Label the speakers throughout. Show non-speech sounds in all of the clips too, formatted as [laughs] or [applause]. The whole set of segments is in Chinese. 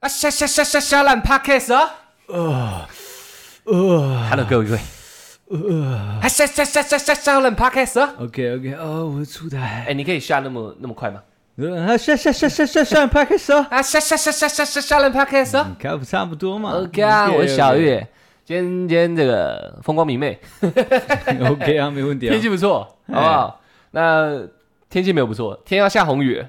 Speaker 1: 啊，瞎瞎瞎瞎瞎烂 podcast 啊！呃呃，Hello 各位各位，呃，啊瞎瞎瞎瞎瞎瞎烂 podcast 啊！
Speaker 2: OK OK，哦，我出台。
Speaker 1: 哎，你可以下那么那么快吗？
Speaker 2: 啊，下下下下下下 p a c k a g
Speaker 1: 啊，瞎瞎瞎瞎瞎瞎瞎烂 podcast 啊
Speaker 2: 你看不差不多嘛
Speaker 1: ！OK 啊，我是小。月，今天今天这个风光明媚，
Speaker 2: OK，OK，OK 啊，没问题啊
Speaker 1: 天。气不错，好不好？那天气没有不错，天要下红雨 [laughs] 了，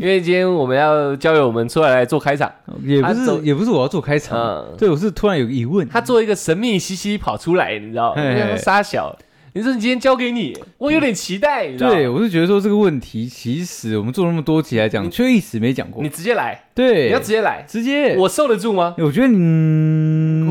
Speaker 1: 因为今天我们要交友，我们出来来做开场。
Speaker 2: 也
Speaker 1: [laughs]
Speaker 2: 不
Speaker 1: 他走
Speaker 2: 是也不是我要做开场
Speaker 1: 嗯，
Speaker 2: 对我是突然有个疑问。
Speaker 1: 他做一个神秘兮兮跑出来，你知道？我
Speaker 2: 嘿
Speaker 1: 想说傻小，你说你今天交给你，我有点期待，你知道？
Speaker 2: 对，，我是觉得说这个问题，其实我们做那么多集来讲，却一直没讲过
Speaker 1: 你。直接来，
Speaker 2: 对，
Speaker 1: 你要直接来，
Speaker 2: 直接，
Speaker 1: 我受得住吗？
Speaker 2: 我觉得 你，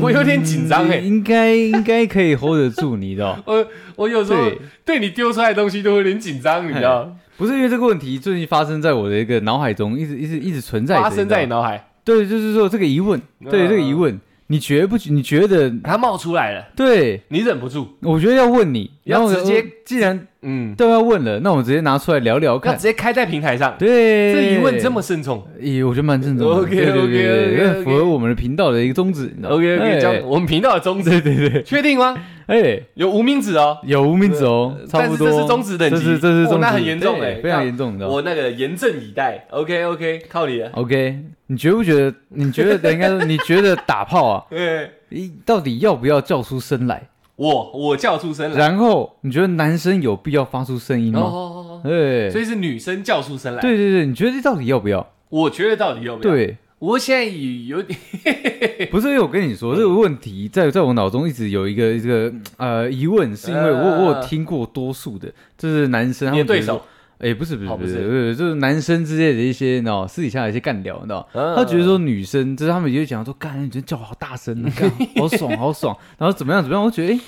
Speaker 1: [laughs] 我有点紧张欸
Speaker 2: 应该应该可以 hold 得住你的哦。
Speaker 1: 我呃我有时候
Speaker 2: 对哎
Speaker 1: 对你丢出来的东西都有点紧张，你知道吗？
Speaker 2: 不是因为这个问题最近发生在我的一个脑海中，一直一直一直存在着，
Speaker 1: 发生在你
Speaker 2: 你知道吗
Speaker 1: 脑海，
Speaker 2: 对，就是说这个疑问，对
Speaker 1: 嗯
Speaker 2: 这个疑问，你觉不觉？你觉得
Speaker 1: 它冒出来了，
Speaker 2: 对？
Speaker 1: 你忍不住，
Speaker 2: 我觉得要问你，
Speaker 1: 要
Speaker 2: 然后
Speaker 1: 直接，
Speaker 2: 既然
Speaker 1: 嗯，
Speaker 2: 都要问了，那我们直接拿出来聊聊
Speaker 1: 要
Speaker 2: 看
Speaker 1: 直。接开在平台上。
Speaker 2: 对，
Speaker 1: 这疑问这么慎重
Speaker 2: 咦，我觉得蛮正宗的
Speaker 1: OK，
Speaker 2: 对对
Speaker 1: OK，OK，
Speaker 2: 对对
Speaker 1: OK，
Speaker 2: 符合我们的频道的一个宗旨。
Speaker 1: ，OK OK，这样
Speaker 2: 样，
Speaker 1: 我们频道的宗旨，对对对，确定吗？
Speaker 2: 哎，
Speaker 1: 有无名指哦，
Speaker 2: 有无名指哦，差
Speaker 1: 但
Speaker 2: 不
Speaker 1: 是
Speaker 2: 多，
Speaker 1: 这是宗旨等级
Speaker 2: 这是这是
Speaker 1: 哦
Speaker 2: 宗旨，
Speaker 1: 那很严重
Speaker 2: 对
Speaker 1: 哎
Speaker 2: 非常严重的哦。
Speaker 1: 我那个严阵以待。OK OK，靠你了。
Speaker 2: OK，你觉不觉得？你
Speaker 1: [laughs]
Speaker 2: 觉得应该说，你觉得打炮啊，
Speaker 1: 对，
Speaker 2: 一到底要不要叫出声来？
Speaker 1: 我我叫出声来，
Speaker 2: 然后你觉得男生有必要发出声音吗？
Speaker 1: 哦，
Speaker 2: 哎，
Speaker 1: 所以是女生叫出声来。
Speaker 2: 嗯对对对，你觉得这到底要不要？
Speaker 1: 我觉得到底有没有？，
Speaker 2: 对，
Speaker 1: 我现在有有点
Speaker 2: 不是因为我跟你说这个问题在在我脑中一直有一个一个呃疑问，是因为我
Speaker 1: 呃
Speaker 2: 我有听过多数的，就是男生他
Speaker 1: 你的
Speaker 2: 们
Speaker 1: 对
Speaker 2: 觉得说
Speaker 1: 手，，
Speaker 2: 哎，不是不
Speaker 1: 哦不
Speaker 2: 是不是
Speaker 1: 是
Speaker 2: 不是，就是男生之类的一些，你知道私底下的一些干聊，你知道。
Speaker 1: 嗯
Speaker 2: 他觉得说女生，就是他们也会讲说，干女生叫好
Speaker 1: [laughs]
Speaker 2: 大声啊，干好爽好爽，然后怎么样怎么样，我觉得哎，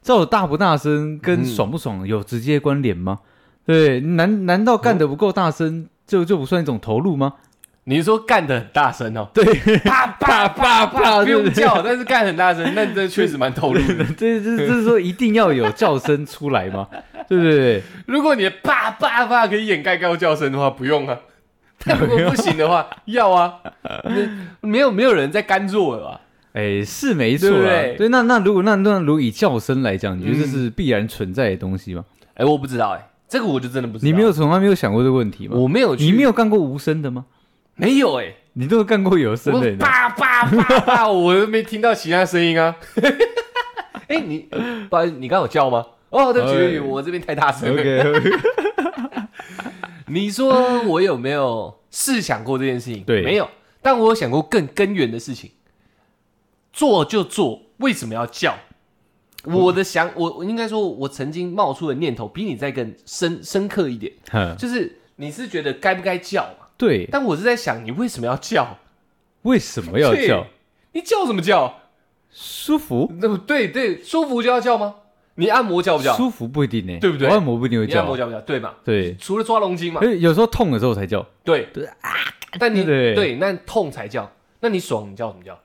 Speaker 2: 叫的大不大声跟
Speaker 1: 嗯
Speaker 2: 爽不爽有直接关联吗？对，难难道干的不够大声就就不算一种投入吗？
Speaker 1: 你是说干的很大声哦，
Speaker 2: [laughs] 对，
Speaker 1: 啪啪啪啪，
Speaker 2: 啪
Speaker 1: 不用
Speaker 2: [laughs] 对不对
Speaker 1: 叫，但是干得很大
Speaker 2: [laughs]
Speaker 1: 声，那这确实蛮投入的。
Speaker 2: 这这这是说一定要有叫声出来
Speaker 1: [laughs]
Speaker 2: 吗？对不对？
Speaker 1: 如果你的啪啪啪可以掩盖高叫声的话，不用
Speaker 2: [laughs]
Speaker 1: 啊。但如果不行的话，要啊，没没有没有人在干坐了吧？
Speaker 2: 哎，是没错啦。
Speaker 1: 对不对嗯
Speaker 2: 那那如果那那如果以叫声来讲，你觉得这是必然存在的东西吗？
Speaker 1: 哎，我不知道哎，这个我就真的不知道。
Speaker 2: 你没有从来没有想过这个问题吗？
Speaker 1: 我没有去，
Speaker 2: 你没有干过无声的吗？
Speaker 1: 没有哎，
Speaker 2: 你都干过有声
Speaker 1: 我
Speaker 2: 的啊你知道吗，
Speaker 1: 叭叭叭叭， [laughs] 我都没听到其他声音
Speaker 2: [laughs]
Speaker 1: 啊。哎，你不好意思，你刚有叫吗？哦，对不起，
Speaker 2: 哎
Speaker 1: 对不起，我这边太大声了。
Speaker 2: OK，
Speaker 1: 你说我有没有试想过这件事情？
Speaker 2: 对
Speaker 1: 没有。但我有想过更根源的事情，做就做，为什么要叫？我的想，我我应该说，我曾经冒出的念头比你再更深深刻一点，
Speaker 2: 哼
Speaker 1: 就是你是觉得该不该叫嘛？
Speaker 2: 对，
Speaker 1: 但我是在想，你为什么要叫？
Speaker 2: 为什么要叫
Speaker 1: 对？你叫什么叫？
Speaker 2: 舒服？
Speaker 1: 对对对，舒服就要叫吗？你按摩叫不叫？
Speaker 2: 舒服不一定呢，
Speaker 1: 对不对
Speaker 2: 我按摩不一定会
Speaker 1: 你按摩
Speaker 2: 叫，
Speaker 1: 叫不叫？对嘛？
Speaker 2: 对，
Speaker 1: 除了抓龙筋嘛
Speaker 2: 而，且有时候痛的时候才叫，
Speaker 1: 对
Speaker 2: 对
Speaker 1: 啊， [laughs] 但你
Speaker 2: 对
Speaker 1: 对那痛才叫，那你爽你叫什么叫？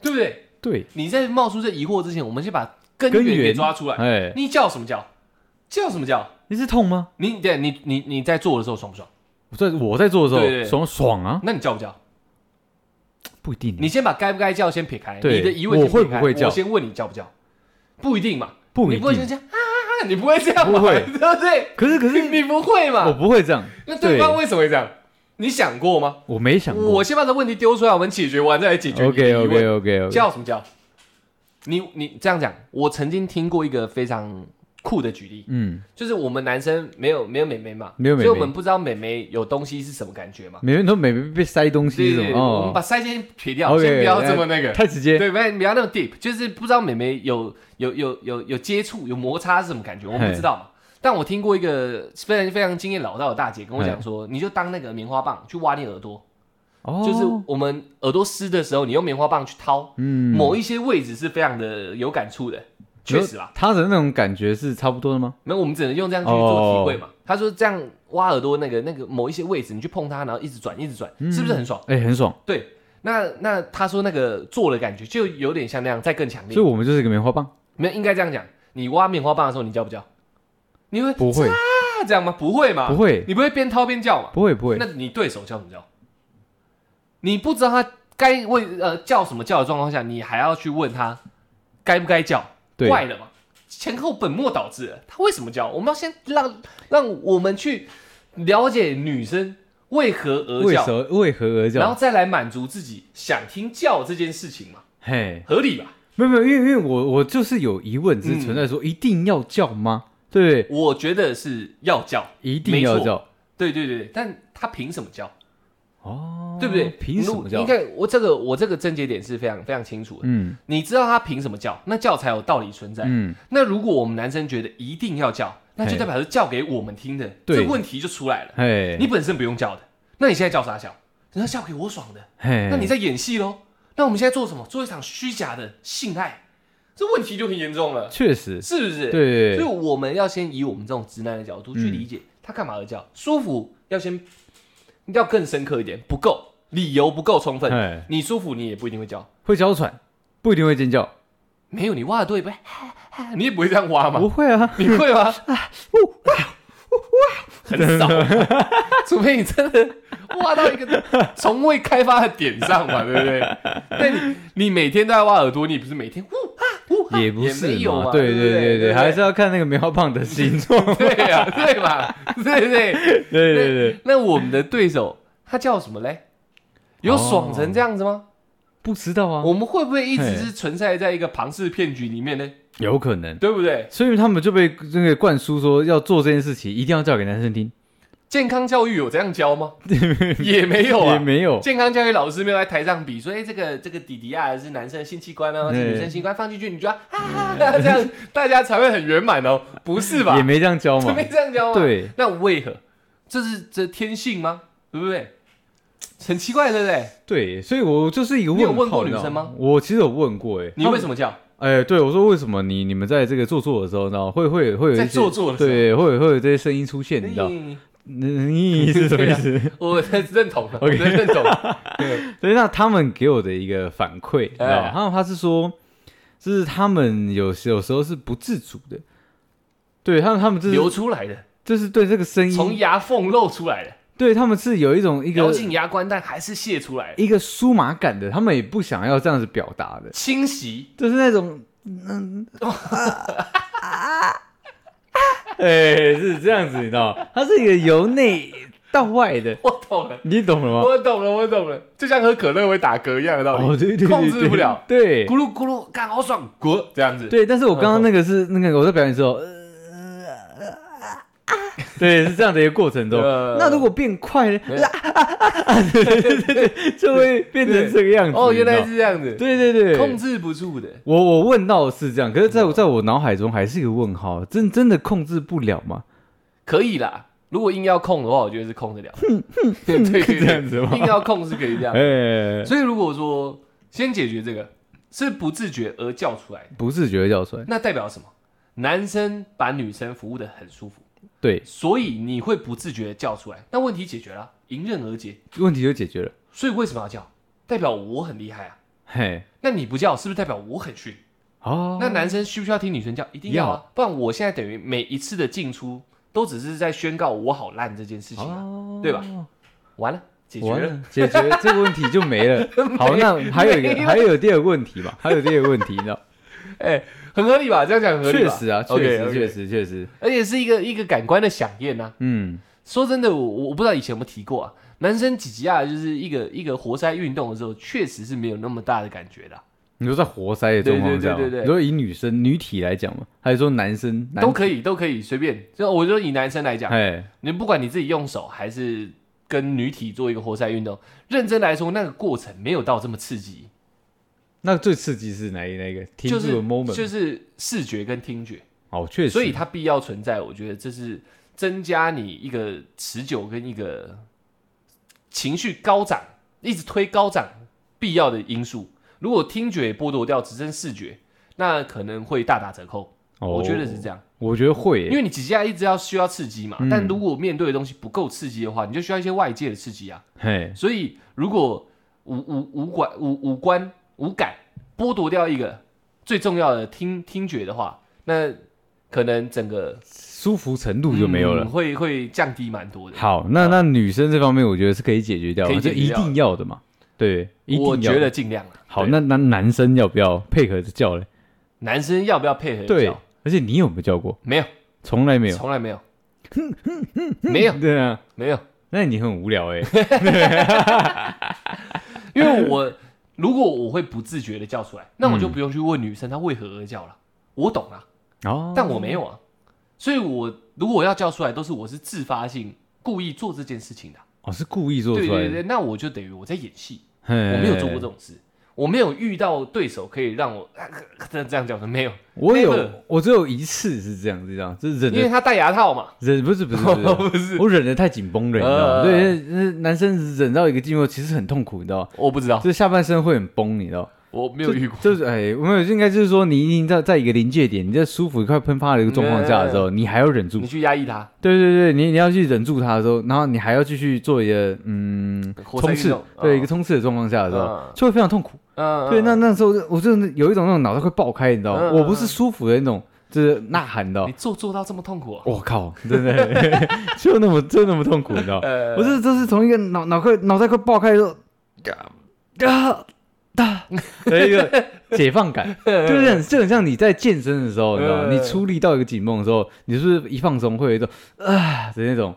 Speaker 1: 对不对？
Speaker 2: 对，
Speaker 1: 你在冒出这疑惑之前，我们先把根
Speaker 2: 根
Speaker 1: 源
Speaker 2: 源
Speaker 1: 给抓出来。
Speaker 2: 哎，
Speaker 1: 你叫什么叫？叫什么叫？
Speaker 2: 你是痛吗？
Speaker 1: 你对，你你你在做的时候爽不爽？
Speaker 2: 我在我在做的时
Speaker 1: 对对
Speaker 2: 候爽爽啊，
Speaker 1: 那你叫不叫？
Speaker 2: 不一定呢，
Speaker 1: 你先把该不该叫先撇开，
Speaker 2: 对
Speaker 1: 你的疑问
Speaker 2: 我
Speaker 1: 先撇开
Speaker 2: 会不会叫
Speaker 1: 我先问你叫不叫？不一定嘛，
Speaker 2: 不
Speaker 1: 你
Speaker 2: 一
Speaker 1: 不会先
Speaker 2: 定。
Speaker 1: 这样啊，你不会这样嘛，
Speaker 2: 不会
Speaker 1: [laughs] 对不对？
Speaker 2: 可是可是
Speaker 1: 你你不会
Speaker 2: 我
Speaker 1: 嘛？
Speaker 2: 不会这样，
Speaker 1: 那对方为什么会这样？你想过吗？
Speaker 2: 我没想过。
Speaker 1: 我先把这问题丢出来，我们解决完再来解决你的疑
Speaker 2: OK
Speaker 1: 问。
Speaker 2: OK OK OK，
Speaker 1: 叫什么叫？你你这样讲，我曾经听过一个非常酷的举例，
Speaker 2: 嗯，
Speaker 1: 就是我们男生没有没有美眉嘛，
Speaker 2: 没有妹妹
Speaker 1: 所以我们不知道美眉有东西是什么感觉嘛。
Speaker 2: 每个人都每每被塞东
Speaker 1: 对
Speaker 2: 西
Speaker 1: 对
Speaker 2: 什
Speaker 1: 对，
Speaker 2: 么
Speaker 1: 我们把
Speaker 2: 哦，
Speaker 1: 腮先撇掉
Speaker 2: OK，呃
Speaker 1: 先不要这么那个，
Speaker 2: 太直接，
Speaker 1: 对，不要不要那么 deep，就是不知道美眉有有有有有接触有摩擦是什么感觉，我们不
Speaker 2: 嘿
Speaker 1: 知道嘛。但我听过一个非常非常经验老道的大姐跟我讲说，你就当那个棉花棒去挖你耳朵，
Speaker 2: 哦，
Speaker 1: 就是我们耳朵湿的时候，你用棉花棒去掏，
Speaker 2: 嗯，
Speaker 1: 某一些位置是非常的有感触的，确实啦。
Speaker 2: 他的那种感觉是差不多的吗？
Speaker 1: 那我们只能用这样去做体会嘛。他说这样挖耳朵那个那个某一些位置，你去碰它，然后一直转一直转，是不是很爽？
Speaker 2: 哎，很爽，
Speaker 1: 对。那那他说那个做的感觉就有点像那样，再更强
Speaker 2: 所
Speaker 1: 烈。
Speaker 2: 以我们就是一个棉花棒，
Speaker 1: 没有应该这样讲，你挖棉花棒的时候，你叫不叫？你会
Speaker 2: 不会，
Speaker 1: 啊这样吗？不会嘛？
Speaker 2: 不会，
Speaker 1: 你不会边掏边叫嘛？
Speaker 2: 不会，不会
Speaker 1: 那，你对手叫什么叫？你不知道他该为呃叫什么叫的状况下，你还要去问他该不该叫，
Speaker 2: 对
Speaker 1: 怪了嘛？前后本末倒置了，他为什么叫？我们要先让让我们去了解女生为何而
Speaker 2: 为
Speaker 1: 叫，
Speaker 2: 何为何而
Speaker 1: 然后
Speaker 2: 叫？
Speaker 1: 再来满足自己想听叫这件事情嘛，
Speaker 2: 嘿，
Speaker 1: 合理吧？
Speaker 2: 没有没有，因为因为我我就是有疑问，只是
Speaker 1: 嗯
Speaker 2: 存在说一定要叫吗？对不对？
Speaker 1: 我觉得是要叫，
Speaker 2: 一定要
Speaker 1: 没错，
Speaker 2: 叫
Speaker 1: 对对对，对但他凭什么叫？
Speaker 2: 哦，
Speaker 1: 对不对？
Speaker 2: 凭什么
Speaker 1: 你
Speaker 2: 叫
Speaker 1: 应？该我这个我这个症结点是非常非常清楚的。
Speaker 2: 嗯
Speaker 1: 你知道他凭什么叫，那叫才有道理存在。
Speaker 2: 嗯，
Speaker 1: 那如果我们男生觉得一定要叫，那就代表是叫给我们听的，
Speaker 2: 对
Speaker 1: 这问题就出来了。
Speaker 2: 嘿，
Speaker 1: 你本身不用叫的，那你现在叫啥叫？你要叫给我爽的，
Speaker 2: 嘿，
Speaker 1: 那你在演戏喽？那我们现在做什么？做一场虚假的性爱，这问题就很严重了，
Speaker 2: 确实
Speaker 1: 是不是？。
Speaker 2: 对
Speaker 1: 所以我们要先以我们这种直男的角度去理解他干嘛而叫，舒服要先要更深刻一点，不够理由不够充分，
Speaker 2: 哎，
Speaker 1: 你舒服你也不一定会叫，
Speaker 2: 会娇喘，不一定会尖叫，
Speaker 1: 没有你挖的对呗， [laughs] 你也不会这样挖嘛
Speaker 2: 不，会啊，
Speaker 1: 你会吗？很少， [laughs] 除非你真的挖到一个从未开发的点上嘛，对不
Speaker 2: [laughs]
Speaker 1: 对？但你你每天都在挖耳朵，你不是每天呜啊呜啊
Speaker 2: [laughs] 也不是
Speaker 1: 没有嘛，
Speaker 2: 对
Speaker 1: 对
Speaker 2: 对对
Speaker 1: 对，
Speaker 2: 还是要看那个苗胖的形
Speaker 1: [laughs]
Speaker 2: 状，
Speaker 1: 对
Speaker 2: [laughs]
Speaker 1: 呀，对吧？对不对？
Speaker 2: 对对对，
Speaker 1: 那我们的对手他叫什么嘞？
Speaker 2: 哦
Speaker 1: 有爽成这样子吗？
Speaker 2: 不知道啊，
Speaker 1: 我们会不会一直是存在在一个庞氏骗局里面呢？
Speaker 2: 有可能，
Speaker 1: 对不对？
Speaker 2: 所以他们就被那个灌输说要做这件事情，一定要叫给男生听，
Speaker 1: 健康教育有这样教
Speaker 2: [laughs]
Speaker 1: 吗？也没有
Speaker 2: 也
Speaker 1: 啊。
Speaker 2: 没有，
Speaker 1: 健康教育老师没有在台上比说，哎，这个这个弟弟啊是男生的性器官哦，
Speaker 2: 嗯
Speaker 1: 是女生性器官放进去，你就要啊
Speaker 2: [laughs]
Speaker 1: 这样，大家才会很圆满哦，不是吧
Speaker 2: 也？没这样教嘛，
Speaker 1: [laughs] 没这啊样教吗？
Speaker 2: 对，
Speaker 1: 那为何？这是这天性吗？对不对？很奇怪，对不对？
Speaker 2: 对，所以我就是一个
Speaker 1: 你有
Speaker 2: 问
Speaker 1: 问过
Speaker 2: 号
Speaker 1: 女
Speaker 2: 知道
Speaker 1: 生吗
Speaker 2: 我其实有问过、欸，哎，
Speaker 1: 你为什么叫？
Speaker 2: 哎、对我说为什么你你们在这个做作的时候，你知道会会会有一
Speaker 1: 在
Speaker 2: 些
Speaker 1: 做作的时候
Speaker 2: 对，会有会有这些声音出现，你知道，
Speaker 1: 你啊
Speaker 2: 你是什么意思？
Speaker 1: 我认同了，我
Speaker 2: [laughs] OK
Speaker 1: 认同。
Speaker 2: [laughs] 对，那他们给我的一个反馈，你知道
Speaker 1: 哎
Speaker 2: 吗？他们他是说，就是他们有时有时候是不自主的，对他们他们就
Speaker 1: 流
Speaker 2: 是
Speaker 1: 出来的，
Speaker 2: 就是对这个声
Speaker 1: 从
Speaker 2: 音，
Speaker 1: 牙缝露出来的，
Speaker 2: 对他们是有一种一
Speaker 1: 咬
Speaker 2: 个
Speaker 1: 紧牙关，但还是泄出来的，
Speaker 2: 一个酥麻感的，他们也不想要这样子表达的，
Speaker 1: 清洗。
Speaker 2: 就是那种，啊嗯，哎、是这样子，你知道吗？它是一个由内到外的，
Speaker 1: 我懂了，
Speaker 2: 你懂了吗？
Speaker 1: 我懂了，我懂了，就像喝可乐会打嗝一样的道理。
Speaker 2: 哦，对对对，
Speaker 1: 控制不了，
Speaker 2: 对
Speaker 1: 咕噜咕噜，干好爽，滚这样子。
Speaker 2: 对。但是我刚刚那个是那个我在表演的时候，呃啊对，是这样的一个过程中。
Speaker 1: 呃
Speaker 2: 那如果变快呢？
Speaker 1: 对
Speaker 2: 啊啊啊啊！对对对对， [laughs] 就会变成这个样子。
Speaker 1: 哦，原来
Speaker 2: 你知
Speaker 1: 是这样
Speaker 2: 道
Speaker 1: 子，
Speaker 2: 对对对，
Speaker 1: 控制不住的。
Speaker 2: 我我问到的是这样，可是在我在我脑海中还是一个问号，真真的控制不了吗？
Speaker 1: 可以啦，如果硬要控的话，我觉得是控得了。 [laughs] 对对对，
Speaker 2: [laughs] 这样子吗
Speaker 1: 硬要控是可以这样。
Speaker 2: 哎、
Speaker 1: 所以如果说先解决这个，是不自觉而叫出来的。
Speaker 2: 不自觉地叫出来，
Speaker 1: 那代表什么？男生把女生服务的很舒服，
Speaker 2: 对，
Speaker 1: 所以你会不自觉地叫出来，那问题解决了，迎刃而解。
Speaker 2: 问题就解决了。
Speaker 1: 所以为什么要叫？代表我很厉害啊。
Speaker 2: 嘿，
Speaker 1: 那你不叫，是不是代表我很逊？
Speaker 2: 哦，
Speaker 1: 那男生需不需要听女生叫？一定要啊，不然我现在等于每一次的进出都只是在宣告我好烂这件事情啊。
Speaker 2: 哦
Speaker 1: 对吧？完了，解决
Speaker 2: 完
Speaker 1: 了。
Speaker 2: 了，解决这个问题就
Speaker 1: [laughs]
Speaker 2: 没了。好，那还有一个，
Speaker 1: 没了
Speaker 2: 还有第二个问题吧，还有第二个问题，你知道？
Speaker 1: 哎，很合理吧？这样讲 [laughs] 很合理
Speaker 2: 确
Speaker 1: 吧
Speaker 2: 实啊，确
Speaker 1: OK，
Speaker 2: 实，
Speaker 1: OK
Speaker 2: 确实，确实，
Speaker 1: 而且是一个一个感官的响应啊。
Speaker 2: 嗯，
Speaker 1: 说真的，我我我不知道以前有没有提过啊，男生几级啊，就是一个一个活塞运动的时候，确实是没有那么大的感觉的啊、
Speaker 2: 你说在活塞的状况下吗，
Speaker 1: 对对对对对
Speaker 2: 你说以女生女体来讲嘛，还是说男生男
Speaker 1: 都可以都可以随便。就我就以啊男生来讲，
Speaker 2: 哎，
Speaker 1: 你不管你自己用手还是跟女体做一个活塞运动，认真来说，那个过程没有到这么刺激，
Speaker 2: 那最刺激是哪一哪一个？停
Speaker 1: 就
Speaker 2: 住
Speaker 1: 是
Speaker 2: 的 moment，
Speaker 1: 就是视觉跟听觉，
Speaker 2: 哦，确实，
Speaker 1: 所以它必要存在。我觉得这是增加你一个持久跟一个情绪高涨，一直推高涨必要的因素。如果听觉剥夺掉，只剩视觉，那可能会大打折扣。
Speaker 2: 哦
Speaker 1: 我觉得是这样，
Speaker 2: 我觉得会耶，
Speaker 1: 因为你几下一直要需要刺激嘛，
Speaker 2: 嗯
Speaker 1: 但如果面对的东西不够刺激的话，你就需要一些外界的刺激啊。
Speaker 2: 嘿，
Speaker 1: 所以如果五五五管五五官五感剥夺掉一个最重要的听听觉的话，那可能整个
Speaker 2: 舒服程度就没有了。
Speaker 1: 嗯会会降低蛮多的。
Speaker 2: 好，那那女生这方面我觉得是可以解决掉的，
Speaker 1: 可以
Speaker 2: 就
Speaker 1: 解决
Speaker 2: 一
Speaker 1: 掉的
Speaker 2: 定要的嘛。对，一定
Speaker 1: 我
Speaker 2: 要
Speaker 1: 觉得尽量啊。
Speaker 2: 好。
Speaker 1: 对
Speaker 2: 那那男生要不要配合着叫嘞？
Speaker 1: 男生要不要配合
Speaker 2: 对
Speaker 1: 叫？，
Speaker 2: 而且你有没有叫过？
Speaker 1: 没有，
Speaker 2: 从来没有。
Speaker 1: 从来没
Speaker 2: [laughs]
Speaker 1: 有，没有，
Speaker 2: 对啊，
Speaker 1: 没
Speaker 2: [laughs]
Speaker 1: 有，
Speaker 2: 那你很无聊哎、
Speaker 1: 因为我如果我会不自觉的叫出来，那
Speaker 2: 嗯
Speaker 1: 我就不用去问女生她为何而叫了，我懂啊，[laughs]
Speaker 2: 哦，
Speaker 1: 但我没有啊，所以我如果要叫出来，都是我是自发性故意做这件事情的啊，
Speaker 2: 哦是故意做
Speaker 1: 对
Speaker 2: 出来的哎
Speaker 1: 对，对，那我就等于我在演戏，
Speaker 2: 嘿
Speaker 1: 我没有做过这。种事。我没有遇到对手可以让我啊 [laughs] 这这样叫的，没有，
Speaker 2: 我有
Speaker 1: Never，
Speaker 2: 我只有一次是这样，是这样，就是忍
Speaker 1: 因为
Speaker 2: 的
Speaker 1: 他戴牙套嘛。
Speaker 2: 忍不是不是不
Speaker 1: [laughs]
Speaker 2: 是，
Speaker 1: 不是，
Speaker 2: 我忍的太紧绷了，你知道吗？
Speaker 1: 呃
Speaker 2: 对，那男生忍到一个寂寞其实很痛苦，你知道吗，
Speaker 1: 我不知道，
Speaker 2: 就是下半身会很绷，你知道吗。
Speaker 1: 我没有遇过。
Speaker 2: 就是哎，我没有，应该就是说你已经在在一个临界点，你在舒服快喷发的一个状况下的时候，你还要忍住
Speaker 1: 你。去压抑他，
Speaker 2: 对对对，你你要去忍住它的时候，然后你还要继续做一个嗯
Speaker 1: 活塞
Speaker 2: 冲
Speaker 1: 运
Speaker 2: 刺
Speaker 1: 动，
Speaker 2: 对
Speaker 1: 嗯
Speaker 2: 一个冲刺的状况下的时候
Speaker 1: 嗯，
Speaker 2: 就会非常痛苦。
Speaker 1: 嗯，
Speaker 2: 对，那
Speaker 1: 嗯
Speaker 2: 那时候我真的有一种那种脑袋快爆开，你知道吗？
Speaker 1: 嗯
Speaker 2: 我不是舒服的那种，就是呐喊，你知道
Speaker 1: 你
Speaker 2: 吗？
Speaker 1: 做做到这么痛苦哦，
Speaker 2: 哦我靠，真的 [laughs] 就那么就那么痛苦，你知道吗？
Speaker 1: 呃
Speaker 2: 我是这是从一个脑脑快脑袋快爆开的时候，啊啊的一个解放感，就是很就很像你在健身的时候，你知道吗？
Speaker 1: 呃
Speaker 2: 你出力到一个紧绷的时候，你是不是一放松会有一种啊的那种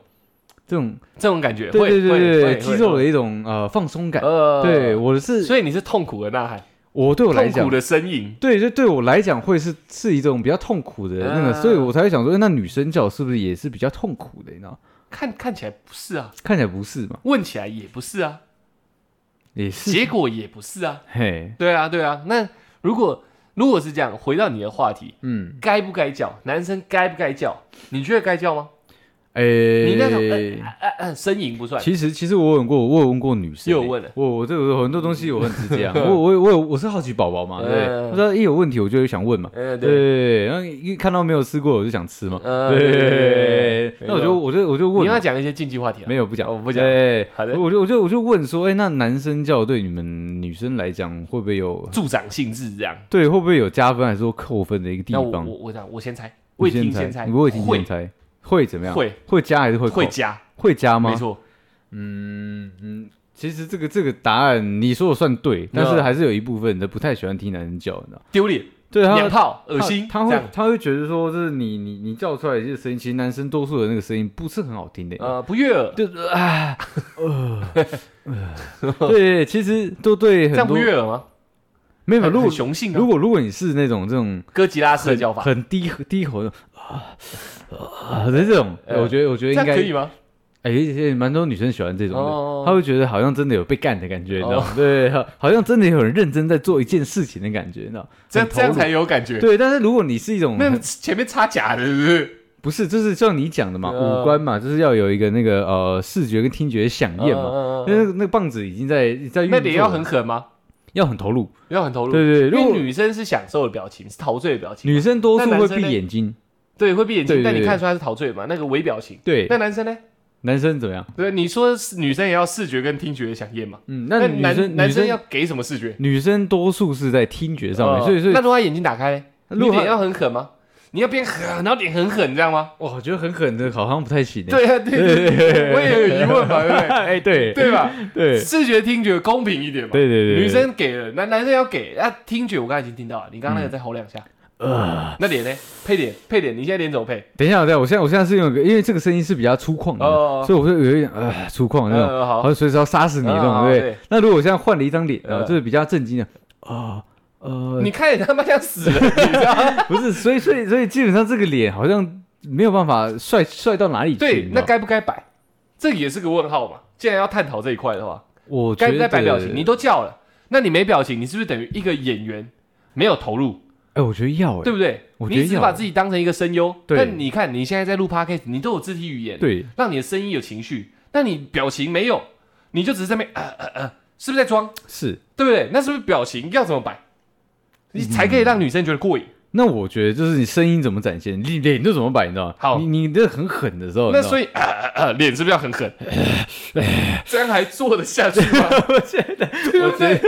Speaker 2: 这种
Speaker 1: 这种感觉，
Speaker 2: 对
Speaker 1: 会
Speaker 2: 对对对
Speaker 1: 会
Speaker 2: 对
Speaker 1: 会
Speaker 2: 肌肉的
Speaker 1: 会
Speaker 2: 一种呃放松感？
Speaker 1: 呃
Speaker 2: 对，我的是
Speaker 1: 所以你是痛苦的呐喊，
Speaker 2: 我对我来
Speaker 1: 痛
Speaker 2: 讲
Speaker 1: 苦。的呻吟，
Speaker 2: 对，就对我来讲会是是一种比较痛苦的那个，
Speaker 1: 啊
Speaker 2: 所以我才会想说，哎那女生叫是不是也是比较痛苦的？你知道吗，
Speaker 1: 看看起来不是啊，
Speaker 2: 看起来不是嘛，
Speaker 1: 问起来也不是啊，
Speaker 2: 也是，
Speaker 1: 结果也不是啊，
Speaker 2: 嘿，
Speaker 1: 对啊对啊。那如果如果是这样，回到你的话题，
Speaker 2: 嗯，
Speaker 1: 该不该叫男生该不该叫？你觉得该叫吗？
Speaker 2: 诶，
Speaker 1: 你那种呃呃呃呻吟不算，
Speaker 2: 嗯其实其实我有问过，我有问过女生欸，
Speaker 1: 又有问了
Speaker 2: 我我这个很多东西我很直接啊，我我我有我是好奇宝宝嘛，对不对，
Speaker 1: 嗯
Speaker 2: 我知道一有问题我就会想问嘛，
Speaker 1: 呃
Speaker 2: 对
Speaker 1: 对，
Speaker 2: 对，然后一看到没有吃过我就想吃嘛，
Speaker 1: 嗯
Speaker 2: 对
Speaker 1: 对对对
Speaker 2: 对
Speaker 1: 对，
Speaker 2: 那我就我就我就
Speaker 1: 你
Speaker 2: 问嘛，
Speaker 1: 要讲一些禁忌话题啊，
Speaker 2: 没有不讲，
Speaker 1: 哦不讲
Speaker 2: 对，
Speaker 1: 好的
Speaker 2: 我就我就我就问说，哎、那男生叫对你们女生来讲，会不会有
Speaker 1: 助长性质这样。
Speaker 2: 对会不会有加分还是说扣分的一个地
Speaker 1: 那我
Speaker 2: 方？
Speaker 1: 我我讲，我先猜，未
Speaker 2: 你
Speaker 1: 听
Speaker 2: 先
Speaker 1: 猜，
Speaker 2: 你未听
Speaker 1: 会
Speaker 2: 先猜，会怎么样？
Speaker 1: 会
Speaker 2: 会加还是会扣
Speaker 1: 会加，
Speaker 2: 会加吗？
Speaker 1: 没错，
Speaker 2: 嗯嗯，其实这个这个答案你说的算对，但是还是有一部分人不太喜欢听男生叫，你知道吗？
Speaker 1: 丢脸、
Speaker 2: 对他
Speaker 1: 娘炮、恶
Speaker 2: 他
Speaker 1: 心，
Speaker 2: 他
Speaker 1: 这
Speaker 2: 会
Speaker 1: 样
Speaker 2: 他会觉得说，就是你你你叫出来的这个声音，其实男生多数的那个声音不是很好听的，
Speaker 1: 呃不悦耳，
Speaker 2: 就是啊，呃，呃对，其实都对
Speaker 1: 这
Speaker 2: 很
Speaker 1: 样不
Speaker 2: 多
Speaker 1: 悦耳吗？
Speaker 2: 没有，
Speaker 1: 很
Speaker 2: 如果
Speaker 1: 很雄性啊，
Speaker 2: 如果如果你是那种这种
Speaker 1: 哥吉拉式的
Speaker 2: 很
Speaker 1: 叫法，
Speaker 2: 很低低吼的啊啊的这种，
Speaker 1: 呃
Speaker 2: 我觉得我觉
Speaker 1: 这
Speaker 2: 得
Speaker 1: 样
Speaker 2: 应该
Speaker 1: 可以吗？
Speaker 2: 哎，也蛮多女生喜欢这种的。
Speaker 1: 哦
Speaker 2: 她会觉得好像真的有被干的感觉，你知道吗？对，好好像真的有很认真在做一件事情的感觉，你知道吗？
Speaker 1: 这样
Speaker 2: 很
Speaker 1: 这样
Speaker 2: 投入
Speaker 1: 才有感觉。
Speaker 2: 对。但是如果你是一种
Speaker 1: 那
Speaker 2: 很
Speaker 1: 前面插假的，是不是？
Speaker 2: 不是，就是像你讲的嘛，
Speaker 1: 呃
Speaker 2: 五官嘛，就是要有一个那个呃视觉跟听觉的响应嘛。
Speaker 1: 嗯嗯
Speaker 2: 因为那个那个棒子已经在在运
Speaker 1: 那
Speaker 2: 作
Speaker 1: 得要
Speaker 2: 了
Speaker 1: 很狠吗？
Speaker 2: 要很投入，
Speaker 1: 要很投入。
Speaker 2: 对对对
Speaker 1: 因
Speaker 2: 如
Speaker 1: 为
Speaker 2: 果
Speaker 1: 女生是享受的表情，是陶醉的表情。
Speaker 2: 女生多数
Speaker 1: 那男
Speaker 2: 会
Speaker 1: 生
Speaker 2: 闭
Speaker 1: 呢
Speaker 2: 眼睛，
Speaker 1: 对，会闭眼
Speaker 2: 对
Speaker 1: 睛，
Speaker 2: 对
Speaker 1: 但你
Speaker 2: 对
Speaker 1: 看得出来是陶醉嘛？那个微表情。
Speaker 2: 对，
Speaker 1: 那男生呢？
Speaker 2: 男生怎么样？
Speaker 1: 对，你说是女生也要视觉跟听觉想验嘛？
Speaker 2: 嗯，
Speaker 1: 那
Speaker 2: 那女生
Speaker 1: 男男
Speaker 2: 女
Speaker 1: 生要
Speaker 2: 生
Speaker 1: 给什么视觉？
Speaker 2: 女生多数是在听觉上面，
Speaker 1: 哦
Speaker 2: 所以所以
Speaker 1: 那如果他眼睛打开嘞，
Speaker 2: 如
Speaker 1: 你
Speaker 2: 果他
Speaker 1: 脸要很狠吗？你要变狠，然后脸很狠，这样
Speaker 2: [laughs]
Speaker 1: 吗？
Speaker 2: 哇，我觉得很狠的，好像不太行欸。
Speaker 1: 对啊，对对对，我也有疑问嘛，对不对？
Speaker 2: [laughs] 哎，对
Speaker 1: 对吧？
Speaker 2: 对
Speaker 1: 视觉、听觉公平一点嘛。
Speaker 2: 对对对，
Speaker 1: 女生给了，男男生要给啊。听觉我刚才已经听到了，你刚
Speaker 2: 嗯
Speaker 1: 刚那个再吼两下。
Speaker 2: 呃，
Speaker 1: 那脸呢？配脸，配脸，你现在脸怎么配？
Speaker 2: 等一下，等一下，我现在我现在是用一个，因为这个声音是比较粗犷
Speaker 1: 哦
Speaker 2: 的，所以我会有一点呃粗犷的那种，
Speaker 1: 呃好
Speaker 2: 好像随时要杀死你那
Speaker 1: 嗯
Speaker 2: 种，
Speaker 1: 好
Speaker 2: 对不对
Speaker 1: 对。
Speaker 2: 那如果我现在换了一张脸啊，
Speaker 1: 呃
Speaker 2: 就是比较震惊的，啊呃，
Speaker 1: 你看你他妈像死人，你知道吗？
Speaker 2: 不是，所以所以所以基本上这个脸好像没有办法帅帅到哪里去。
Speaker 1: 对
Speaker 2: 你，知道
Speaker 1: 那
Speaker 2: 吗
Speaker 1: 该不该摆？这也是个问号嘛。既然要探讨这一块的话，
Speaker 2: 我觉
Speaker 1: 该不
Speaker 2: 得
Speaker 1: 该摆表情？你都叫了，那你没表情，你是不是等于一个演员没有投入？
Speaker 2: 哎，我觉得要
Speaker 1: 对
Speaker 2: 哎，
Speaker 1: 不对？
Speaker 2: 我觉得
Speaker 1: 你只是
Speaker 2: 要
Speaker 1: 把自己当成一个声优，
Speaker 2: 对
Speaker 1: 但你看你现在在录 podcast，你都有肢体语言，，
Speaker 2: 对
Speaker 1: 让你的声音有情绪，但你表情没有，你就只是在那边呃呃呃，是不是在装？
Speaker 2: 是。
Speaker 1: 对不对？那是不是表情要怎么摆，你才可以让女生觉得过瘾？
Speaker 2: 那我觉得就是你声音怎么展现，你脸就怎么摆，你知道吗？
Speaker 1: 好
Speaker 2: 你你这很狠的时候，
Speaker 1: 那
Speaker 2: 以
Speaker 1: 所以呃呃呃，脸是不是要很
Speaker 2: [laughs]
Speaker 1: 狠？这样还做得下去吗？
Speaker 2: 我觉得，
Speaker 1: 对 [laughs]
Speaker 2: 我
Speaker 1: 不
Speaker 2: [laughs] 觉得，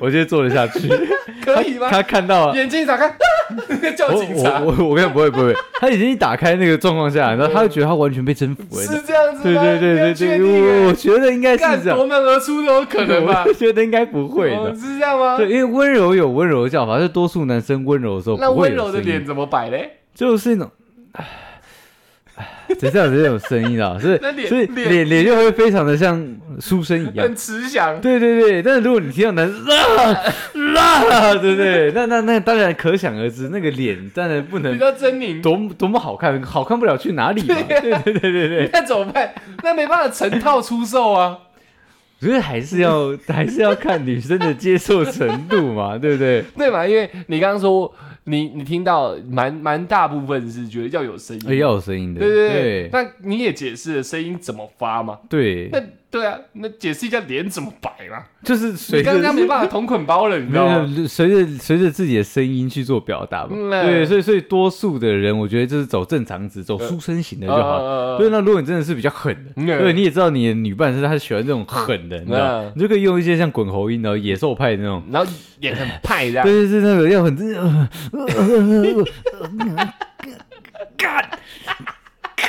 Speaker 2: 我觉得做得下去。
Speaker 1: [laughs] 可以吗？
Speaker 2: 他看到了，
Speaker 1: 眼睛一打开，啊 [laughs] 叫
Speaker 2: 我
Speaker 1: 警察
Speaker 2: 我我我跟你讲不会不会，
Speaker 1: [laughs]
Speaker 2: 他已经一打开那个状况下，然后他就觉得他完全被征服了。
Speaker 1: 是这样子吗？
Speaker 2: 对
Speaker 1: 你
Speaker 2: 对
Speaker 1: 要
Speaker 2: 对对
Speaker 1: 确
Speaker 2: 对，
Speaker 1: 定
Speaker 2: 我
Speaker 1: 欸
Speaker 2: 我觉得应该是
Speaker 1: 干
Speaker 2: 这样
Speaker 1: 夺，门而出都有可能吧
Speaker 2: [laughs] 我？觉得应该不会
Speaker 1: 哦
Speaker 2: 的。
Speaker 1: 是这样吗？
Speaker 2: 对，因为温柔有温柔的叫法，就多数男生温柔的时候
Speaker 1: 那
Speaker 2: 不会
Speaker 1: 温
Speaker 2: 有
Speaker 1: 柔的
Speaker 2: 声音
Speaker 1: 脸怎么摆嘞？
Speaker 2: 就是那种，唉唉只是有这种声音啊，所以
Speaker 1: [laughs] 那脸
Speaker 2: 所以
Speaker 1: 脸
Speaker 2: 脸脸就会非常的像书生一样
Speaker 1: 很。慈祥，
Speaker 2: [laughs] 对对对，但是如果你听到男生啊啊， [laughs] 对不对？那那那当然可想而知，那个脸当然不
Speaker 1: 比
Speaker 2: 能
Speaker 1: 较狰狞。
Speaker 2: [laughs] 多么多么好看，好看不了去哪里嘛。对对对对对，
Speaker 1: 那怎么办？那没办法成套出售
Speaker 2: [laughs]
Speaker 1: 啊！
Speaker 2: 所以还是
Speaker 1: [laughs]
Speaker 2: 要还是要看女生的接受程度嘛，对不对？
Speaker 1: 对嘛？因为你刚刚说你你听到蛮蛮大部分是觉得要有声音，
Speaker 2: 而哎要有声音的，
Speaker 1: 对对对
Speaker 2: 对。
Speaker 1: 那你也解释了声音怎么发嘛？
Speaker 2: 对
Speaker 1: 那对啊，那解释一下脸怎么摆嘛？
Speaker 2: 就是
Speaker 1: 你
Speaker 2: 随着
Speaker 1: 刚刚没办法同捆包了，你知
Speaker 2: 没
Speaker 1: 道
Speaker 2: 有
Speaker 1: 吗？
Speaker 2: 随着随着自己的声音去做表达嘛。
Speaker 1: 嗯
Speaker 2: 对，所以所以多数的人，我觉得就是走正常值，走书生型的就好。
Speaker 1: 呃
Speaker 2: 对，那如果你真的是比较狠的，
Speaker 1: 嗯
Speaker 2: 对，你也知道你的女伴是她喜欢这种狠的，你知道，
Speaker 1: 嗯
Speaker 2: 你就可以用一些像滚喉音然后野兽派的那种，
Speaker 1: 然后脸很派这样
Speaker 2: 对，对对，那个
Speaker 1: [laughs]
Speaker 2: 要很呃干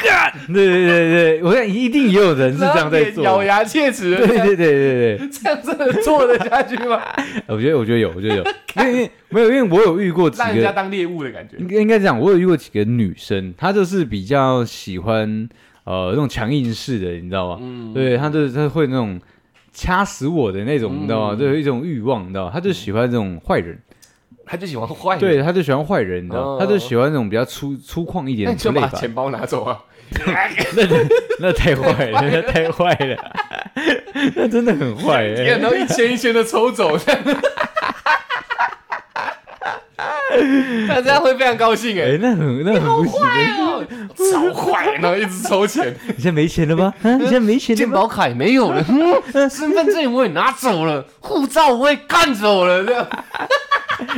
Speaker 2: 干， [laughs] 对对对对，我想一定也有人是这样
Speaker 1: [laughs]
Speaker 2: 在
Speaker 1: 然后脸
Speaker 2: 做
Speaker 1: 咬
Speaker 2: 的。
Speaker 1: 牙切齿的
Speaker 2: 对
Speaker 1: 这样，
Speaker 2: 对对对对，
Speaker 1: 这样真的做得下去吗？ [laughs]
Speaker 2: 我觉得我觉得有，我觉得有，因为因为没有，因为我有遇过几
Speaker 1: 让人
Speaker 2: 个
Speaker 1: 家当猎物的感觉
Speaker 2: 应。该应该这样，我有遇过几个女生，她就是比较喜欢呃那种强硬式的，你知道吗？
Speaker 1: 嗯
Speaker 2: 对，她就是她会那种掐死我的那种，
Speaker 1: 嗯
Speaker 2: 你知道吗？就有一种欲望，你知道吗？她就喜欢这种坏人，
Speaker 1: 他就喜欢坏人，
Speaker 2: 对，她就喜欢坏人，你知道
Speaker 1: 嗯哦
Speaker 2: 吗？她就喜欢那种比较粗粗犷一
Speaker 1: 那
Speaker 2: 点
Speaker 1: 你
Speaker 2: 的之
Speaker 1: 就
Speaker 2: 类
Speaker 1: 把
Speaker 2: 吧。
Speaker 1: 钱包拿走啊！
Speaker 2: [laughs] 那太坏了，那太坏了， [laughs] 那真的很坏、欸。
Speaker 1: [laughs] 然后一千一千的抽 [laughs] 走，那这样会非常高兴
Speaker 2: 哎、
Speaker 1: 哎，
Speaker 2: 那很那很不行的，
Speaker 1: 哦超坏，然后一直抽 [laughs] 钱，
Speaker 2: 你现在没钱了吗？啊，你现在没钱了
Speaker 1: 健
Speaker 2: 吗？
Speaker 1: 保卡也没有 [laughs] 了，嗯身份证我也拿走了，护照我也干走了，这样，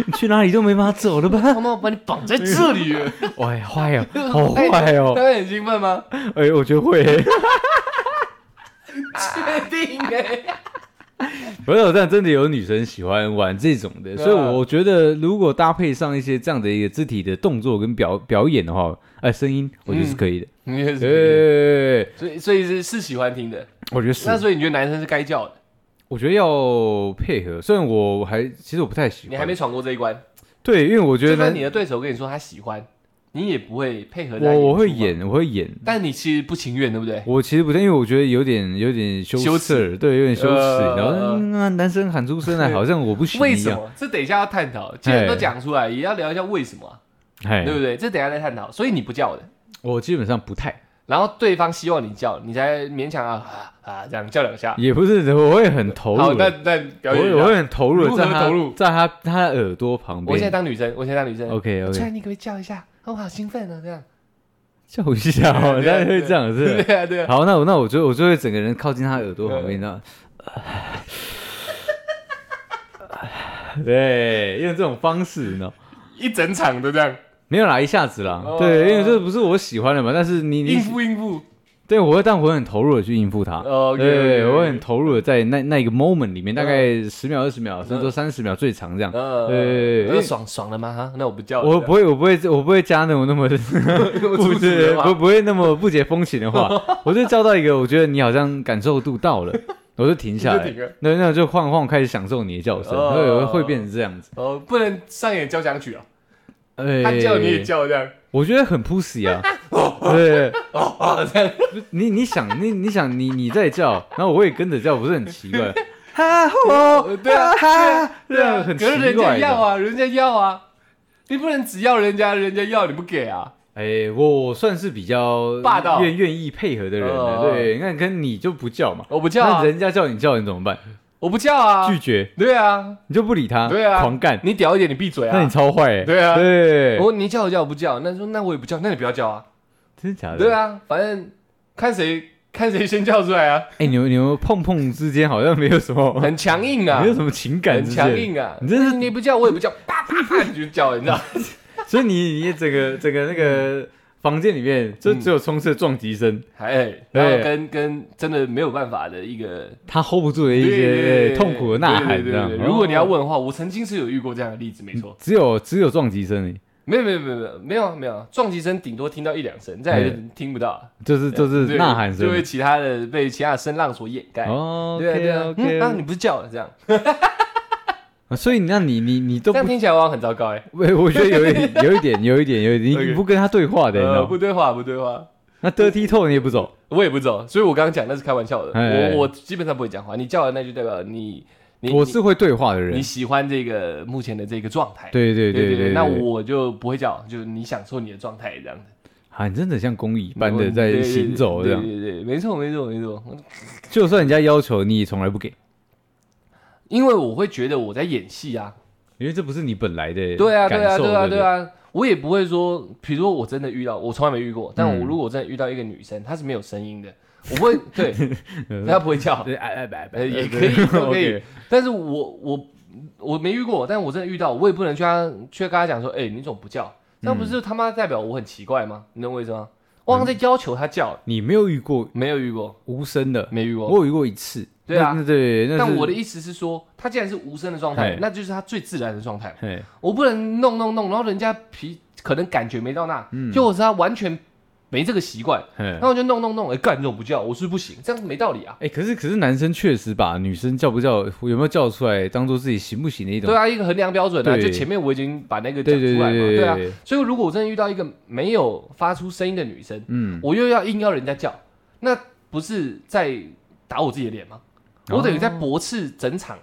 Speaker 2: 你去哪里都没办法走了吧？
Speaker 1: 他妈我把你绑在这里了，
Speaker 2: 哎，坏哦，好坏
Speaker 1: 他
Speaker 2: 哦，
Speaker 1: 会很兴奋吗？
Speaker 2: 哎、我觉得会、 [laughs] 欸。
Speaker 1: [laughs] 确定哎，
Speaker 2: 不是，但真的有女生喜欢玩这种的，
Speaker 1: 对啊
Speaker 2: 所以我觉得如果搭配上一些这样的一个肢体的动作跟表表演的话，哎、声音我觉得是可以的。
Speaker 1: 你也
Speaker 2: 对
Speaker 1: 嗯是，
Speaker 2: 对对对对
Speaker 1: 所以所以是是喜欢听的，
Speaker 2: 我觉得是
Speaker 1: 那，所以你觉得男生是该叫的，
Speaker 2: 我觉得要配合。虽然我还其实我不太喜欢，
Speaker 1: 你还没闯过这一关。
Speaker 2: 对，因为我觉
Speaker 1: 就
Speaker 2: 得
Speaker 1: 算你
Speaker 2: 呢
Speaker 1: 的对手跟你说他喜欢，你也不会配合他。
Speaker 2: 我我会，演，我会演。
Speaker 1: 但你其实不情愿，对不对？
Speaker 2: 我其实不太，因为我觉得有点有点羞
Speaker 1: 羞
Speaker 2: 涩，对，有点羞耻。
Speaker 1: 呃
Speaker 2: 然后、嗯啊男生喊出声来，好像我不行
Speaker 1: 为
Speaker 2: 一
Speaker 1: 什
Speaker 2: 样。
Speaker 1: 么？这等一下要探讨。既然都讲出来，也要聊一下为什么啊、
Speaker 2: 哎
Speaker 1: 对，不对？这等一下再探讨。所以你不叫的，
Speaker 2: 我基本上不太，
Speaker 1: 然后对方希望你叫，你才勉强啊啊啊这样叫两下。
Speaker 2: 也不是，我会很投入
Speaker 1: 好，
Speaker 2: 的。
Speaker 1: 那那表演一
Speaker 2: 我我
Speaker 1: 下。
Speaker 2: 会很投入
Speaker 1: 如何
Speaker 2: 地在他
Speaker 1: 投入
Speaker 2: 在他他的耳朵旁边。
Speaker 1: 我现在当女生，我现在当女生。
Speaker 2: OK
Speaker 1: 突
Speaker 2: OK，
Speaker 1: 然你可不可以叫一下？哦我好兴奋啊！这样。
Speaker 2: 叫我一下哦，
Speaker 1: 对啊
Speaker 2: 大家会这样是吧。
Speaker 1: [laughs] 对啊，对啊。
Speaker 2: 好，那我那我就我就会整个人靠近他耳朵旁边，那。 [laughs] 对，用这种方式呢，
Speaker 1: 一整场都这样
Speaker 2: 没有啦，一下子啦
Speaker 1: 哦，
Speaker 2: 对，因为这不是我喜欢的嘛，但是你
Speaker 1: 应
Speaker 2: 你，
Speaker 1: 付应付。
Speaker 2: 对我会，但我会很投入的去应付他，
Speaker 1: 哦，OK，OK，OK 嗯
Speaker 2: 对，我会很投入的在那那一个 moment 里面，大概十秒、二十秒，甚至说三十秒最长这样，
Speaker 1: 呃，
Speaker 2: 对因为
Speaker 1: 爽爽了吗？哈，那我不叫了。
Speaker 2: 我不会，我不会，我不会加那种那
Speaker 1: [laughs]
Speaker 2: 么 [laughs]
Speaker 1: 我
Speaker 2: 不
Speaker 1: 啊阻止
Speaker 2: 是
Speaker 1: 了吗
Speaker 2: 不不会那么不解风情
Speaker 1: [laughs]
Speaker 2: 的话，我就叫到一个我觉得你好像感受度到了，我就停下
Speaker 1: 你就
Speaker 2: 来
Speaker 1: 停了，
Speaker 2: 那那我就晃晃开始享受你的叫声，
Speaker 1: 哦
Speaker 2: 会会变成这样子。
Speaker 1: 哦，不能上演交响曲啊！
Speaker 2: 哎
Speaker 1: 他叫你也，叫这样，
Speaker 2: 我觉得很
Speaker 1: [laughs]
Speaker 2: pussy 啊，对，
Speaker 1: 哦哦
Speaker 2: [laughs]
Speaker 1: 这样，
Speaker 2: 你你想你你想你你在叫，然后我也跟着叫，不是很
Speaker 1: [laughs]
Speaker 2: 奇怪？哈吼，
Speaker 1: 对啊
Speaker 2: 哈，对啊，很
Speaker 1: 可是
Speaker 2: 奇
Speaker 1: 人家
Speaker 2: 怪
Speaker 1: 要
Speaker 2: 的。
Speaker 1: 啊，人家要啊，你不能只要人家，人家要你不给啊，
Speaker 2: 哎，我我算是比较
Speaker 1: 霸道
Speaker 2: 愿愿意配合的人了，
Speaker 1: 哦
Speaker 2: 对，那跟你就不叫嘛，
Speaker 1: 我不叫啊
Speaker 2: 那，人家叫你叫你怎么办？
Speaker 1: 我不叫啊
Speaker 2: 拒，绝，
Speaker 1: 对啊，
Speaker 2: 你就不理他，
Speaker 1: 对啊
Speaker 2: 狂干，
Speaker 1: 你屌一点，你闭嘴
Speaker 2: 那
Speaker 1: 啊
Speaker 2: 你。超坏、欸，
Speaker 1: 对啊
Speaker 2: 对，
Speaker 1: 我你叫我叫我不叫，那说那我也不叫，那你不要叫啊，
Speaker 2: 真的假的？
Speaker 1: 对，啊，反正看谁看谁先叫出来啊，
Speaker 2: 哎、你们你们碰碰之间好像没有什么， [laughs]
Speaker 1: 很强硬啊
Speaker 2: 哦没有，什么情感
Speaker 1: 很
Speaker 2: 之
Speaker 1: 强
Speaker 2: 间，
Speaker 1: 硬啊，
Speaker 2: 你真是
Speaker 1: 嗯你不叫我也不叫，啪啪
Speaker 2: [laughs]
Speaker 1: 啪你就叫，你知道， [laughs]
Speaker 2: 所以你你整个整个那个房间里面就
Speaker 1: 嗯
Speaker 2: 只有充斥撞击声，
Speaker 1: 哎，然后跟跟真的没有办法的一个
Speaker 2: 他 hold 不住的一些哎痛苦的呐喊，
Speaker 1: 对
Speaker 2: 这
Speaker 1: 对
Speaker 2: 样
Speaker 1: 对。对如果你要
Speaker 2: 哦
Speaker 1: 问的话，我曾经是有遇过这样的例子，没错。
Speaker 2: 只有只有撞击声而已，
Speaker 1: 没有没有没有没有没有啊没有啊，撞击声顶多听到一两声，再来就听不到，啊
Speaker 2: 就是哎就是
Speaker 1: 对
Speaker 2: 呐喊
Speaker 1: 就
Speaker 2: 声
Speaker 1: 被。其他的被其他的声浪所掩盖。
Speaker 2: 哦，
Speaker 1: 对啊对啊，嗯，啊你
Speaker 2: OK，哦
Speaker 1: 不是叫了这样，
Speaker 2: 所以那你你你都
Speaker 1: 这
Speaker 2: 不
Speaker 1: 样，听起来我好像很糟糕哎。
Speaker 2: 我我觉得有一点有一点有一点有
Speaker 1: [laughs]
Speaker 2: 一点，你
Speaker 1: OK
Speaker 2: 你不跟他对话的，你知
Speaker 1: 呃，
Speaker 2: 道吗
Speaker 1: 不对话不对话，
Speaker 2: [laughs] 那 dirty t o 你也不走，
Speaker 1: 我也不走，所以我刚刚讲那是开玩笑的。
Speaker 2: 哎哎
Speaker 1: 我我基本上不会讲话，你叫了那就代表你你
Speaker 2: 我是会对话的
Speaker 1: 你你
Speaker 2: 人。
Speaker 1: 喜欢这个目前的这个状态。
Speaker 2: 对对
Speaker 1: 对
Speaker 2: 对对，
Speaker 1: 那我就不会叫，就是你享受你的状态这样子。
Speaker 2: 啊，你真的像公益般
Speaker 1: 对
Speaker 2: 的在
Speaker 1: 对
Speaker 2: 行走这样，
Speaker 1: 对对对，没错没错没错。
Speaker 2: 就算人家要求你，也从来不给，
Speaker 1: 因为我会觉得我在演戏啊，
Speaker 2: 因为这不是你本来的
Speaker 1: 对啊对
Speaker 2: 感
Speaker 1: 啊
Speaker 2: 受
Speaker 1: 对啊
Speaker 2: 对
Speaker 1: 对啊，我也不会说，比如说我真的遇到，我从来没遇过，但我如果真的遇到一个女生，她是没有声音的，我不会对，她不会叫
Speaker 2: 不，对，对哎哎
Speaker 1: 呃也可以都可以
Speaker 2: [laughs] OK，
Speaker 1: 但是我我我没遇过，但我真的遇到，我也不能去她去跟她讲说，哎，你怎么不叫？那不
Speaker 2: 嗯
Speaker 1: 是他妈代表我很奇怪吗？你懂我意思吗？我好像在要求她叫，
Speaker 2: 你没有遇过
Speaker 1: 没有遇过，
Speaker 2: 无声的，
Speaker 1: 没遇过。
Speaker 2: 我有遇过一次，
Speaker 1: 对啊
Speaker 2: 那那对，那
Speaker 1: 但
Speaker 2: 是
Speaker 1: 我的意思是说，他既然是无声的状态
Speaker 2: 嘿，
Speaker 1: 那就是他最自然的状态。
Speaker 2: 嘿
Speaker 1: 我不能弄弄弄，然后人家皮可能感觉没到那，
Speaker 2: 嗯
Speaker 1: 就我是他完全没这个习惯，
Speaker 2: 嘿
Speaker 1: 然，后我就弄弄弄，哎，干这种不叫，我是不行，这样没道理啊。
Speaker 2: 哎，可是可是男生确实把女生叫不叫有没有叫出来，当做自己行不行的一种
Speaker 1: 对，啊，一个衡量标准啊，
Speaker 2: 对
Speaker 1: 就前面我已经把那个讲
Speaker 2: 对对
Speaker 1: 出来嘛，
Speaker 2: 对
Speaker 1: 对啊
Speaker 2: 对。
Speaker 1: 所以如果我真的遇到一个没有发出声音的女生，
Speaker 2: 嗯，
Speaker 1: 我又要硬要人家叫，那不是在打我自己的脸吗？我等于在驳斥整场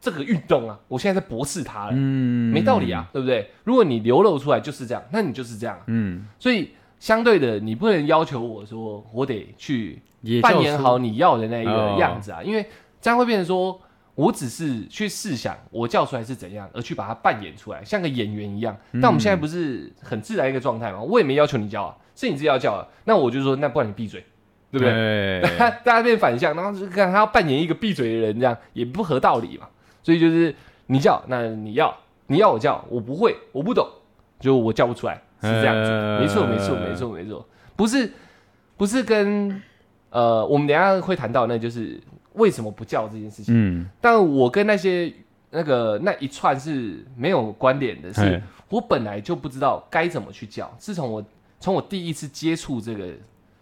Speaker 1: 这个运动啊！我现在在驳斥他了，
Speaker 2: 嗯，
Speaker 1: 没道理啊，对不对？如果你流露出来就是这样，那你就是这样啊、
Speaker 2: 嗯，
Speaker 1: 所以相对的，你不能要求我说我得去
Speaker 2: 也
Speaker 1: 扮
Speaker 2: 叫
Speaker 1: 演
Speaker 2: 出
Speaker 1: 好你要的那一
Speaker 2: 哦
Speaker 1: 个样子啊，因为这样会变成说我只是去试想我叫出来是怎样，而去把它扮演出来，像个演员一样。但我们
Speaker 2: 嗯
Speaker 1: 现在不是很自然一个状态吗？我也没要求你叫啊，是你自己要叫啊。那我就说，那不然你闭嘴，对不对？
Speaker 2: 对
Speaker 1: [laughs] 大家变反向，然后就看他要扮演一个闭嘴的人，这样也不合道理嘛。所以就是你叫，那你要，你要我叫，我不会，我不懂，就我叫不出来，是这样子。
Speaker 2: 呃
Speaker 1: 没错，没错，没错，没错，不是不是跟呃，我们等一下会谈到，那就是为什么不叫这件事情。
Speaker 2: 嗯，
Speaker 1: 但我跟那些那个那一串是没有关联的是，
Speaker 2: 嘿
Speaker 1: 我本来就不知道该怎么去叫。自从我从我第一次接触这个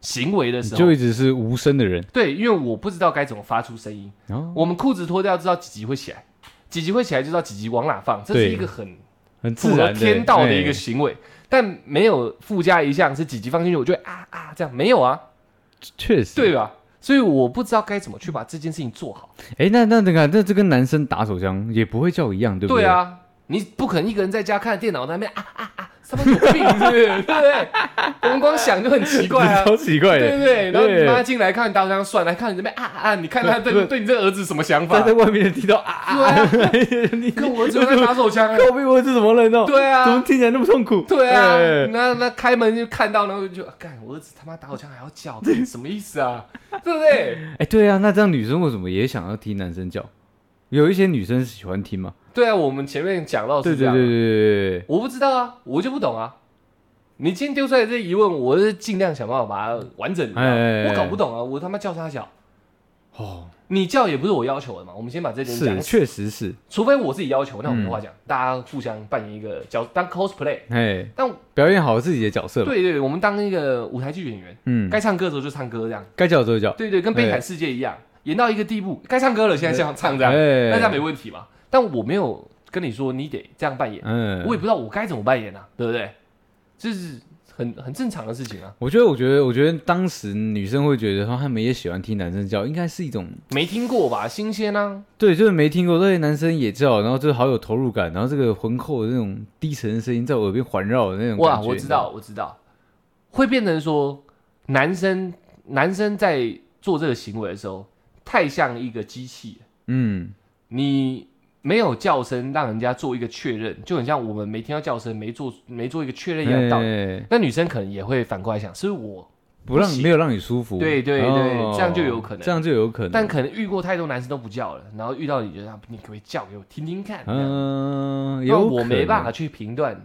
Speaker 1: 行为的
Speaker 2: 你
Speaker 1: 时候
Speaker 2: 就，一直是无声的人，
Speaker 1: 对，因为我不知道该怎么发出声音。
Speaker 2: 哦，
Speaker 1: 我们裤子脱掉，知道几级会起来，几级会起来就知道几级往哪放，这是
Speaker 2: 对
Speaker 1: 一个很
Speaker 2: 很自
Speaker 1: 符合
Speaker 2: 然
Speaker 1: 天道的一
Speaker 2: 哎
Speaker 1: 个行为。但没有附加一项是几级放进去，我就会啊啊这样没有啊，
Speaker 2: 确实
Speaker 1: 对吧？所以我不知道该怎么去把这件事情做好。
Speaker 2: 哎，那那那个，那这跟男生打手枪也不会叫一样，对不
Speaker 1: 对
Speaker 2: 对，。
Speaker 1: 啊，你不可能一个人在家看着电脑在那边啊啊啊，什么有病是不是？对不对？我们光想就很奇怪啊
Speaker 2: 超奇
Speaker 1: [laughs]
Speaker 2: 怪
Speaker 1: 对
Speaker 2: 的
Speaker 1: 不。对？然后你
Speaker 2: 对
Speaker 1: 妈进来看你打算算，来看你这边啊啊啊，你看他对对你这儿子什么想法
Speaker 2: 站？在外面听到啊啊啊！你
Speaker 1: 跟我儿子在打手枪啊！
Speaker 2: 告别我是什么人哦？
Speaker 1: 对啊
Speaker 2: 怎么听起来那么痛苦？
Speaker 1: 对啊，
Speaker 2: 哎
Speaker 1: 那那开门就看到，然后就啊干我儿子他妈打我枪还要
Speaker 2: [laughs]
Speaker 1: 叫，这什么意思啊？对不对？
Speaker 2: 哎，对啊，那这样女生为什么也想要听男生叫？有一些女生喜欢听嘛？
Speaker 1: 对啊，我们前面讲到
Speaker 2: 对
Speaker 1: 是这
Speaker 2: 对
Speaker 1: 样
Speaker 2: 对
Speaker 1: 啊，
Speaker 2: 对对对，
Speaker 1: 我不知道啊，我就不懂啊。你今天丢出来这疑问，我是尽量想办法把它完整的
Speaker 2: 哎哎哎
Speaker 1: 我搞不懂啊，我他妈叫他叫，
Speaker 2: 哦，
Speaker 1: 你叫也不是我要求的嘛。我们先把这点
Speaker 2: 是嗯
Speaker 1: 讲，
Speaker 2: 确实是，
Speaker 1: 除非我自己要求，那我没话讲，大家互相扮演一个角当 cosplay。
Speaker 2: 哎，
Speaker 1: 但
Speaker 2: 表演好自己的角色嘛。
Speaker 1: 对对，我们当一个舞台剧演员，
Speaker 2: 嗯，
Speaker 1: 该唱歌的时候就唱歌这样。
Speaker 2: 该叫的时候叫。
Speaker 1: 对对，跟《悲惨世界》一样，演到一个地步，该唱歌了，现在这样唱这样，
Speaker 2: 哎
Speaker 1: 那这样没问题嘛？但我没有跟你说你得这样扮演，
Speaker 2: 嗯
Speaker 1: 我也不知道我该怎么扮演啊，对不对？这是很很正常的事情啊，
Speaker 2: 我觉得，我觉得，我觉得当时女生会觉得说，她们也喜欢听男生叫，应该是一种
Speaker 1: 没听过吧？新鲜啊，
Speaker 2: 对，就是没听过，对，男生也叫，然后就是好有投入感，然后这个浑厚的那种低沉的声音在我耳边环绕的那种
Speaker 1: 哇，
Speaker 2: 感觉
Speaker 1: 我知道，，我知道，会变成说男生男生在做这个行为的时候，太像一个机器了，
Speaker 2: 嗯，
Speaker 1: 你。没有叫声，让人家做一个确认，就很像我们没听到叫声，没做没做一个确认一样的道理。
Speaker 2: 哎
Speaker 1: 那女生可能也会反过来想，是不是我
Speaker 2: 不让
Speaker 1: 不行
Speaker 2: 没有让你舒服，
Speaker 1: 对对对
Speaker 2: 哦
Speaker 1: 这样就有可能
Speaker 2: 这样就有可能，
Speaker 1: 但可能遇过太多男生都不叫了，然后遇到你就让你可不可以叫给我听听看？嗯，
Speaker 2: 嗯，
Speaker 1: 因为
Speaker 2: 有可
Speaker 1: 我
Speaker 2: 能
Speaker 1: 没办法，去评断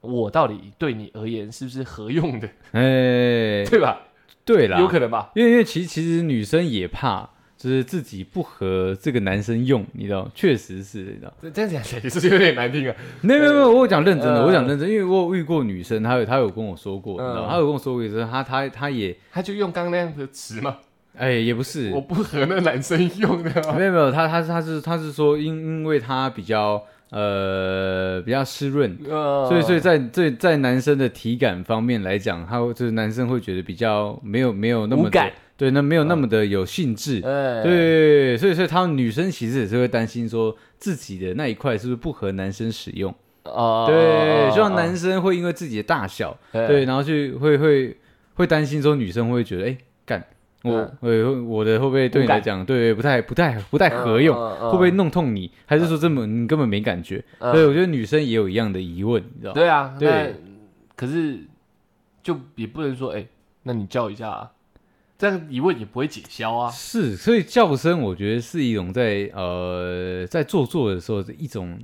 Speaker 1: 我到底对你而言是不是合用的，
Speaker 2: 哎，
Speaker 1: 对吧？
Speaker 2: [laughs] 对啦，
Speaker 1: 有可能吧？
Speaker 2: 因为因为其实其实女生也怕，就是自己不合这个男生用，你知道，确实是，你知道，
Speaker 1: 这这样讲起来也是有点难听啊。
Speaker 2: 没有没有没有，我讲认真的，
Speaker 1: 呃
Speaker 2: 我讲认真，因为我有遇过女生，她有她有跟我说过，你知道，
Speaker 1: 嗯
Speaker 2: 她有跟我说过一次，她她她也，
Speaker 1: 他就用刚刚那样的词嘛，
Speaker 2: 哎，也不是，
Speaker 1: 我不和那男生用的嘛。
Speaker 2: 没有没有，她她她是她是说因因为她比较呃比较湿润，
Speaker 1: 呃
Speaker 2: 所以所以在在在男生的体感方面来讲，他会就是男生会觉得比较没有没有那么的
Speaker 1: 无感，
Speaker 2: 对，那没有那么的有兴致。
Speaker 1: 哎，
Speaker 2: 对，所以所以他们女生其实也是会担心说自己的那一块是不是不合男生使用，
Speaker 1: 哦
Speaker 2: 对，就像男生会因为自己的大小，
Speaker 1: 哎
Speaker 2: 对，然后去会会会担心说女生会不会觉得，哎，干我
Speaker 1: 嗯
Speaker 2: 我我的会不会对你
Speaker 1: 无感
Speaker 2: 来讲，对不太不太不太合用，
Speaker 1: 嗯嗯嗯
Speaker 2: 会不会弄痛你，还是说根本你根本没感觉？
Speaker 1: 嗯
Speaker 2: 对，我觉得女生也有一样的疑问，你知道吗？
Speaker 1: 对啊，
Speaker 2: 哦对
Speaker 1: 那可是就也不能说，哎，那你叫一下啊，这样疑问也不会解消啊。
Speaker 2: 是，所以叫声我觉得是一种在呃在做作的时候的一种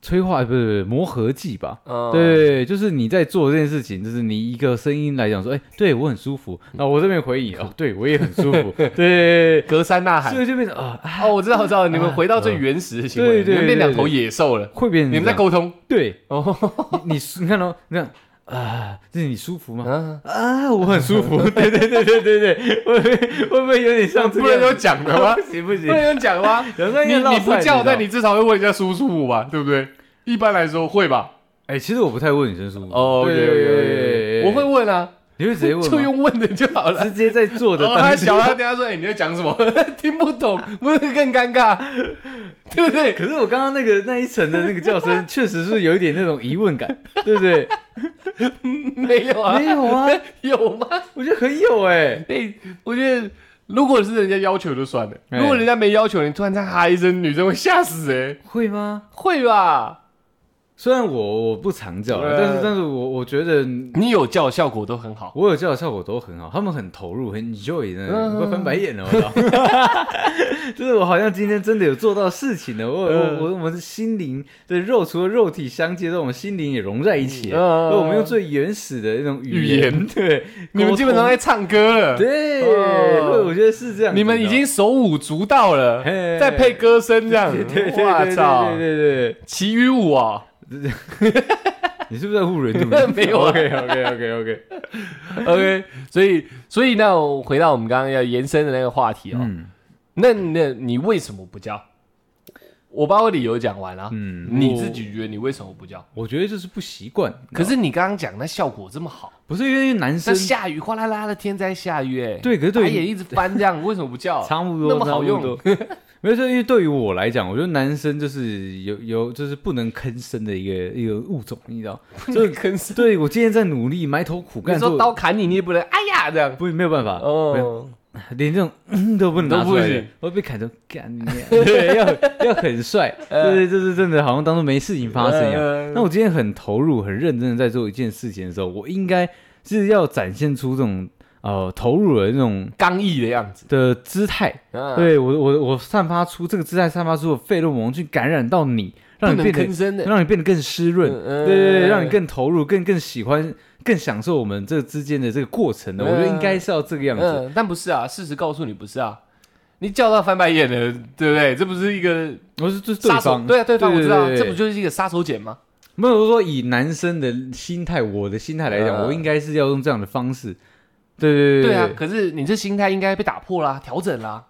Speaker 2: 催化，不是不是磨合剂吧？
Speaker 1: 嗯，
Speaker 2: 对，就是你在做这件事情，就是你一个声音来讲说，哎、对我很舒服，
Speaker 1: 嗯
Speaker 2: 那我这边回应哦，对我也很舒
Speaker 1: [laughs]
Speaker 2: 服，对，
Speaker 1: 隔山呐喊
Speaker 2: 所。以就变成啊、啊
Speaker 1: 哦，我知道，我知道，
Speaker 2: [laughs]
Speaker 1: 你们回到最原始的行为，
Speaker 2: 嗯对对
Speaker 1: 你们变
Speaker 2: 对
Speaker 1: 两头
Speaker 2: 对嗯
Speaker 1: 野兽了，
Speaker 2: 会变成
Speaker 1: 你们在
Speaker 2: 这样
Speaker 1: 沟通。
Speaker 2: 对
Speaker 1: [laughs] 哦，
Speaker 2: 你你你看哦，你看啊，这你舒服吗？
Speaker 1: 嗯，
Speaker 2: 啊，我很舒服，对对对对对对，会不会会不会有点像这
Speaker 1: 不能
Speaker 2: 样
Speaker 1: 用讲的
Speaker 2: [laughs]
Speaker 1: 吗？
Speaker 2: 不行不
Speaker 1: 不
Speaker 2: 行
Speaker 1: 能，用讲的吗？
Speaker 2: 有时候
Speaker 1: 你
Speaker 2: 要
Speaker 1: 你
Speaker 2: 绕
Speaker 1: 不
Speaker 2: 赛
Speaker 1: 叫，
Speaker 2: 知道
Speaker 1: 但你至少会问一下舒不舒服吧，对不对？一般来说会吧。
Speaker 2: 哎、其实我不太问女生舒服。
Speaker 1: 哦
Speaker 2: 对
Speaker 1: OK，OK，OK，我会，问啊，
Speaker 2: 你会直接问吗，
Speaker 1: 就用问的就好了。
Speaker 2: 直接在做的
Speaker 1: 然后
Speaker 2: 当
Speaker 1: 哦他
Speaker 2: 下。
Speaker 1: 小他等下说：“哎，你在讲什么？ [laughs] 听不懂，不是更尴尬， [laughs] 对不对
Speaker 2: 可是我刚刚那个那一层的那个叫声，确实是有一点那种疑问感，对不对？？”
Speaker 1: 没有啊
Speaker 2: 没，有啊，
Speaker 1: 有吗？
Speaker 2: 我觉得很有哎、
Speaker 1: 哎，我觉得如果是人家要求就算了，
Speaker 2: 哎
Speaker 1: 如果人家没要求，你突然这样哈一声，女生会吓死哎，
Speaker 2: 会吗？
Speaker 1: 会吧？
Speaker 2: 虽然我我不常叫啦，
Speaker 1: 呃
Speaker 2: 但是但是我我觉得
Speaker 1: 你有叫效果都很好，
Speaker 2: 我有叫的效果都很好，他们很投入，很 enjoy 的，
Speaker 1: 嗯
Speaker 2: 会翻白眼
Speaker 1: [laughs]
Speaker 2: 了，我操！就是我好像今天真的有做到事情了，我我
Speaker 1: 嗯
Speaker 2: 我我们的心灵的肉除了肉体相接，让我们心灵也融在一起，
Speaker 1: 嗯嗯嗯
Speaker 2: 所以我们用最原始的那种
Speaker 1: 语
Speaker 2: 言，
Speaker 1: 言
Speaker 2: 对，
Speaker 1: [laughs] 你们基本上
Speaker 2: 沟
Speaker 1: 在唱歌了，
Speaker 2: 通对，
Speaker 1: 哦
Speaker 2: 对我觉得是这样，
Speaker 1: 你们已经手舞足蹈了，
Speaker 2: 嘿
Speaker 1: 再配歌声这样，
Speaker 2: [laughs] 对对对
Speaker 1: 哇
Speaker 2: 对对
Speaker 1: 操
Speaker 2: 对，对对，
Speaker 1: 奇遇舞啊！
Speaker 2: 你是不是在
Speaker 1: [laughs]
Speaker 2: 侮辱人家
Speaker 1: 没有啊
Speaker 2: ，OK OK OK OK，
Speaker 1: OK，所以所以那我回到我们刚刚要延伸的那个话题哦，
Speaker 2: 嗯
Speaker 1: 那那你为什么不叫？我把我理由讲完了、啊
Speaker 2: 嗯，
Speaker 1: 你自己觉得你为什么不叫？
Speaker 2: 我，我觉得就是不习惯，
Speaker 1: 可是你刚刚讲那效果这么好，
Speaker 2: 不是因为男
Speaker 1: 那
Speaker 2: 生
Speaker 1: 下雨哗啦啦的天在下雨、哎，
Speaker 2: 对，可是对
Speaker 1: 他
Speaker 2: 于
Speaker 1: 也一直翻这样，为什么不叫？ [laughs]
Speaker 2: 差不多
Speaker 1: 那么好用。
Speaker 2: 差不多 [laughs] 没有，就因为对于我来讲，我觉得男生就是有有就是不能吭声的一个一个物种，你
Speaker 1: [laughs]
Speaker 2: 知道？
Speaker 1: 这个坑死！
Speaker 2: 对我今天在努力埋头苦
Speaker 1: 你
Speaker 2: 干，
Speaker 1: 说
Speaker 2: 做
Speaker 1: 刀砍你，你也不能哎呀这样。
Speaker 2: 不没有办法，
Speaker 1: 哦，
Speaker 2: 连这种、 [laughs] 嗯、都不能拿
Speaker 1: 都
Speaker 2: 出
Speaker 1: 不
Speaker 2: 来的
Speaker 1: 行，
Speaker 2: 我被砍成干你娘， [laughs] 对，要要
Speaker 1: [laughs]
Speaker 2: 很帅，
Speaker 1: 呃
Speaker 2: 对对，就是真的好像当做没事情发生一样。
Speaker 1: 呃
Speaker 2: 那我今天很投入、很认真的在做一件事情的时候，我应该是要展现出这种呃投入的那种
Speaker 1: 刚毅的样子。
Speaker 2: 的姿态，
Speaker 1: 啊，
Speaker 2: 对我我我散发出这个姿态散发出的费洛蒙去感染到你，让
Speaker 1: 不
Speaker 2: 你
Speaker 1: 能
Speaker 2: 变
Speaker 1: 吭
Speaker 2: 得
Speaker 1: 声的。
Speaker 2: 让你变得更湿润，
Speaker 1: 嗯嗯
Speaker 2: 对对对，
Speaker 1: 嗯
Speaker 2: 让你更投入，更更喜欢，更享受我们这之间的这个过程的。我觉得
Speaker 1: 嗯
Speaker 2: 应该是要这个样子，
Speaker 1: 嗯，但不是啊，事实告诉你不是啊，你叫到翻白眼了，对不对？这不是一个
Speaker 2: 我是就是
Speaker 1: 杀
Speaker 2: 对
Speaker 1: 手，
Speaker 2: 方
Speaker 1: 对啊，对方我知道，这不
Speaker 2: 就
Speaker 1: 就是一个杀手锏吗？
Speaker 2: 没有我说以男生的心态，我的心态来讲，
Speaker 1: 嗯
Speaker 2: 我应该是要用这样的方式，对对
Speaker 1: 对啊
Speaker 2: 对，，
Speaker 1: 可是你这心态应该被打破啦，调整啦。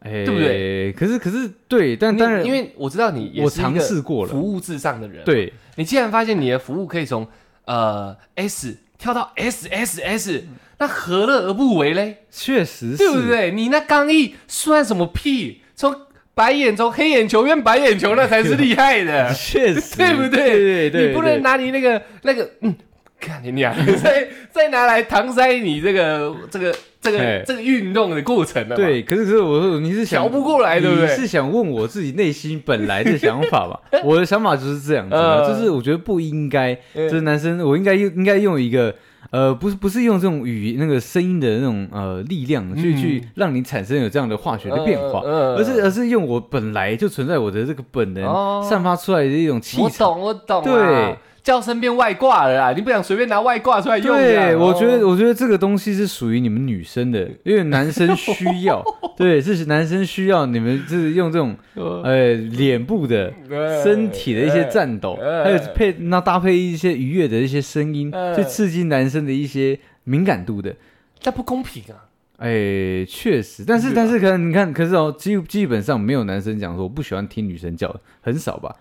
Speaker 2: 哎，
Speaker 1: 对不
Speaker 2: 对？可是可是对，但
Speaker 1: 你
Speaker 2: 当然
Speaker 1: 因为我知道你也
Speaker 2: 我
Speaker 1: 是一个
Speaker 2: 尝试过了，
Speaker 1: 服务至上的人，，
Speaker 2: 对，
Speaker 1: 你既然发现你的服务可以从呃 S 跳到 S S S，那何乐而不为嘞？
Speaker 2: 确实是，
Speaker 1: 对不对？你那刚毅算什么屁？从白眼从黑眼球变白眼球，那才是厉害
Speaker 2: [laughs]
Speaker 1: 的。
Speaker 2: 确实，
Speaker 1: 对不对
Speaker 2: 对对对，
Speaker 1: 你不能拿你那个那个，嗯，看你 [laughs] 俩再再拿来搪塞你这个这个这个
Speaker 2: 哎
Speaker 1: 这个运动的过程了嘛。
Speaker 2: 对，可是可是我说你是想
Speaker 1: 调不过来对不对
Speaker 2: 你是想问我自己内心本来的想法吧？
Speaker 1: [laughs]
Speaker 2: 我的想法就是这样子的，
Speaker 1: 呃
Speaker 2: 就是我觉得不应该，
Speaker 1: 嗯
Speaker 2: 就是男生我应该用应该用一个。呃，不是不是用这种语那个声音的那种呃力量去、
Speaker 1: 嗯
Speaker 2: 去让你产生有这样的化学的变化，
Speaker 1: 嗯嗯嗯
Speaker 2: 而是而是用我本来就存在我的这个本能、
Speaker 1: 哦
Speaker 2: 散发出来的一种气
Speaker 1: 我
Speaker 2: 场，
Speaker 1: 懂我懂、啊，
Speaker 2: 对，
Speaker 1: 叫声变外挂了啦，你不想随便拿外挂出来用的啊。
Speaker 2: 对，我
Speaker 1: 哦
Speaker 2: 觉得，我觉得这个东西是属于你们女生的，因为男生
Speaker 1: [laughs]
Speaker 2: 需要，对，是男生需要，你们就是用这种，
Speaker 1: 哦
Speaker 2: 呃，脸部的、
Speaker 1: 哎
Speaker 2: 身体的一些颤抖，
Speaker 1: 哎
Speaker 2: 还有配那搭配一些愉悦的一些声音，
Speaker 1: 哎
Speaker 2: 去刺激男生的一些敏感度的。
Speaker 1: 但不公平啊！
Speaker 2: 哎，确实，但是但是可能你看，可是哦，基基本上没有男生讲说我不喜欢听女生叫的，很少吧。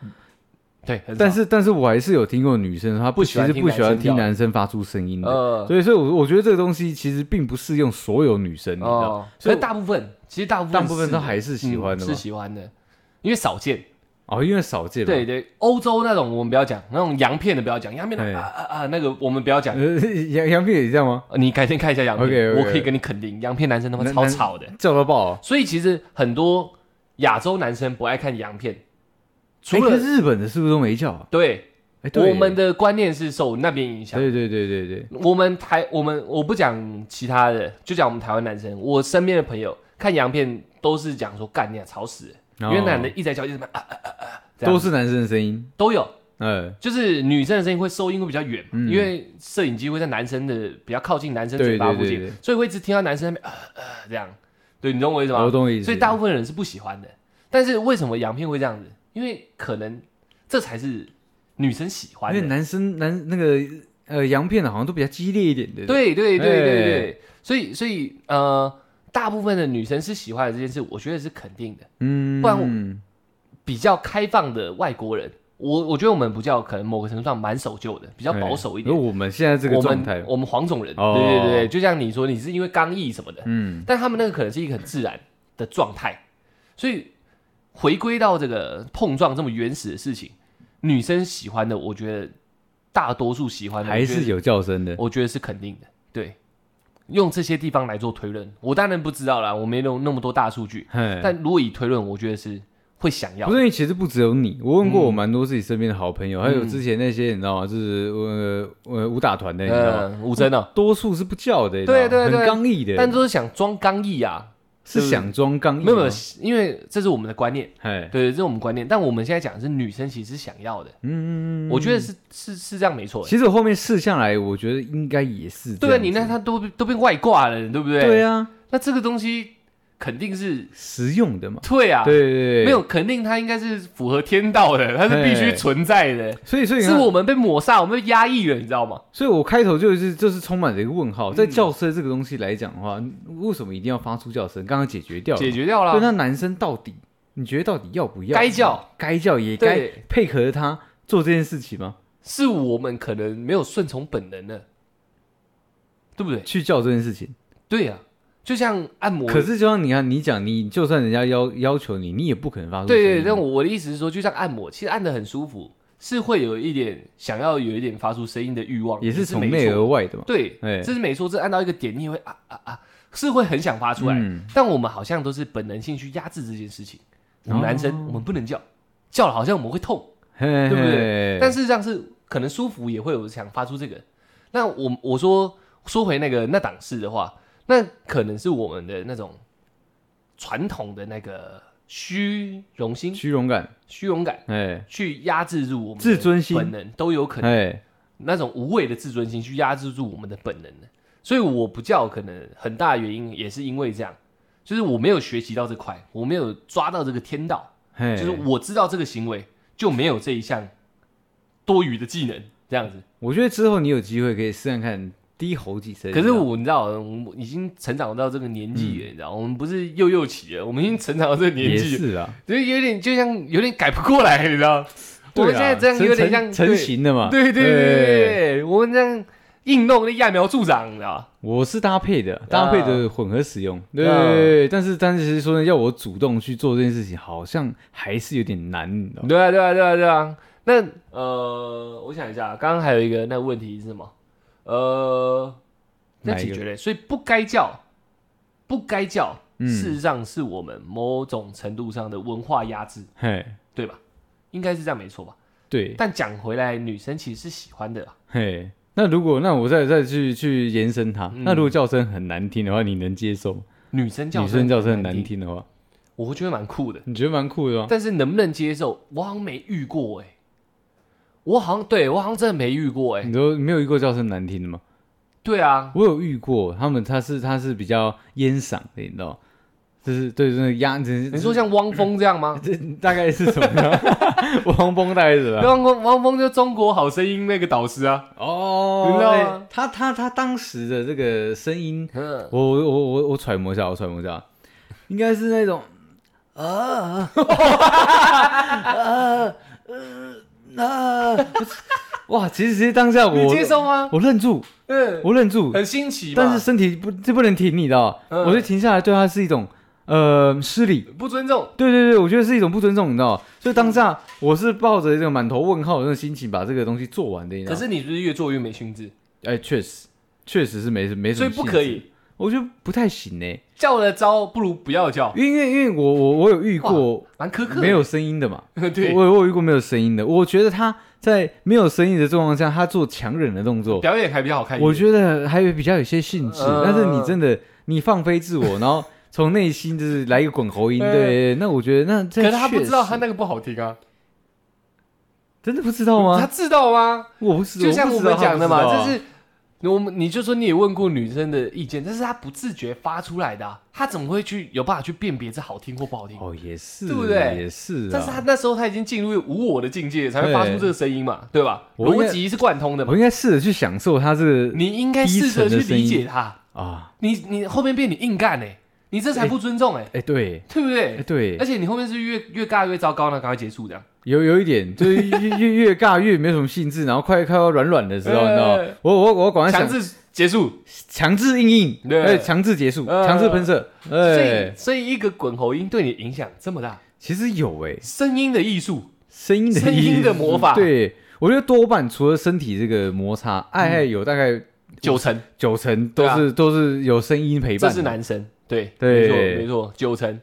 Speaker 1: 对，很少
Speaker 2: 但是但是我还是有听过女生说她
Speaker 1: 不喜
Speaker 2: 其
Speaker 1: 欢
Speaker 2: 实
Speaker 1: 听
Speaker 2: 不喜
Speaker 1: 男
Speaker 2: 欢
Speaker 1: 生
Speaker 2: 听
Speaker 1: 叫
Speaker 2: 男生发出声音的。
Speaker 1: 呃
Speaker 2: 所以，所以我我觉得这个东西其实并不适用所有女生，你知道，
Speaker 1: 哦，所
Speaker 2: 所以
Speaker 1: 以大部分其实大部分
Speaker 2: 大部分
Speaker 1: 是
Speaker 2: 都还是喜欢
Speaker 1: 嗯
Speaker 2: 的嘛
Speaker 1: 是。喜欢的，因为少见。
Speaker 2: 哦，因为少见嘛，
Speaker 1: 对对，欧洲那种我们不要讲，那种洋片的不要讲，洋片
Speaker 2: 哎
Speaker 1: 的啊啊啊那个我们不要讲。
Speaker 2: 呃， [laughs] 杨杨片也这样吗？
Speaker 1: 呃你改天看一下洋片
Speaker 2: OK，OK，OK
Speaker 1: 我可以跟你肯定，洋片男生他妈
Speaker 2: 男
Speaker 1: 超
Speaker 2: 男
Speaker 1: 吵的。
Speaker 2: 叫到爆哦。
Speaker 1: 所以其实很多亚洲男生不爱看洋片，除
Speaker 2: 哎
Speaker 1: 了
Speaker 2: 可是日本的是不是都没叫啊？
Speaker 1: 对
Speaker 2: 哎，对
Speaker 1: 我们的观念是受那边影响。
Speaker 2: 对对对对对，
Speaker 1: 我们台我们我不讲其他的，就讲我们台湾男生，我身边的朋友看洋片都是讲说干你啊，吵死了，因为男的
Speaker 2: 哦
Speaker 1: 一直在叫，一直在啊啊啊啊，这样
Speaker 2: 都是男生的声音，
Speaker 1: 都有，
Speaker 2: 嗯，
Speaker 1: 就是女生的声音会收音会比较远嘛，
Speaker 2: 嗯
Speaker 1: 因为摄影机会在男生的比较靠近男生嘴巴附近，
Speaker 2: 对对对对
Speaker 1: 所以会一直听到男生在那边呃呃这样，对你懂我意思吗
Speaker 2: 我？懂意思。
Speaker 1: 所以大部分人是不喜欢的。但是为什么洋片会这样子？因为可能这才是女生喜欢
Speaker 2: 因为
Speaker 1: 的。
Speaker 2: 男生男那个呃洋片的好像都比较激烈一点的，
Speaker 1: 对对对对对
Speaker 2: 哎
Speaker 1: 所以所以呃，大部分的女生是喜欢的这件事，我觉得是肯定的。
Speaker 2: 嗯，
Speaker 1: 不然我比较开放的外国人，我我觉得我们不叫，可能某个程度上蛮守旧的，比
Speaker 2: 比
Speaker 1: 较保守一点。
Speaker 2: 我们现在这个
Speaker 1: 我
Speaker 2: 状态
Speaker 1: 们，我们黄种人，
Speaker 2: 哦
Speaker 1: 对对对，就像你说，你是因为刚毅什么的，
Speaker 2: 嗯，
Speaker 1: 但他们那个可能是一个很自然的状态，所以回归到这个碰撞这么原始的事情，女生喜欢的，我觉得大多数喜欢的
Speaker 2: 还是，
Speaker 1: 我
Speaker 2: 有叫声的
Speaker 1: 觉得，我觉得是肯定的，对。用这些地方来做推论，我当然不知道啦，我没有那么多大数据，
Speaker 2: 但
Speaker 1: 但如果以推论，我觉得是会想要
Speaker 2: 不是，因为其实不只有你，我问过我蛮多自己身边的好
Speaker 1: 嗯
Speaker 2: 朋友，还有之前那些你知道吗？就是呃呃武打团的，你知道吗？
Speaker 1: 嗯，吴真哦，
Speaker 2: 多数是不叫的，你知道
Speaker 1: 对
Speaker 2: 吗
Speaker 1: 对对
Speaker 2: 很刚毅的，
Speaker 1: 但都是想装刚毅啊，
Speaker 2: 是想装刚毅吗，
Speaker 1: 没有没有，因为这是我们的观念。
Speaker 2: 哎，
Speaker 1: 对，这是我们观念。但我们现在讲的是女生其实是想要的，
Speaker 2: 嗯，
Speaker 1: 我觉得是是是这样没错。
Speaker 2: 其实我后面试下来，我觉得应该也是这
Speaker 1: 对啊，
Speaker 2: 样子，
Speaker 1: 你那他都被都被外挂了，对不对？
Speaker 2: 对
Speaker 1: 啊，
Speaker 2: 啊，
Speaker 1: 那这个东西肯定是
Speaker 2: 实用的嘛，
Speaker 1: 退啊，
Speaker 2: 对对对，
Speaker 1: 没有，肯定它应该是符合天道的，它是必须
Speaker 2: 嘿
Speaker 1: 存在的。
Speaker 2: 所以所以你
Speaker 1: 是
Speaker 2: 看
Speaker 1: 我们被抹杀，我们被压抑了，你知道吗？
Speaker 2: 所以我开头就是就是充满着一个问
Speaker 1: 嗯
Speaker 2: 号，在叫声这个东西来讲的话，为什么一定要发出叫声？刚刚解决掉了，
Speaker 1: 解决掉了，
Speaker 2: 对，那男生到底你觉得到底要不要？
Speaker 1: 该叫
Speaker 2: 该叫也该
Speaker 1: 对，
Speaker 2: 配合他做这件事情吗？
Speaker 1: 是我们可能没有顺从本能了，对不对？
Speaker 2: 去叫这件事情。
Speaker 1: 对啊，就像按摩，
Speaker 2: 可是就像你看，你讲你就算人家要要求你，你也不可能发出声音。
Speaker 1: 对对，但我的意思是说，就像按摩，其实按的很舒服，是会有一点想要有一点发出声音的欲望，
Speaker 2: 也
Speaker 1: 是
Speaker 2: 是从
Speaker 1: 没
Speaker 2: 内
Speaker 1: 错
Speaker 2: 而外的嘛。
Speaker 1: 对，
Speaker 2: 哎
Speaker 1: 这是没错，这按到一个点，你也会啊啊啊，是会很想发出来。
Speaker 2: 嗯
Speaker 1: 但我们好像都是本能性去压制这件事情。我们男生，
Speaker 2: 哦
Speaker 1: 我们不能叫，叫了好像我们会痛，
Speaker 2: 对
Speaker 1: 对不
Speaker 2: 对
Speaker 1: 但
Speaker 2: 是
Speaker 1: 事实上是可能舒服也会有想发出这个。那我我说说回那个那档事的话，那可能是我们的那种传统的那个虚荣心、
Speaker 2: 虚荣感，
Speaker 1: 虚荣感。
Speaker 2: 哎
Speaker 1: 去压制住我们的
Speaker 2: 自尊心
Speaker 1: 本能都有可能，
Speaker 2: 哎，
Speaker 1: 那种无谓的自尊心去压制住我们的本能的。所以我不叫，可能很大原因也是因为这样，就是我没有学习到这块，我没有抓到这个天道，
Speaker 2: 嘿
Speaker 1: 就是我知道这个行为就没有这一项多余的技能这样子。
Speaker 2: 我觉得之后你有机会可以试看看低吼几声。
Speaker 1: 可
Speaker 2: 你
Speaker 1: 是
Speaker 2: 知道吗
Speaker 1: 我你知道，我们已经成长到这个年纪了，你知道，我们不是幼幼期了，我们已经成长到这个年
Speaker 2: 嗯也
Speaker 1: 纪了，
Speaker 2: 是啊，
Speaker 1: 所以有点就像有点改不过来，你知道。我
Speaker 2: 对
Speaker 1: 们
Speaker 2: 啊
Speaker 1: 现在这样
Speaker 2: 成
Speaker 1: 有点
Speaker 2: 成
Speaker 1: 像
Speaker 2: 成
Speaker 1: 对
Speaker 2: 型的嘛。
Speaker 1: 对对对对对，我们这样硬弄那揠苗助长，你知道吧？
Speaker 2: 我是搭配的，
Speaker 1: 啊
Speaker 2: 搭配的混合使用。对对对，但是但是其实说呢，要我主动去做这件事情，好像还是有点难，你知道吗？
Speaker 1: 对啊，对啊，对啊，对啊。那呃，我想一下，刚刚还有一个那个问题是什么？呃，那
Speaker 2: 哪一
Speaker 1: 解
Speaker 2: 个
Speaker 1: 决嘞，所以不该叫，不该叫，
Speaker 2: 嗯
Speaker 1: 事实上是我们某种程度上的文化压制，
Speaker 2: 嘿，
Speaker 1: 对吧？应该是这样没错吧？
Speaker 2: 对，
Speaker 1: 但讲回来，女生其实是喜欢的啊啦，
Speaker 2: 嘿，那如果那我再再去去延伸它，
Speaker 1: 嗯
Speaker 2: 那如果叫声很难听的话，你能接受吗？
Speaker 1: 女生叫
Speaker 2: 女生叫声很
Speaker 1: 很
Speaker 2: 难
Speaker 1: 听，
Speaker 2: 听的话，
Speaker 1: 我会觉得蛮酷的。
Speaker 2: 你觉得蛮酷的吗？
Speaker 1: 但是能不能接受，我好像没遇过哎、我好像对我好像真的没遇过哎、
Speaker 2: 你都没有遇过叫声难听的吗？
Speaker 1: 对啊，
Speaker 2: 我有遇过，他们他是他是比较烟嗓的，你知道吗？就是对，真的压，你
Speaker 1: 你说像汪峰这样吗？
Speaker 2: 这大概是什么呢？王峰大概是什么？
Speaker 1: 汪峰汪峰就中国好声音那个导师啊，
Speaker 2: 哦，
Speaker 1: 你知道
Speaker 2: 哎
Speaker 1: 吗
Speaker 2: 他他他当时的这个声音，
Speaker 1: 嗯，
Speaker 2: 我我我我我揣摩一下，我揣摩一下，应该是那种啊啊呃啊！哇，其实其实当下
Speaker 1: 你
Speaker 2: 我
Speaker 1: 接受吗？
Speaker 2: 我愣住，
Speaker 1: 嗯，
Speaker 2: 我愣住，
Speaker 1: 很新奇嘛，
Speaker 2: 但是身体不这不能停，你知道吗？
Speaker 1: 嗯
Speaker 2: 我就停下来，对他是一种呃失礼。
Speaker 1: 不尊重，
Speaker 2: 对对对，我觉得是一种不尊重，你知道吗？所以当下我是抱着一种满头问号的那种心情把这个东西做完的，你知道
Speaker 1: 可
Speaker 2: 吗？
Speaker 1: 是你是不是越做越没兴致？
Speaker 2: 哎，确实确实是没没什
Speaker 1: 所
Speaker 2: 么，
Speaker 1: 以不可，以
Speaker 2: 我觉得不太行呢，
Speaker 1: 叫了招，不如不要叫，
Speaker 2: 因为因为我我我有遇过
Speaker 1: 蛮苛刻的。
Speaker 2: 没有声音的嘛，
Speaker 1: 对，
Speaker 2: 我我有遇过没有声音的，我觉得他在没有声音的状况下，他做强忍的动作，
Speaker 1: 表演还比较好看一点。
Speaker 2: 我觉得还有比较有些兴致，
Speaker 1: 嗯
Speaker 2: 但是你真的你放飞自我，然后从内心就是来一个滚喉音，
Speaker 1: 嗯
Speaker 2: 对，那我觉得那这
Speaker 1: 可是他不
Speaker 2: 确
Speaker 1: 知道
Speaker 2: 实
Speaker 1: 他那个不好听啊，
Speaker 2: 真的不知道
Speaker 1: 他
Speaker 2: 吗？
Speaker 1: 知道吗？
Speaker 2: 啊我不知，
Speaker 1: 就像
Speaker 2: 我
Speaker 1: 我
Speaker 2: 不知道
Speaker 1: 们讲的
Speaker 2: 他不知
Speaker 1: 嘛，
Speaker 2: 道啊
Speaker 1: 就是我们你就说你也问过女生的意见，但是她不自觉发出来的啊、她怎么会去有办法去辨别这好听或不好听？
Speaker 2: 哦，也是，
Speaker 1: 对不对
Speaker 2: 也是啊，
Speaker 1: 但是她那时候她已经进入无我的境界，才会发出这个声音嘛，对吧？
Speaker 2: 我应该
Speaker 1: 逻辑是贯通的嘛
Speaker 2: 我，应该试着去享受他这个
Speaker 1: 你应该试着去理
Speaker 2: 低
Speaker 1: 解
Speaker 2: 沉
Speaker 1: 她。
Speaker 2: 啊，
Speaker 1: 你你后面变你硬干哎、你这才不尊重哎、
Speaker 2: 哎，对，
Speaker 1: 对不对？
Speaker 2: 哎，对
Speaker 1: 而，且你后面是越越尬越糟糕，那赶快结束这样。
Speaker 2: 有有一点，就是越越越越尬，越没有什么兴致，然后快快要软软的时候，你知道吗
Speaker 1: 哎，
Speaker 2: 我我我赶快
Speaker 1: 强
Speaker 2: 想
Speaker 1: 制结束。
Speaker 2: 强制硬硬，
Speaker 1: 对
Speaker 2: 哎，强制结束，
Speaker 1: 呃
Speaker 2: 强制喷射，
Speaker 1: 所
Speaker 2: 哎
Speaker 1: 以，，所以一个滚喉音对你影响这么大，
Speaker 2: 其实有哎，
Speaker 1: 声音的艺术，
Speaker 2: 声音的
Speaker 1: 声音的魔法
Speaker 2: 对。我觉得多半除了身体这个摩擦，爱爱有大概
Speaker 1: 九成
Speaker 2: 九成都是、都是有声音
Speaker 1: 嗯
Speaker 2: 陪
Speaker 1: 啊这
Speaker 2: 伴。
Speaker 1: 是，男生，对，
Speaker 2: 对
Speaker 1: 没错没错，九成，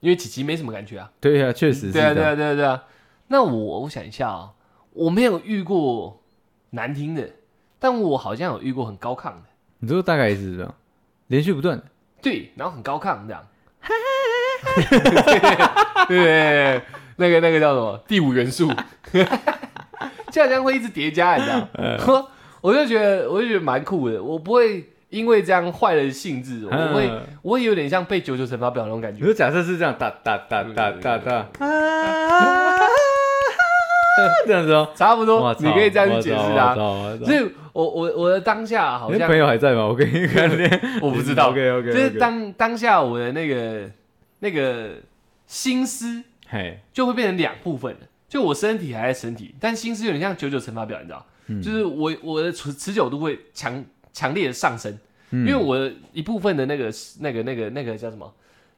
Speaker 1: 因为琪琪没什么感觉啊，
Speaker 2: 对啊，确实是这
Speaker 1: 对啊
Speaker 2: 样。
Speaker 1: 对啊对啊对啊。那我我想一下啊，我没有遇过难听的，但我好像有遇过很高亢的，
Speaker 2: 你说大概是这样，连续不断的。
Speaker 1: 对，然后很高亢这样，对对，那个那个叫什么第五元素，就好像会一直叠加，你知道吗？我就觉得我就觉得蛮酷的，我不会因为这样坏了兴致，我会
Speaker 2: 嗯
Speaker 1: 我也有点像被九九乘法表那种感
Speaker 2: 你
Speaker 1: 觉。
Speaker 2: 说假设是这样，哒哒哒哒哒哒，啊这样子哦。
Speaker 1: 差不多
Speaker 2: 我，操
Speaker 1: 你可以这样去解释
Speaker 2: 我
Speaker 1: 它。
Speaker 2: 操我操
Speaker 1: 所以我我 [laughs] 我的当下好
Speaker 2: 你的
Speaker 1: 像
Speaker 2: 朋友还在吗？我跟你看，
Speaker 1: [laughs] 我不知道，
Speaker 2: OK
Speaker 1: 就
Speaker 2: 嗯 OK，
Speaker 1: 是当当下我的那个那个心思
Speaker 2: 嘿，
Speaker 1: 就会变成两部分了。就我身体还在身体，但心思有点像九九乘法表，你知道，
Speaker 2: 嗯
Speaker 1: 就是我我的持持久度会强强烈的上升，因
Speaker 2: 嗯
Speaker 1: 为我的一部分的那个那个那个那个叫什么，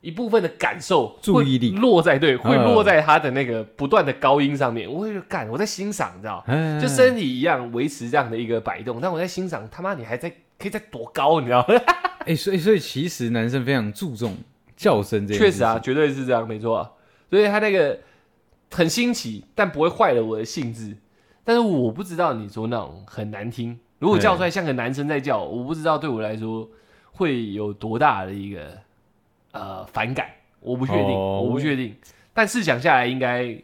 Speaker 1: 一部分的感受会
Speaker 2: 注意力
Speaker 1: 落在对，会
Speaker 2: 嗯
Speaker 1: 落在他的那个不断的高音上面，我会觉得干我在欣赏，你知道，
Speaker 2: 嗯
Speaker 1: 就
Speaker 2: 啊
Speaker 1: 身体一样维持这样的一个摆动，但我在欣赏他妈你还在可以再多高，你知道？
Speaker 2: 哎，所以所以其实男生非常注重叫声这件
Speaker 1: 确
Speaker 2: 事
Speaker 1: 实啊，绝对是这样，没错、啊。所以他那个很新奇，但不会坏了我的兴致。但是我不知道你说那种很难听，如果叫出来像个男生在叫，我不知道对我来说会有多大的一个呃反感，我不确定，
Speaker 2: 哦
Speaker 1: 我不确定。但试想下来，应该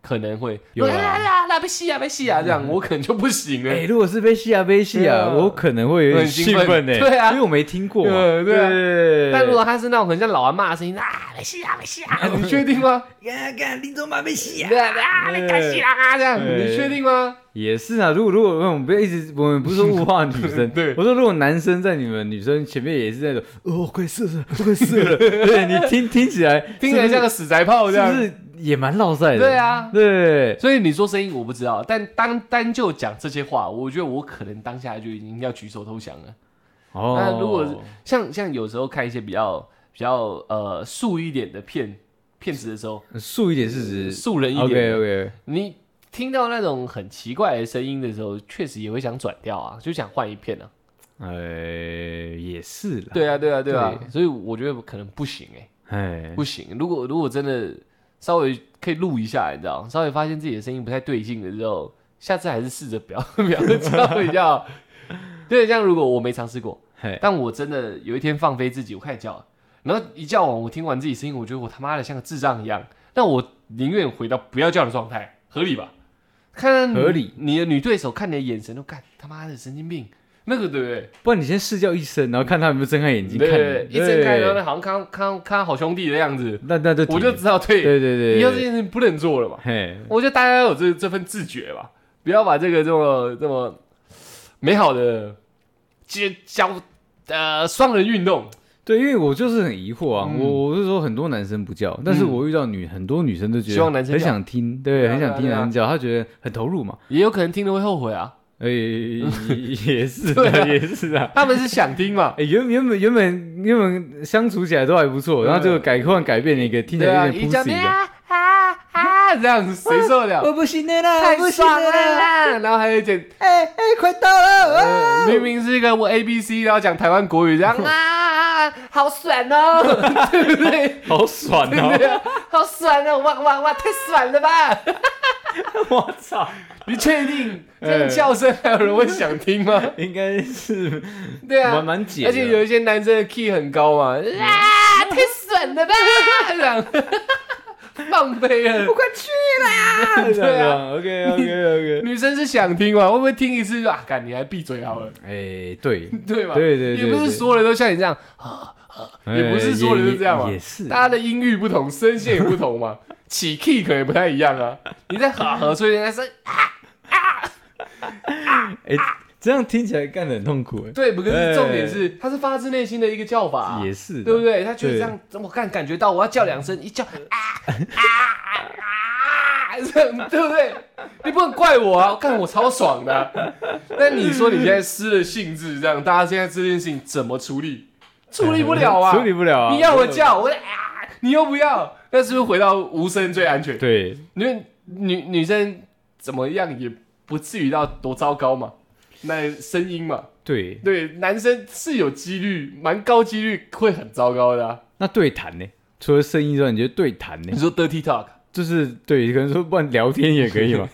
Speaker 1: 可能会
Speaker 2: 有啊
Speaker 1: 啦啦啦啦，被戏啊被戏啊这样，我可能就不行了。
Speaker 2: 哎、如果是被戏啊被戏啊，
Speaker 1: 对啊
Speaker 2: 我可能会有点
Speaker 1: 很兴
Speaker 2: 兴
Speaker 1: 奋
Speaker 2: 奋呢、欸
Speaker 1: 对啊
Speaker 2: 因为我没听过嘛。
Speaker 1: 嗯对啊
Speaker 2: 对
Speaker 1: 但如果他是那种很像老阿妈的声音啊，被戏啊被戏啊，你确定吗？
Speaker 2: 看看林总马被戏啊，
Speaker 1: 对啊，你敢戏啊这样，
Speaker 2: 对
Speaker 1: 你确定吗？
Speaker 2: 也是啊。如果如果我们不要一直，我们不是说物化女生，
Speaker 1: [laughs] 对
Speaker 2: 我说如果男生在你们女生前面也是那种，哦，我快射了，我快射
Speaker 1: [laughs]
Speaker 2: 了，对你听听起来
Speaker 1: 听起来像个死宅炮这
Speaker 2: 是
Speaker 1: 样。
Speaker 2: 不是也蛮落塞的？
Speaker 1: 对，啊，
Speaker 2: 对，
Speaker 1: 所以你说声音我不知道，但当单就讲这些话，我觉得我可能当下就已经要举手投降了。
Speaker 2: 哦，
Speaker 1: 那如果是像像有时候看一些比较比较呃素一点的片片子的时候，
Speaker 2: 素一点是指
Speaker 1: 素人一
Speaker 2: OK
Speaker 1: 点的
Speaker 2: OK，
Speaker 1: 你听到那种很奇怪的声音的时候，确实也会想转掉啊，就想换一片啊。
Speaker 2: 哎，也是啦，
Speaker 1: 对啊，对啊，对啊，
Speaker 2: 对
Speaker 1: 所以我觉得可能不行哎、
Speaker 2: 哎，
Speaker 1: 不行。如果如果真的稍微可以录一下，你知道，稍微发现自己的声音不太对劲的时候，下次还是试着 [laughs] 不要不要叫比较
Speaker 2: [laughs]
Speaker 1: 好。对，像如果我没尝试过，
Speaker 2: 嘿，
Speaker 1: 但我真的有一天放飞自己，我开始叫了，然后一叫完，我听完自己声音，我觉得我他妈的像个智障一样。那我宁愿回到不要叫的状态，合理吧？看
Speaker 2: 合理
Speaker 1: 你的女对手看你的眼神都干他妈的神经病，那个对不对？
Speaker 2: 不然你先试叫医生，然后看他有没有睁开眼睛看
Speaker 1: 对，
Speaker 2: 你，
Speaker 1: 一睁开然后
Speaker 2: 对
Speaker 1: 好像看看看好兄弟的样子，
Speaker 2: 那那就
Speaker 1: 我就
Speaker 2: 停
Speaker 1: 知道对，
Speaker 2: 对对对，
Speaker 1: 以后这
Speaker 2: 对
Speaker 1: 件事情不能做了嘛。
Speaker 2: 嘿，
Speaker 1: 我觉得大家要有这这份自觉吧，不要把这个这么这么美好的接交呃双人运动，
Speaker 2: 对，因为我就是很疑惑啊，
Speaker 1: 嗯
Speaker 2: 我我是说很多男生不叫，但是
Speaker 1: 嗯
Speaker 2: 我遇到女很多女生都觉得
Speaker 1: 希望男生
Speaker 2: 很
Speaker 1: 叫
Speaker 2: 想听，
Speaker 1: 对
Speaker 2: 对，
Speaker 1: 啊
Speaker 2: 很想听
Speaker 1: 对啊
Speaker 2: 男生叫，他觉得很投入嘛，
Speaker 1: 也有可能听了会后悔啊。 [laughs]
Speaker 2: 哎，也是
Speaker 1: 对啊
Speaker 2: 啊，也是啊。，
Speaker 1: 他们是想听嘛 [laughs]
Speaker 2: 哎，原原本原本原本相处起来都还不错，
Speaker 1: 对啊
Speaker 2: 然后就改换改变了一个听起
Speaker 1: 对啊，
Speaker 2: 来有
Speaker 1: 一
Speaker 2: 点
Speaker 1: 讲
Speaker 2: pussy 的，
Speaker 1: 啊啊啊这样子谁受得 [laughs] 了？
Speaker 2: 不行的啦
Speaker 1: 太爽了！啦！然后还有一点，
Speaker 2: 哎哎，快到了
Speaker 1: [laughs] 呃，明明是一个我 A B C，然后讲台湾国语这 [laughs] 样啊，好爽哦， [laughs] 对不对？
Speaker 2: 好
Speaker 1: [laughs]
Speaker 2: 爽
Speaker 1: 对不
Speaker 2: [laughs] 哦！
Speaker 1: 对啊？ [laughs] 好爽哦，哇哇哇，太爽了吧！
Speaker 2: 我操， [laughs]
Speaker 1: 你确定这种叫声还有人会想听吗？
Speaker 2: [laughs] 应该是
Speaker 1: [laughs] 对啊，
Speaker 2: 蛮蛮解的，嗯
Speaker 1: 而且有一些男生的 key 很高嘛，啊，太损
Speaker 2: [laughs]
Speaker 1: 了吧，这样 [laughs] 放飞了。
Speaker 2: 快去啦
Speaker 1: [laughs]
Speaker 2: [laughs]
Speaker 1: 对啊
Speaker 2: ，OK OK
Speaker 1: [laughs]
Speaker 2: OK，
Speaker 1: 女生是想听嘛？会不会听一次就啊？干，你还闭嘴好了，
Speaker 2: 哎，对，
Speaker 1: 对吧？
Speaker 2: 对对对
Speaker 1: 也不是所有人都像你这样，也不是说人是这样嘛
Speaker 2: 哎也也是
Speaker 1: 大家的音域不同，声线也不同
Speaker 2: [laughs]
Speaker 1: 嘛，起 key 可能也不太一样啊。你在哈和，所以人家是
Speaker 2: 哎，这样听起来干得很痛苦
Speaker 1: 对，不可是
Speaker 2: 哎
Speaker 1: 重点是，他是发自内心的一个叫法啊、
Speaker 2: 哎，也是，
Speaker 1: 对不？对？他觉得
Speaker 2: 对
Speaker 1: 这样，我看感觉到我要叫两声，一叫啊啊啊，这样对不对？你不能怪我啊，看我超爽的啊、那你说你现在失了兴致，这样大家现在这件事情怎么处理？处理不了啊！
Speaker 2: [laughs] 处理不了啊！
Speaker 1: 你要我叫，我啊，你又不要，那是不是回到无声最安全？
Speaker 2: 对，
Speaker 1: 因为女女生怎么样也不至于到多糟糕嘛，那声音嘛，
Speaker 2: 对
Speaker 1: 对，男生是有几率，蛮高几率会很糟糕的啊、
Speaker 2: 那对谈呢？除了声音之外，你觉得对谈呢
Speaker 1: 你？说 dirty talk，
Speaker 2: 就是对，可能说不然聊天也可
Speaker 1: [laughs]
Speaker 2: 以嘛？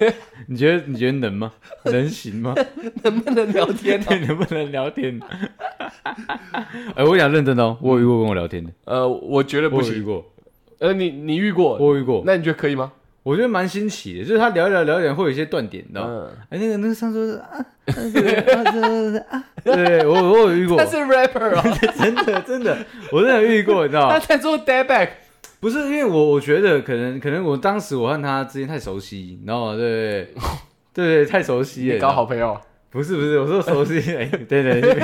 Speaker 2: 你觉得你觉得能吗？能行吗？
Speaker 1: 能不能聊天、
Speaker 2: 对，能不能聊天？ [laughs] 哎，我想认真的哦，我有遇过跟我聊天的，
Speaker 1: [laughs] 呃，我觉得不
Speaker 2: 我有遇
Speaker 1: 行。
Speaker 2: 过，
Speaker 1: 呃，你你遇过？
Speaker 2: 我有遇过，
Speaker 1: 那你觉得可以吗？
Speaker 2: 我觉得蛮新奇的，就是他聊一聊聊一聊会有一些断点，你知道吗？
Speaker 1: 嗯，
Speaker 2: 哎，那个那个上周
Speaker 1: [laughs]
Speaker 2: 啊，对我我有遇过
Speaker 1: [laughs] 他，是 rapper [laughs] 哦，
Speaker 2: 真的真的，我真的有遇过，你知道
Speaker 1: 他
Speaker 2: 吗？
Speaker 1: 在做 d a b a c
Speaker 2: 不是因为我我觉得可能可能我当时我和他之间太熟悉，你知道吗？对对对对，太熟悉
Speaker 1: 你
Speaker 2: 了。
Speaker 1: 搞好朋友。
Speaker 2: 不是不是，我说
Speaker 1: [laughs]
Speaker 2: 熟悉，哎，对对对，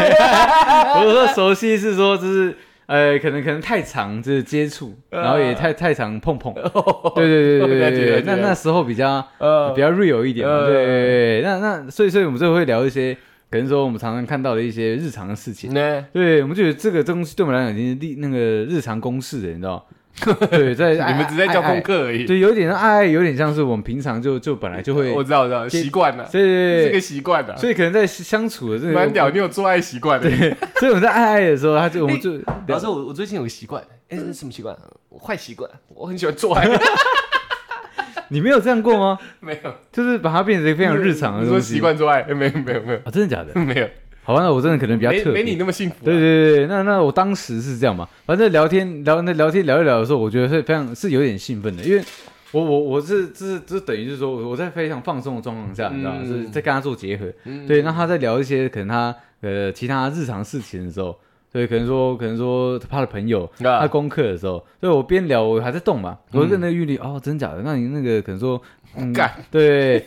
Speaker 2: 我说熟悉是说就是呃，可能可能太长就是接触，
Speaker 1: 啊
Speaker 2: 然后也太太长
Speaker 1: [laughs]
Speaker 2: 碰碰，
Speaker 1: 哦
Speaker 2: 对对对对对对，那那时候比较。
Speaker 1: 呃
Speaker 2: 比，较 real 一点嘛，
Speaker 1: 呃
Speaker 2: 对对对对，那那所以所以我们就会聊一些，可能说我们常常看到的一些日常的事情，
Speaker 1: 那
Speaker 2: 对，我们觉得这个东西对我们来讲已经是历那个日常公式了，你知道吗？
Speaker 1: [laughs]
Speaker 2: 对，在
Speaker 1: 你们只在教功，课而
Speaker 2: 爱爱
Speaker 1: 已。
Speaker 2: 对，有点像爱，有点像是我们平常就就本来就会，
Speaker 1: 我知道，我知道，习惯了，
Speaker 2: 对
Speaker 1: 是
Speaker 2: 对
Speaker 1: 个
Speaker 2: 对，
Speaker 1: 习惯的。
Speaker 2: 所以可能在相处的这
Speaker 1: 蛮
Speaker 2: 个，
Speaker 1: 屌，你有做爱习惯的。
Speaker 2: 所以我们在爱爱的时候，他就我们就
Speaker 1: 老师，我我最近有个习惯，哎，是什么习惯？我坏习惯，我很喜欢做爱。
Speaker 2: 你没有这样过吗？
Speaker 1: [laughs] 没有，
Speaker 2: 就是把它变成一个非常日常的
Speaker 1: 你说
Speaker 2: 东西，
Speaker 1: 习惯做爱？哎没有，没有，没有，
Speaker 2: 啊，真的假的？
Speaker 1: 没有，
Speaker 2: 好吧，那我真的可能比较
Speaker 1: 没
Speaker 2: 特别，
Speaker 1: 没你那么幸福啊。
Speaker 2: 对对对，那那我当时是这样嘛，反正聊天聊那聊天聊一聊的时候，我觉得是非常是有点兴奋的，因为我我我是这这等于是说我我在非常放松的状况下，你知道吗？
Speaker 1: 嗯
Speaker 2: 是在跟他做结合，
Speaker 1: 嗯
Speaker 2: 对，那他在聊一些可能他呃其他日常事情的时候，对，可能说可能说他的朋友
Speaker 1: 啊嗯
Speaker 2: 他功课的时候，所以我边聊我还在动嘛，我就跟那个玉丽哦，真假的？那你那个可能说嗯
Speaker 1: 干， [laughs]
Speaker 2: 对，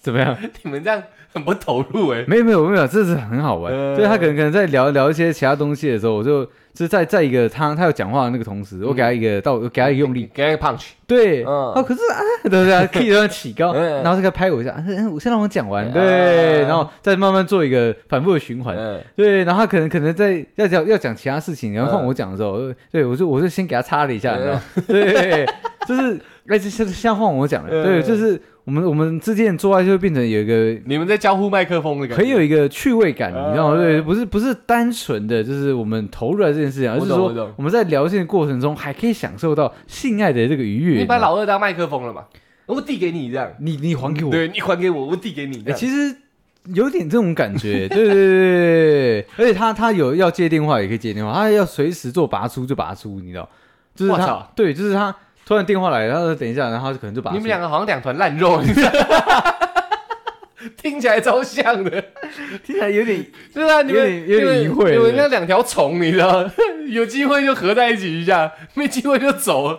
Speaker 2: 怎么样？
Speaker 1: 你们这样很不投入哎。
Speaker 2: [laughs] 没有没有没有，这是很好玩。
Speaker 1: 呃
Speaker 2: 所以他可能可能在聊聊一些其他东西的时候，我就就是在在一个他他要讲话的那个同时，我给他一个到我给他一个用力，
Speaker 1: 给他一个 punch。
Speaker 2: 对，
Speaker 1: 嗯
Speaker 2: 哦，可是啊，对不对？可以让他起高，
Speaker 1: [laughs] 嗯
Speaker 2: 然后这个拍我一下，啊嗯我先让我讲完，
Speaker 1: 呃
Speaker 2: 对，然后再慢慢做一个反复的循环。
Speaker 1: 嗯，
Speaker 2: 对，然后他可能可能在要讲要讲其他事情，然后换
Speaker 1: 嗯
Speaker 2: 我讲的时候，呃对我就我就先给他插了一下，你知道吗？ [laughs] 对，就是哎，这现现在换我讲了，
Speaker 1: 嗯
Speaker 2: 对，就是我们我们之间做爱就会变成有一个
Speaker 1: 你们在交互麦克风的感觉。
Speaker 2: 很有一个趣味感，
Speaker 1: 啊
Speaker 2: 你知道吗？对，不是不是单纯的就是我们投入在这件事情，而
Speaker 1: 我
Speaker 2: 是
Speaker 1: 懂我
Speaker 2: 说
Speaker 1: 懂
Speaker 2: 我们在聊天的过程中还可以享受到性爱的这个愉
Speaker 1: 你
Speaker 2: 悦。你
Speaker 1: 把
Speaker 2: 知道吗
Speaker 1: 老二当麦克风了嘛？我递给你这样，
Speaker 2: 你你还给我，
Speaker 1: 对你还给我，我递给你这
Speaker 2: 哎
Speaker 1: 样。
Speaker 2: 其实有点这种感觉，对对对
Speaker 1: [laughs]
Speaker 2: 对对，而且他他有要接电话也可以接电话，他要随时做拔出就拔出，你知道，就是
Speaker 1: 我
Speaker 2: 他
Speaker 1: 操
Speaker 2: 对，哎就是他突然电话来，他说等一下，然后他就可能就拔出。
Speaker 1: 你们两个好像两团烂肉， [laughs] 听起来超像的，
Speaker 2: 听起来哎有点
Speaker 1: 对啊，你们
Speaker 2: 有点有点
Speaker 1: 你
Speaker 2: 淫
Speaker 1: 们你
Speaker 2: 秽对
Speaker 1: 们
Speaker 2: 不对
Speaker 1: 那两条虫，你知道 [laughs] 吗，有机会就合在一起一下，没机会就走了。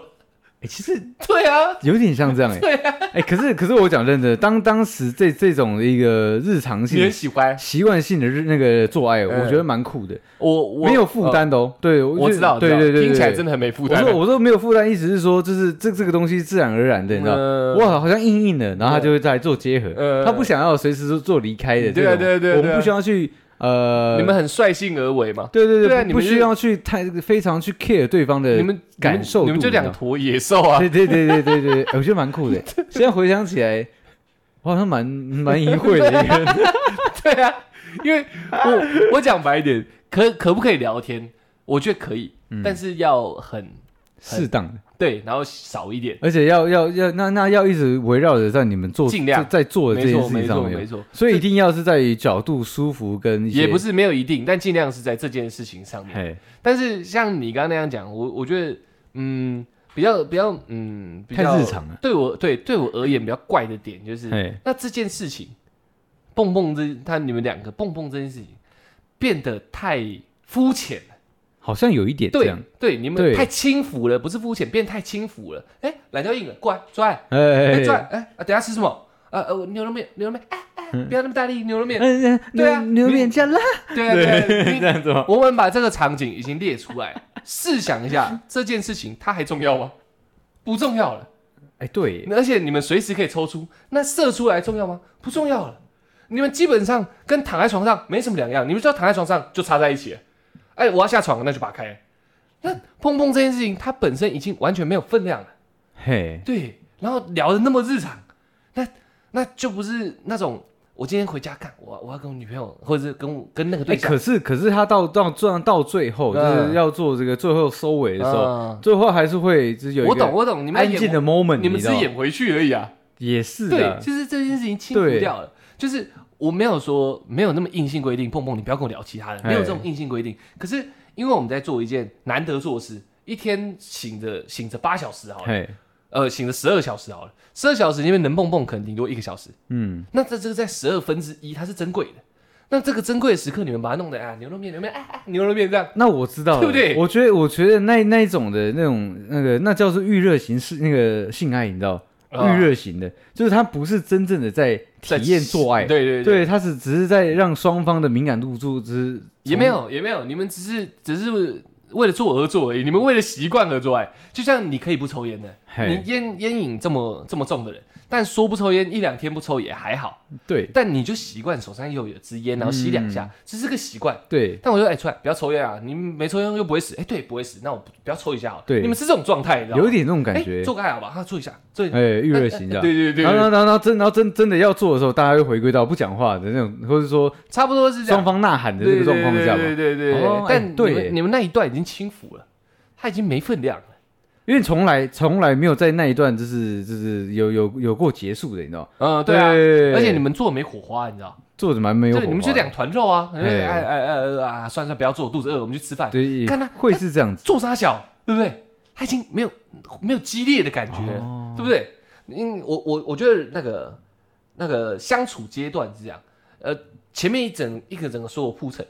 Speaker 2: 哎、其实
Speaker 1: 对啊，
Speaker 2: 有点像这样
Speaker 1: [laughs]
Speaker 2: 哎、
Speaker 1: 对啊
Speaker 2: 哎、可是可是我讲认真的，当当时这这种的一个日常
Speaker 1: 你
Speaker 2: 性
Speaker 1: 很
Speaker 2: 的
Speaker 1: 喜欢
Speaker 2: 习惯性的日那个做爱，
Speaker 1: 嗯
Speaker 2: 我觉得蛮酷的，
Speaker 1: 我，我
Speaker 2: 没有负，担的哦。对，
Speaker 1: 呃
Speaker 2: 我
Speaker 1: 我
Speaker 2: 就
Speaker 1: 知道，
Speaker 2: 对对对，
Speaker 1: 听起来
Speaker 2: 对
Speaker 1: 真的很没负
Speaker 2: 我
Speaker 1: 担。啊
Speaker 2: 说我说没有负担，意思是说就是这这个东西自然而然的，你知道，
Speaker 1: 嗯
Speaker 2: 我好像硬硬的，然后他就会再做结合，
Speaker 1: 嗯
Speaker 2: 他不想要随时做做离开的这
Speaker 1: 对
Speaker 2: 种，
Speaker 1: 啊对啊对啊
Speaker 2: 我
Speaker 1: 对
Speaker 2: 们
Speaker 1: 啊
Speaker 2: 不需要去呃，
Speaker 1: 你们很率性而为嘛？
Speaker 2: 对对
Speaker 1: 对啊
Speaker 2: 不
Speaker 1: 你
Speaker 2: 不
Speaker 1: 们就
Speaker 2: 需要去太非常去 care 对方的
Speaker 1: 你们
Speaker 2: 感受
Speaker 1: 你们你们就
Speaker 2: 度你知道
Speaker 1: 两坨野兽啊！
Speaker 2: 对对对对对对，我觉得
Speaker 1: [laughs]
Speaker 2: 蛮酷的。现在回想起来，我好像蛮蛮淫秽
Speaker 1: [laughs]
Speaker 2: 的一个人。
Speaker 1: 对啊，因为我我讲白一点，可可不可以聊天？我觉得可以，但是要很
Speaker 2: 嗯适当的，
Speaker 1: 对，然后少一点，
Speaker 2: 而且要要要那那要一直围绕着在你们做
Speaker 1: 尽量
Speaker 2: 在在做的这
Speaker 1: 没
Speaker 2: 件
Speaker 1: 错
Speaker 2: 事情
Speaker 1: 没错
Speaker 2: 上
Speaker 1: 没
Speaker 2: 面，
Speaker 1: 错，
Speaker 2: 所以一定要是在于角度舒服跟一些
Speaker 1: 也不是没哎有一定，但尽量是在这件事情上面。
Speaker 2: 嘿
Speaker 1: 但是像你刚刚那样讲，我我觉得，嗯，比较比较，嗯，比
Speaker 2: 太
Speaker 1: 较
Speaker 2: 日常了。
Speaker 1: 对我对对我而言比较怪的点就是，
Speaker 2: 嘿
Speaker 1: 那这件事情，蹦蹦这他你们两个蹦蹦这件事情变得太肤浅了，
Speaker 2: 好像有一点这
Speaker 1: 对
Speaker 2: 样。
Speaker 1: 对，你们
Speaker 2: 对
Speaker 1: 太轻浮了，不是肤浅，变太轻浮了。哎，懒觉硬了，过来抓来，
Speaker 2: 哎哎
Speaker 1: 哎
Speaker 2: 哎
Speaker 1: 抓来，哎啊，等下吃什么？呃呃，牛肉面，牛肉面，哎哎，不要那么大力，牛肉
Speaker 2: [laughs]
Speaker 1: 面，
Speaker 2: 嗯嗯，
Speaker 1: 对啊
Speaker 2: 牛牛脸加辣，
Speaker 1: 对啊对啊，你
Speaker 2: 样子吗？
Speaker 1: 我们把这个场景已经列出来，试想一下这件事情它还重要吗？不重要了，
Speaker 2: 哎，对耶，
Speaker 1: 而且你们随时可以抽出，那射出来重要吗？不重要了，你们基本上跟躺在床上没什么两样，你们只要躺在床上就插在一起了。哎，我要下床了，那就拔开。那碰碰这件事情，它本身已经完全没有分量了，
Speaker 2: 嘿，
Speaker 1: 对。然后聊的那么日常，那那就不是那种我今天回家看，我我要跟我女朋友，或者是跟我跟那个
Speaker 2: 哎，
Speaker 1: 对象
Speaker 2: 可是可是他到到这样到最后，就
Speaker 1: 嗯
Speaker 2: 是要做这个最后收尾的时候，
Speaker 1: 嗯
Speaker 2: 最后还是会就是有一
Speaker 1: 我懂，
Speaker 2: 个
Speaker 1: 我懂，你们
Speaker 2: 安
Speaker 1: 演
Speaker 2: 静的 moment，
Speaker 1: 你们
Speaker 2: 知
Speaker 1: 只
Speaker 2: 道吗
Speaker 1: 演回去而已啊。
Speaker 2: 也是
Speaker 1: 对，
Speaker 2: 的，
Speaker 1: 就是这件事情轻浮
Speaker 2: 对
Speaker 1: 掉了。就是我没有说没有那么硬性规定，碰碰你不要跟我聊其他的，没有
Speaker 2: 哎
Speaker 1: 这种硬性规定。可是因为我们在做一件难得做的事，一天醒着醒着八小时好了，
Speaker 2: 嘿，
Speaker 1: 呃，醒着十二小时好了，十二小时因为能碰碰可能顶多一个小时，
Speaker 2: 嗯，
Speaker 1: 那这这个在十二分之一，它是珍贵的。那这个珍贵的时刻，你们把它弄得啊牛肉面牛肉面哎哎牛肉面这样，
Speaker 2: 那我知道了，
Speaker 1: 对不对
Speaker 2: 我觉得，我觉得那那一种的那种那个，那叫做预热型是那个性爱，你知道，
Speaker 1: 啊
Speaker 2: 预热型的，就是他不是真正的在体
Speaker 1: 在
Speaker 2: 验做爱，
Speaker 1: 对对
Speaker 2: 对，他是只是在让双方的敏感度就只是
Speaker 1: 也没有也没有，你们只是只是为了做而做而已，你们为了习惯而做爱。就像你可以不抽烟的，
Speaker 2: 嘿
Speaker 1: 你烟烟瘾这么这么重的人，但说不抽烟一两天不抽也还好，
Speaker 2: 对
Speaker 1: 但你就习惯手上又有支烟，然后吸两下，这是个习惯。
Speaker 2: 对
Speaker 1: 但我就哎，出来不要抽烟啊！你没抽烟又不会死，哎，对，不会死，那我不不要抽一下好了。
Speaker 2: 对
Speaker 1: 你们是这种状态，你知道吗？
Speaker 2: 有一点那种
Speaker 1: 哎
Speaker 2: 感觉，
Speaker 1: 做个爱好吧，哈，做一下，做一下
Speaker 2: 哎，预热型
Speaker 1: 哎
Speaker 2: 的。
Speaker 1: 对对对
Speaker 2: 然后，然
Speaker 1: 对，
Speaker 2: 后，然后然后真，然后真真的要做的时候，大家会回归到不讲话的那种，或者说
Speaker 1: 差不多是这样
Speaker 2: 双。方呐喊的这个状况下吧，
Speaker 1: 对对对对对
Speaker 2: 哦
Speaker 1: 对。
Speaker 2: 哎
Speaker 1: 但
Speaker 2: 对
Speaker 1: 你
Speaker 2: 耶
Speaker 1: 们你们那一段已经轻浮了，它已经没分量了。
Speaker 2: 因为从来从来没有在那一段就是就是有有有过结束的，你知道吗？
Speaker 1: 嗯，对啊，
Speaker 2: 对
Speaker 1: 而且你们做没火花，你知道？
Speaker 2: 做的蛮没有火
Speaker 1: 对，
Speaker 2: 花的，
Speaker 1: 你们就两团肉啊，
Speaker 2: 哎
Speaker 1: 哎哎哎哎啊，算了算了，不要做，我肚子饿，我们去吃饭。
Speaker 2: 对，
Speaker 1: 看他
Speaker 2: 会是这样子，
Speaker 1: 做啥小，对不对？他已经没有没有激烈的感觉了，
Speaker 2: 哦
Speaker 1: 对不对？因我我我觉得那个那个相处阶段是这样，呃，前面一整一个整个所有铺陈，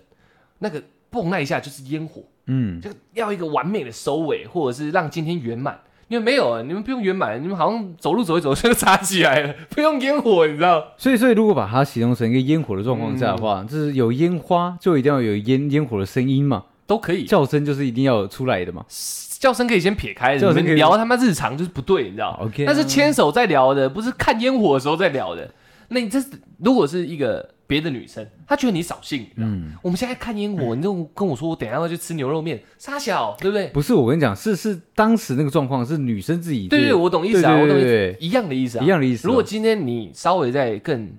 Speaker 1: 那个蹦那一下就是烟火，
Speaker 2: 嗯，
Speaker 1: 就要一个完美的收尾，或者是让今天圆满。你们没有啊，你们不用圆满，你们好像走路走一走就插起来了，不用烟火，你知道？
Speaker 2: 所以所以如果把它形容成一个烟火的状况下的
Speaker 1: 嗯
Speaker 2: 话，就是有烟花就一定要有烟烟火的声音嘛，
Speaker 1: 都可以，
Speaker 2: 叫声就是一定要出来的嘛。
Speaker 1: 叫声可以先撇开，
Speaker 2: 叫声
Speaker 1: 你们
Speaker 2: 可以
Speaker 1: 聊他妈日常就是不对，你知道
Speaker 2: OK 啊
Speaker 1: 但是牵手在聊的，不是看烟火的时候在聊的。那你这是如果是一个别的女生，她觉得你扫兴，你知道
Speaker 2: 嗯
Speaker 1: 我们现在看烟火，你就跟我说我等一下要去吃牛肉面，傻小，对不对？
Speaker 2: 不是，我跟你讲，是是当时那个状况是女生自己
Speaker 1: 对对，我懂意思啊，
Speaker 2: 对
Speaker 1: 我
Speaker 2: 对
Speaker 1: 懂意
Speaker 2: 对
Speaker 1: 思，一样的意思啊，
Speaker 2: 一样的意思啊
Speaker 1: 如果今天你稍微再更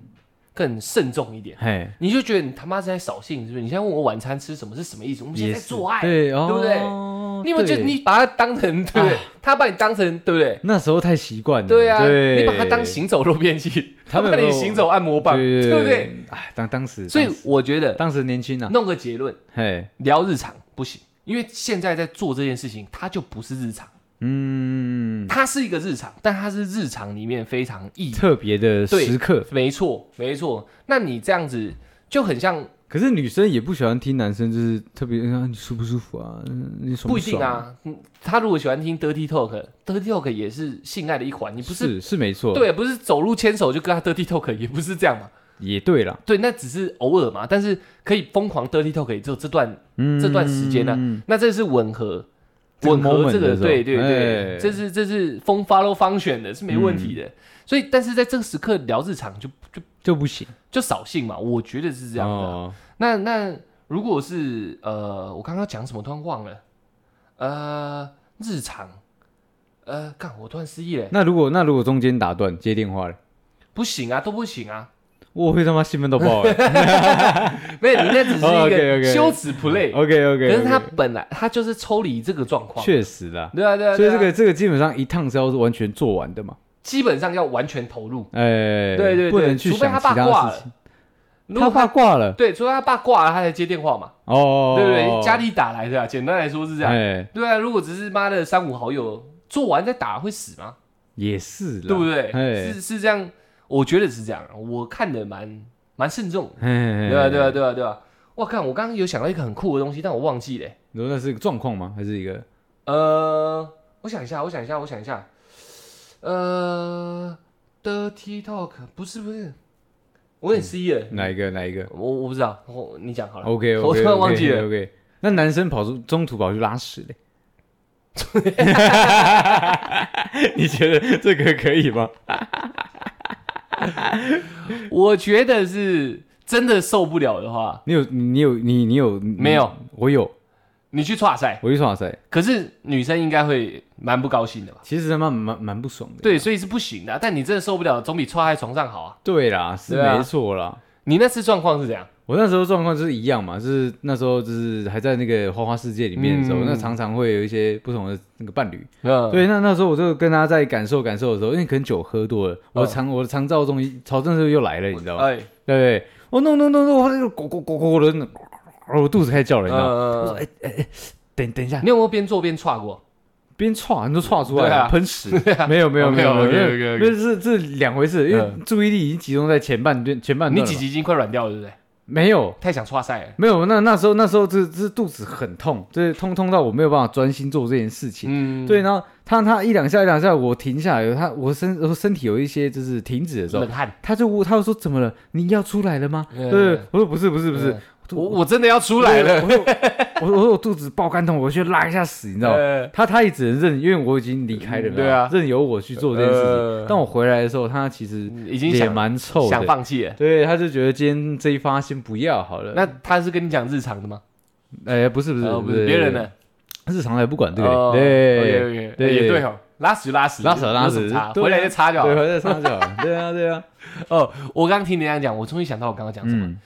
Speaker 1: 更慎重一点，
Speaker 2: 嘿，
Speaker 1: 你就觉得你他妈是在扫兴，是不是？你现在问我晚餐吃什么是什么意思？我们现在
Speaker 2: 也
Speaker 1: 在
Speaker 2: 是
Speaker 1: 做爱，
Speaker 2: 对哦，
Speaker 1: 对不对
Speaker 2: 对啊
Speaker 1: 你有没有觉得你把它当成对不对？他把你当成对不对？
Speaker 2: 那时候太习惯了，
Speaker 1: 对啊，
Speaker 2: 嗯对
Speaker 1: 你把它当行走肉便器，
Speaker 2: [laughs] 他
Speaker 1: 他
Speaker 2: 们
Speaker 1: 把
Speaker 2: 有
Speaker 1: 你行走按摩棒，
Speaker 2: 对
Speaker 1: 对不对？
Speaker 2: 对？哎，当当时，
Speaker 1: 所以
Speaker 2: 当时
Speaker 1: 我觉得
Speaker 2: 当时年轻啊，
Speaker 1: 弄个结论，
Speaker 2: 嘿，
Speaker 1: 聊日常不行，因为现在在做这件事情，它就不是日常，
Speaker 2: 嗯，
Speaker 1: 它是一个日常，但它是日常里面非常意义。
Speaker 2: 特别的
Speaker 1: 对
Speaker 2: 时刻。
Speaker 1: 没错，没错。那你这样子就很像，
Speaker 2: 可是女生也不喜欢听男生，就是特别啊，你舒不舒服啊？嗯你爽
Speaker 1: 不一
Speaker 2: 爽
Speaker 1: 定？啊。嗯他如果喜欢听 dirty talk，dirty talk 也是性爱的一环，你不是
Speaker 2: 是是没错，，
Speaker 1: 对，不是走路牵手就跟他 dirty talk，也不是这样嘛。
Speaker 2: 也对啦。
Speaker 1: 对，那只是偶尔嘛，但是可以疯狂 dirty talk，也只有这段
Speaker 2: 嗯，
Speaker 1: 这段时间呢、那这是吻合，
Speaker 2: 这个
Speaker 1: 吻合
Speaker 2: moment
Speaker 1: 这个，
Speaker 2: 的时候
Speaker 1: 对对对，
Speaker 2: 哎嗯
Speaker 1: 这是这是风 follow 方选的，是没问题的。所以，但是在这个时刻聊日常就就
Speaker 2: 就不行，
Speaker 1: 就扫兴嘛，我觉得是这样的啊、
Speaker 2: 哦
Speaker 1: 那那如果是呃，我刚刚讲什么突然忘了，呃，日常，呃，干我突然失忆了，
Speaker 2: 那如果那如果中间打断接电话了，
Speaker 1: 不行啊，都不行啊，
Speaker 2: 我会他妈兴奋到爆
Speaker 1: [laughs]
Speaker 2: 哎、
Speaker 1: 没有，你那只是
Speaker 2: [laughs] 哦
Speaker 1: 一个
Speaker 2: ，OK，OK
Speaker 1: 羞耻 play，
Speaker 2: OK OK，
Speaker 1: 可是他本来他就是抽离这个状况，
Speaker 2: 确实啦，
Speaker 1: 对啊对啊，对
Speaker 2: 所以
Speaker 1: 啊
Speaker 2: 这个这个基本上一趟是要完全做完的嘛，
Speaker 1: 基本上要完全投入。
Speaker 2: 哎，
Speaker 1: 对对
Speaker 2: 不
Speaker 1: 对
Speaker 2: 能去
Speaker 1: 除非
Speaker 2: 想
Speaker 1: 他
Speaker 2: 其
Speaker 1: 爸挂
Speaker 2: 他
Speaker 1: 了
Speaker 2: 事情，
Speaker 1: 如
Speaker 2: 他
Speaker 1: 果
Speaker 2: 怕挂了
Speaker 1: 对，除非他爸挂了，他才接电话嘛，
Speaker 2: 哦，
Speaker 1: 对不对？家里打来的啊，简单来说是这样。
Speaker 2: 哎
Speaker 1: 对啊，如果只是妈的三五好友做完再打会死吗？
Speaker 2: 也是啦，
Speaker 1: 对不对？
Speaker 2: 哎
Speaker 1: 是是这样，我觉得是这样啊，我看的蛮蛮慎重的。
Speaker 2: 哎，
Speaker 1: 对啊，对啊，，对啊，对啊！我看我刚刚有想到一个很酷的东西，但我忘记了欸。
Speaker 2: 你说那是一个状况吗？还是一个
Speaker 1: 呃，我想一下，我想一下，我想一下。呃，dirty talk 不是不是，我有点失忆了。
Speaker 2: 哪一个哪一个
Speaker 1: 我我不知道，我你讲好了。
Speaker 2: ？OK
Speaker 1: 我
Speaker 2: OK，
Speaker 1: 突然忘记了。
Speaker 2: OK，那男生跑出中途跑去拉屎
Speaker 1: [laughs]
Speaker 2: 嘞。你觉得这个可以吗？
Speaker 1: 我觉得是真的受不了的话，
Speaker 2: 你有你有你你有没
Speaker 1: 有？
Speaker 2: 我有，
Speaker 1: 你去跨赛，
Speaker 2: 我去耍谁？
Speaker 1: 可是女生应该会蛮不高兴的吧？
Speaker 2: 其实他妈蛮蛮不爽的。
Speaker 1: 对，所以是不行的啊。但你真的受不了，总比跨在床上好啊。
Speaker 2: 对啦，是
Speaker 1: 对啊
Speaker 2: 没错啦。
Speaker 1: 你那次状况是怎样？
Speaker 2: 我那时候状况就是一样嘛，就是那时候就是还在那个花花世界里面的时候，
Speaker 1: 嗯
Speaker 2: 那常常会有一些不同的那个伴侣。
Speaker 1: 嗯，
Speaker 2: 对，那那时候我就跟他在感受感受的时候，因为可能酒喝多了，
Speaker 1: 嗯
Speaker 2: 我的肠我的肠燥中潮症就又来了，你知道吗？
Speaker 1: 哎，
Speaker 2: 对不对？我弄弄弄弄，我那个咕咕咕咕的那种，我肚子开始叫了，你知道吗？我说
Speaker 1: 嗯，
Speaker 2: 哎哎哎，等等一下，
Speaker 1: 你有没有边做边跨过？
Speaker 2: 边窜你都窜出来
Speaker 1: 对啊
Speaker 2: 了，喷屎？没有没有
Speaker 1: OK，
Speaker 2: 没有，
Speaker 1: OK，
Speaker 2: 因为
Speaker 1: OK，OK
Speaker 2: 因为这这两回事，因为
Speaker 1: 嗯
Speaker 2: 注意力已经集中在前半段前半段
Speaker 1: 你
Speaker 2: 了
Speaker 1: 几
Speaker 2: 嘛
Speaker 1: 集已经快软掉了，对不对？
Speaker 2: 没有？
Speaker 1: 太想跨赛了。
Speaker 2: 没有，那那时候那时候这这肚子很痛，这痛痛到我没有办法专心做这件事情。
Speaker 1: 嗯，
Speaker 2: 对，，然后他他一两下一两下，我停下来，他我身我身体有一些就是停止的时候
Speaker 1: 冷，汗。
Speaker 2: 他就问他就说怎么了？你要出来了吗？
Speaker 1: 嗯
Speaker 2: 对，我说不是不是不是
Speaker 1: 嗯，我我真的要出来了，
Speaker 2: 我说我说我说我肚子爆肝痛，我去拉一下屎，你知道吗？
Speaker 1: 呃
Speaker 2: 他他也只能任，因为我已经离开了嘛，
Speaker 1: 对啊
Speaker 2: 任由我去做这件事
Speaker 1: 呃
Speaker 2: 情。但我回来的时候，他其实
Speaker 1: 已经
Speaker 2: 也
Speaker 1: 想
Speaker 2: 蛮臭
Speaker 1: 想
Speaker 2: 的，
Speaker 1: 放弃了。
Speaker 2: 对，他就觉得今天这一发先不要好了。
Speaker 1: 那他是跟你讲日常的吗？
Speaker 2: 哎，不是不是
Speaker 1: 呃不是别人
Speaker 2: 的，
Speaker 1: 的。
Speaker 2: 日常还不管这
Speaker 1: 哦
Speaker 2: 个，对，
Speaker 1: ，OK，OK，
Speaker 2: 对
Speaker 1: 也对哦，拉屎就拉屎，
Speaker 2: 拉屎
Speaker 1: 有
Speaker 2: 拉
Speaker 1: 有什么
Speaker 2: 屎
Speaker 1: 差，
Speaker 2: 对啊
Speaker 1: 回来就擦就好
Speaker 2: 对，
Speaker 1: 了。
Speaker 2: 回来擦脚，
Speaker 1: [laughs]
Speaker 2: 对啊对啊，
Speaker 1: 哦，我刚刚听你这样讲，我终于想到我刚刚讲什么，
Speaker 2: 嗯，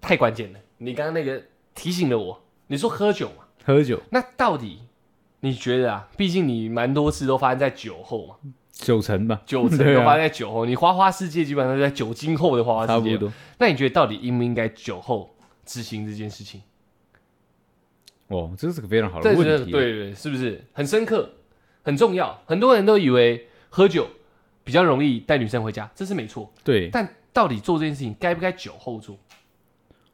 Speaker 1: 太关键了。你刚刚那个提醒了我，你说喝酒嘛，
Speaker 2: 喝酒
Speaker 1: 那到底你觉得啊？毕竟你蛮多次都发生在酒后
Speaker 2: [laughs]
Speaker 1: 嘛，
Speaker 2: 九成吧，
Speaker 1: 酒成
Speaker 2: 对
Speaker 1: 都
Speaker 2: 啊
Speaker 1: 发生在酒后，你花花世界基本上是在酒精后的花花
Speaker 2: 差
Speaker 1: 世界
Speaker 2: 不
Speaker 1: 嘛。
Speaker 2: 多。
Speaker 1: 那你觉得到底应不应该酒后执行这件事情？
Speaker 2: 哦，这是个非常好的
Speaker 1: 这是
Speaker 2: 问
Speaker 1: 对
Speaker 2: 题。
Speaker 1: 对对，是不是很深刻、很重要？很多人都以为喝酒比较容易带女生回家，这是没错，
Speaker 2: 对，
Speaker 1: 但到底做这件事情该不该酒后做？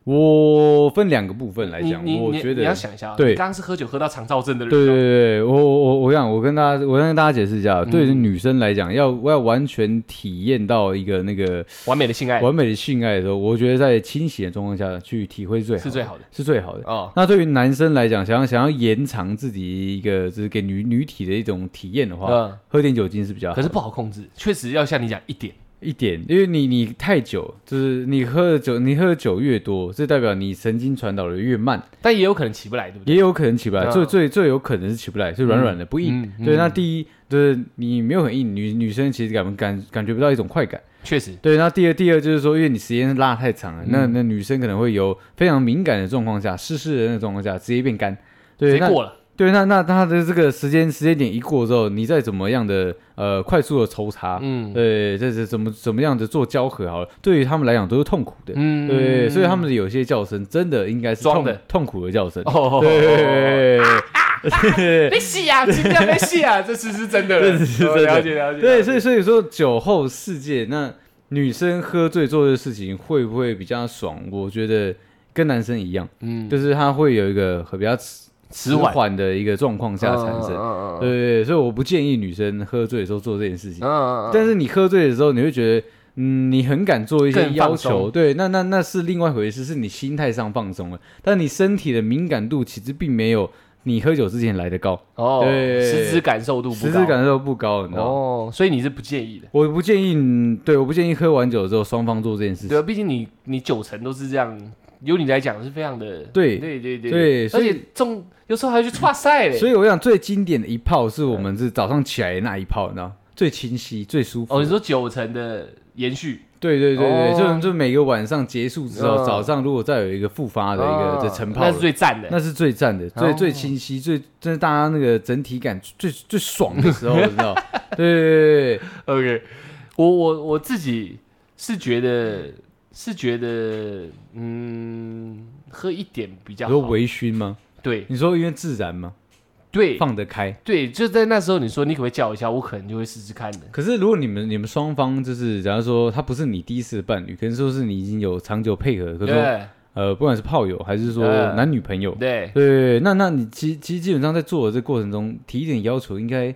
Speaker 2: 我分两个部分来
Speaker 1: 你
Speaker 2: 讲，
Speaker 1: 你
Speaker 2: 我
Speaker 1: 你
Speaker 2: 觉得
Speaker 1: 你要想一下啊，
Speaker 2: 对
Speaker 1: 你刚刚是喝酒喝到肠燥症的人，哦
Speaker 2: 对对对，我我我想我跟大家，我跟大家解释一下，
Speaker 1: 嗯
Speaker 2: 对于女生来讲，要我要完全体验到一个那个
Speaker 1: 完美的性爱
Speaker 2: 完美的性爱的时候，我觉得在清醒的状况下去体会是最好
Speaker 1: 是
Speaker 2: 的
Speaker 1: 最好的
Speaker 2: 是最好的。
Speaker 1: 哦，
Speaker 2: 那对于男生来讲，想要想要延长自己一个就是给女女体的一种体验的话，
Speaker 1: 嗯
Speaker 2: 喝点酒精是比较好
Speaker 1: 可是不好控制，确实要像你讲一点，
Speaker 2: 一点，因为你你太久，就是你喝的酒，你喝的酒越多，这代表你神经传导的越慢，
Speaker 1: 但也有可能起不来，对不对？
Speaker 2: 也有可能起不来，
Speaker 1: 嗯
Speaker 2: 最最最有可能是起不来，是软软的不硬。
Speaker 1: 嗯嗯
Speaker 2: 对，那第一就是你没有很硬，女女生其实感感感觉不到一种快感。
Speaker 1: 确实，
Speaker 2: 对，那第二第二就是说，因为你时间拉太长了，
Speaker 1: 嗯
Speaker 2: 那那女生可能会有非常敏感的状况下，湿湿的那个状况下直接变干。对，
Speaker 1: 谁
Speaker 2: 那
Speaker 1: 过了？
Speaker 2: 对那那她的这个时间时间点一过之后，你再怎么样的呃快速的抽插，
Speaker 1: 嗯
Speaker 2: 对，这是怎么怎么样的做交合好了，对于他们来讲都是痛苦的。
Speaker 1: 嗯
Speaker 2: 对，所以他们有些叫声真的应该是
Speaker 1: 装
Speaker 2: 痛
Speaker 1: 的
Speaker 2: 痛苦的叫声。
Speaker 1: 哦，
Speaker 2: 对，
Speaker 1: 没戏啊，今天没戏啊，这 [laughs] 次是真的了，
Speaker 2: 这次是
Speaker 1: 哦
Speaker 2: 真的
Speaker 1: 了解了解。
Speaker 2: 对，
Speaker 1: 了
Speaker 2: 所以
Speaker 1: 解
Speaker 2: 所以说酒后世界，那女生喝醉做的事情会不会比较爽？我觉得跟男生一样，
Speaker 1: 嗯，
Speaker 2: 就是他会有一个很比较迟
Speaker 1: 迟缓
Speaker 2: 的一个状况下产
Speaker 1: 嗯
Speaker 2: 生。
Speaker 1: 嗯嗯
Speaker 2: 对对对，所以我不建议女生喝醉的时候做这件事情。
Speaker 1: 嗯嗯嗯，
Speaker 2: 但是你喝醉的时候，你会觉得，嗯，你很敢做一些
Speaker 1: 更
Speaker 2: 要
Speaker 1: 放
Speaker 2: 求，
Speaker 1: 松
Speaker 2: 对，那那那是另外一回事，是你心态上放松了，但你身体的敏感度其实并没有你喝酒之前来的高，
Speaker 1: 哦，
Speaker 2: 对
Speaker 1: 实质感受度不高，
Speaker 2: 实质感受不高，你知道吗？
Speaker 1: 哦，所以你是不介意的。
Speaker 2: 我不建议，嗯对，我不建议喝完酒之后双方做这件事
Speaker 1: 对
Speaker 2: 情。
Speaker 1: 啊，毕竟你你九成都是这样，由你来讲是非常的
Speaker 2: 对
Speaker 1: 对对对
Speaker 2: 对所
Speaker 1: 而
Speaker 2: 以
Speaker 1: 且中有时候还要去跨赛嘞。
Speaker 2: 所以我想最经典的一泡是我们是早上起来的那一泡，你知道吗最清晰、最舒服。
Speaker 1: 哦，你说九成的延续，
Speaker 2: 对对对对，
Speaker 1: 哦
Speaker 2: 就就每个晚上结束之后，
Speaker 1: 嗯哦
Speaker 2: 早上如果再有一个复发的啊一个这晨泡
Speaker 1: 那
Speaker 2: 了，
Speaker 1: 是最赞的。
Speaker 2: 那是最赞的，最
Speaker 1: 哦
Speaker 2: 最清晰，最真是大家那个整体感最最爽的时候，你
Speaker 1: [laughs]
Speaker 2: 知道吗？对对对对
Speaker 1: OK，我我我自己是觉得是觉得，嗯，喝一点比较
Speaker 2: 你说
Speaker 1: 好。
Speaker 2: 微醺吗？
Speaker 1: 对
Speaker 2: 你说因为自然吗？
Speaker 1: 对
Speaker 2: 放得开。
Speaker 1: 对，就在那时候，你说你可不可以叫一下，我可能就会试试看的。
Speaker 2: 可是如果你们你们双方就是，假如说他不是你第一次的伴侣，可能说是你已经有长久配合，可是说
Speaker 1: 对
Speaker 2: 呃，不管是炮友还是说
Speaker 1: 对
Speaker 2: 男女朋友，
Speaker 1: 对，
Speaker 2: 对对对，那那你其其实基本上在做的这过程中提一点要求，应该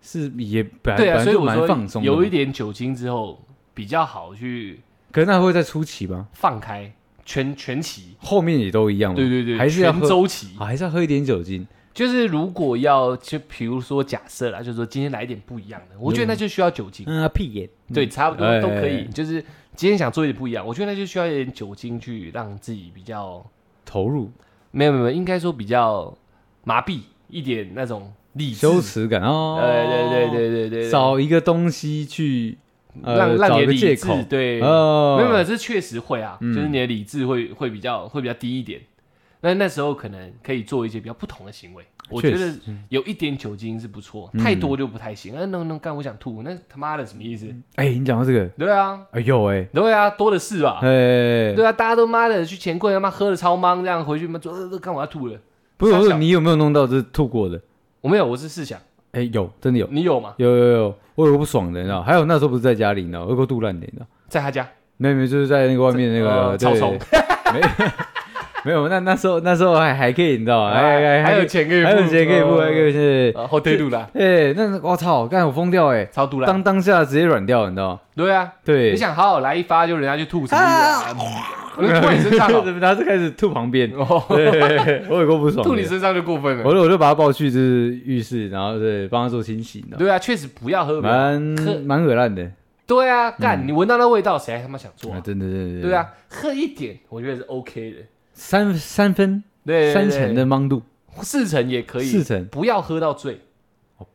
Speaker 2: 是也本来
Speaker 1: 对
Speaker 2: 本
Speaker 1: 啊，
Speaker 2: 来
Speaker 1: 所以
Speaker 2: 就
Speaker 1: 我
Speaker 2: 蛮放
Speaker 1: 说
Speaker 2: 松的嘛，
Speaker 1: 有一点酒精之后比较好去
Speaker 2: 可是那会在初期吧，
Speaker 1: 放开全全齐。
Speaker 2: 后面也都一样嘛，
Speaker 1: 对对对，
Speaker 2: 还是要
Speaker 1: 全
Speaker 2: 喝
Speaker 1: 周期。
Speaker 2: 啊，还是要喝一点酒精。
Speaker 1: 就是如果要就比如说假设啦，就是说今天来一点不一样的，我觉得那就需要酒精。
Speaker 2: 嗯啊，屁眼，
Speaker 1: 对，差不
Speaker 2: 哎
Speaker 1: 多都可
Speaker 2: 哎
Speaker 1: 以。
Speaker 2: 哎
Speaker 1: 就是今天想做一点不一样，我觉得那就需要一点酒精去让自己比较
Speaker 2: 投入
Speaker 1: 没有没有，应该说比较麻痹一点那种理智。
Speaker 2: 羞耻感哦，
Speaker 1: 对对对对对对，
Speaker 2: 找一个东西去呃
Speaker 1: 让让
Speaker 2: 找
Speaker 1: 你
Speaker 2: 一
Speaker 1: 的
Speaker 2: 个借
Speaker 1: 理
Speaker 2: 口
Speaker 1: 智，对，
Speaker 2: 哦，
Speaker 1: 没有没有，这确实会啊，
Speaker 2: 嗯
Speaker 1: 就是你的理智会会比较会比较低一点。那那时候可能可以做一些比较不同的行为，我
Speaker 2: 确
Speaker 1: 觉
Speaker 2: 实嗯
Speaker 1: 得有一点酒精是不错，太多就不太行。那能能干，我想吐，那他妈的什么意思？
Speaker 2: 哎，你讲到这个，
Speaker 1: 对啊，
Speaker 2: 哎呦哎，
Speaker 1: 对啊，多的是吧？
Speaker 2: 哎，
Speaker 1: 对啊，大家都妈的去钱柜他妈喝的超忙，这样回去妈说呃干我要吐了。
Speaker 2: 不是我
Speaker 1: 傻
Speaker 2: 说
Speaker 1: 笑
Speaker 2: 你有没有弄到这吐过的？
Speaker 1: 我没有，我是试想，
Speaker 2: 哎，有，真的有，
Speaker 1: 你有吗？
Speaker 2: 有有有，我有个不爽的，你知道？还有那时候不是在家里，你知道，我够肚烂的，你知道？
Speaker 1: 在他家，
Speaker 2: 没有没有，就是在那个外面那个
Speaker 1: 呃草丛，
Speaker 2: 对没有 [laughs] 没有，那那时候那时候还还可以，你知道？还还
Speaker 1: 啊还
Speaker 2: 哎还
Speaker 1: 有钱可以付，
Speaker 2: 还有钱可以付，
Speaker 1: 呃
Speaker 2: 还可以是，
Speaker 1: 呃后退路啦，
Speaker 2: 哎，那我操，干我疯掉哎，
Speaker 1: 超度啦
Speaker 2: 当，当下直接软掉，你知道？
Speaker 1: 对啊，
Speaker 2: 对，
Speaker 1: 你想好好来一发，就人家去吐什么意思啊？我就吐你身上
Speaker 2: [laughs]
Speaker 1: 哦
Speaker 2: 怎么他是开始吐
Speaker 1: [laughs]
Speaker 2: 旁边？
Speaker 1: 哦，
Speaker 2: 对， [laughs] 我有够不爽的。
Speaker 1: 吐你身上就过分
Speaker 2: 我
Speaker 1: 了。
Speaker 2: 就我就把他抱去就是浴室，然后对帮他做清洗，你知道吗
Speaker 1: 对啊，确实不要喝别。
Speaker 2: 蛮
Speaker 1: 可
Speaker 2: 蛮恶烂的，
Speaker 1: 对啊，干你闻到那味道，谁还他妈想做
Speaker 2: 啊
Speaker 1: 啊？
Speaker 2: 真的真的真的。
Speaker 1: 对，啊，喝一点我觉得是 OK 的，
Speaker 2: 三三分
Speaker 1: 对，对
Speaker 2: 三成的
Speaker 1: 对
Speaker 2: 芒度，
Speaker 1: 四成也可以，
Speaker 2: 四成
Speaker 1: 不要喝到醉。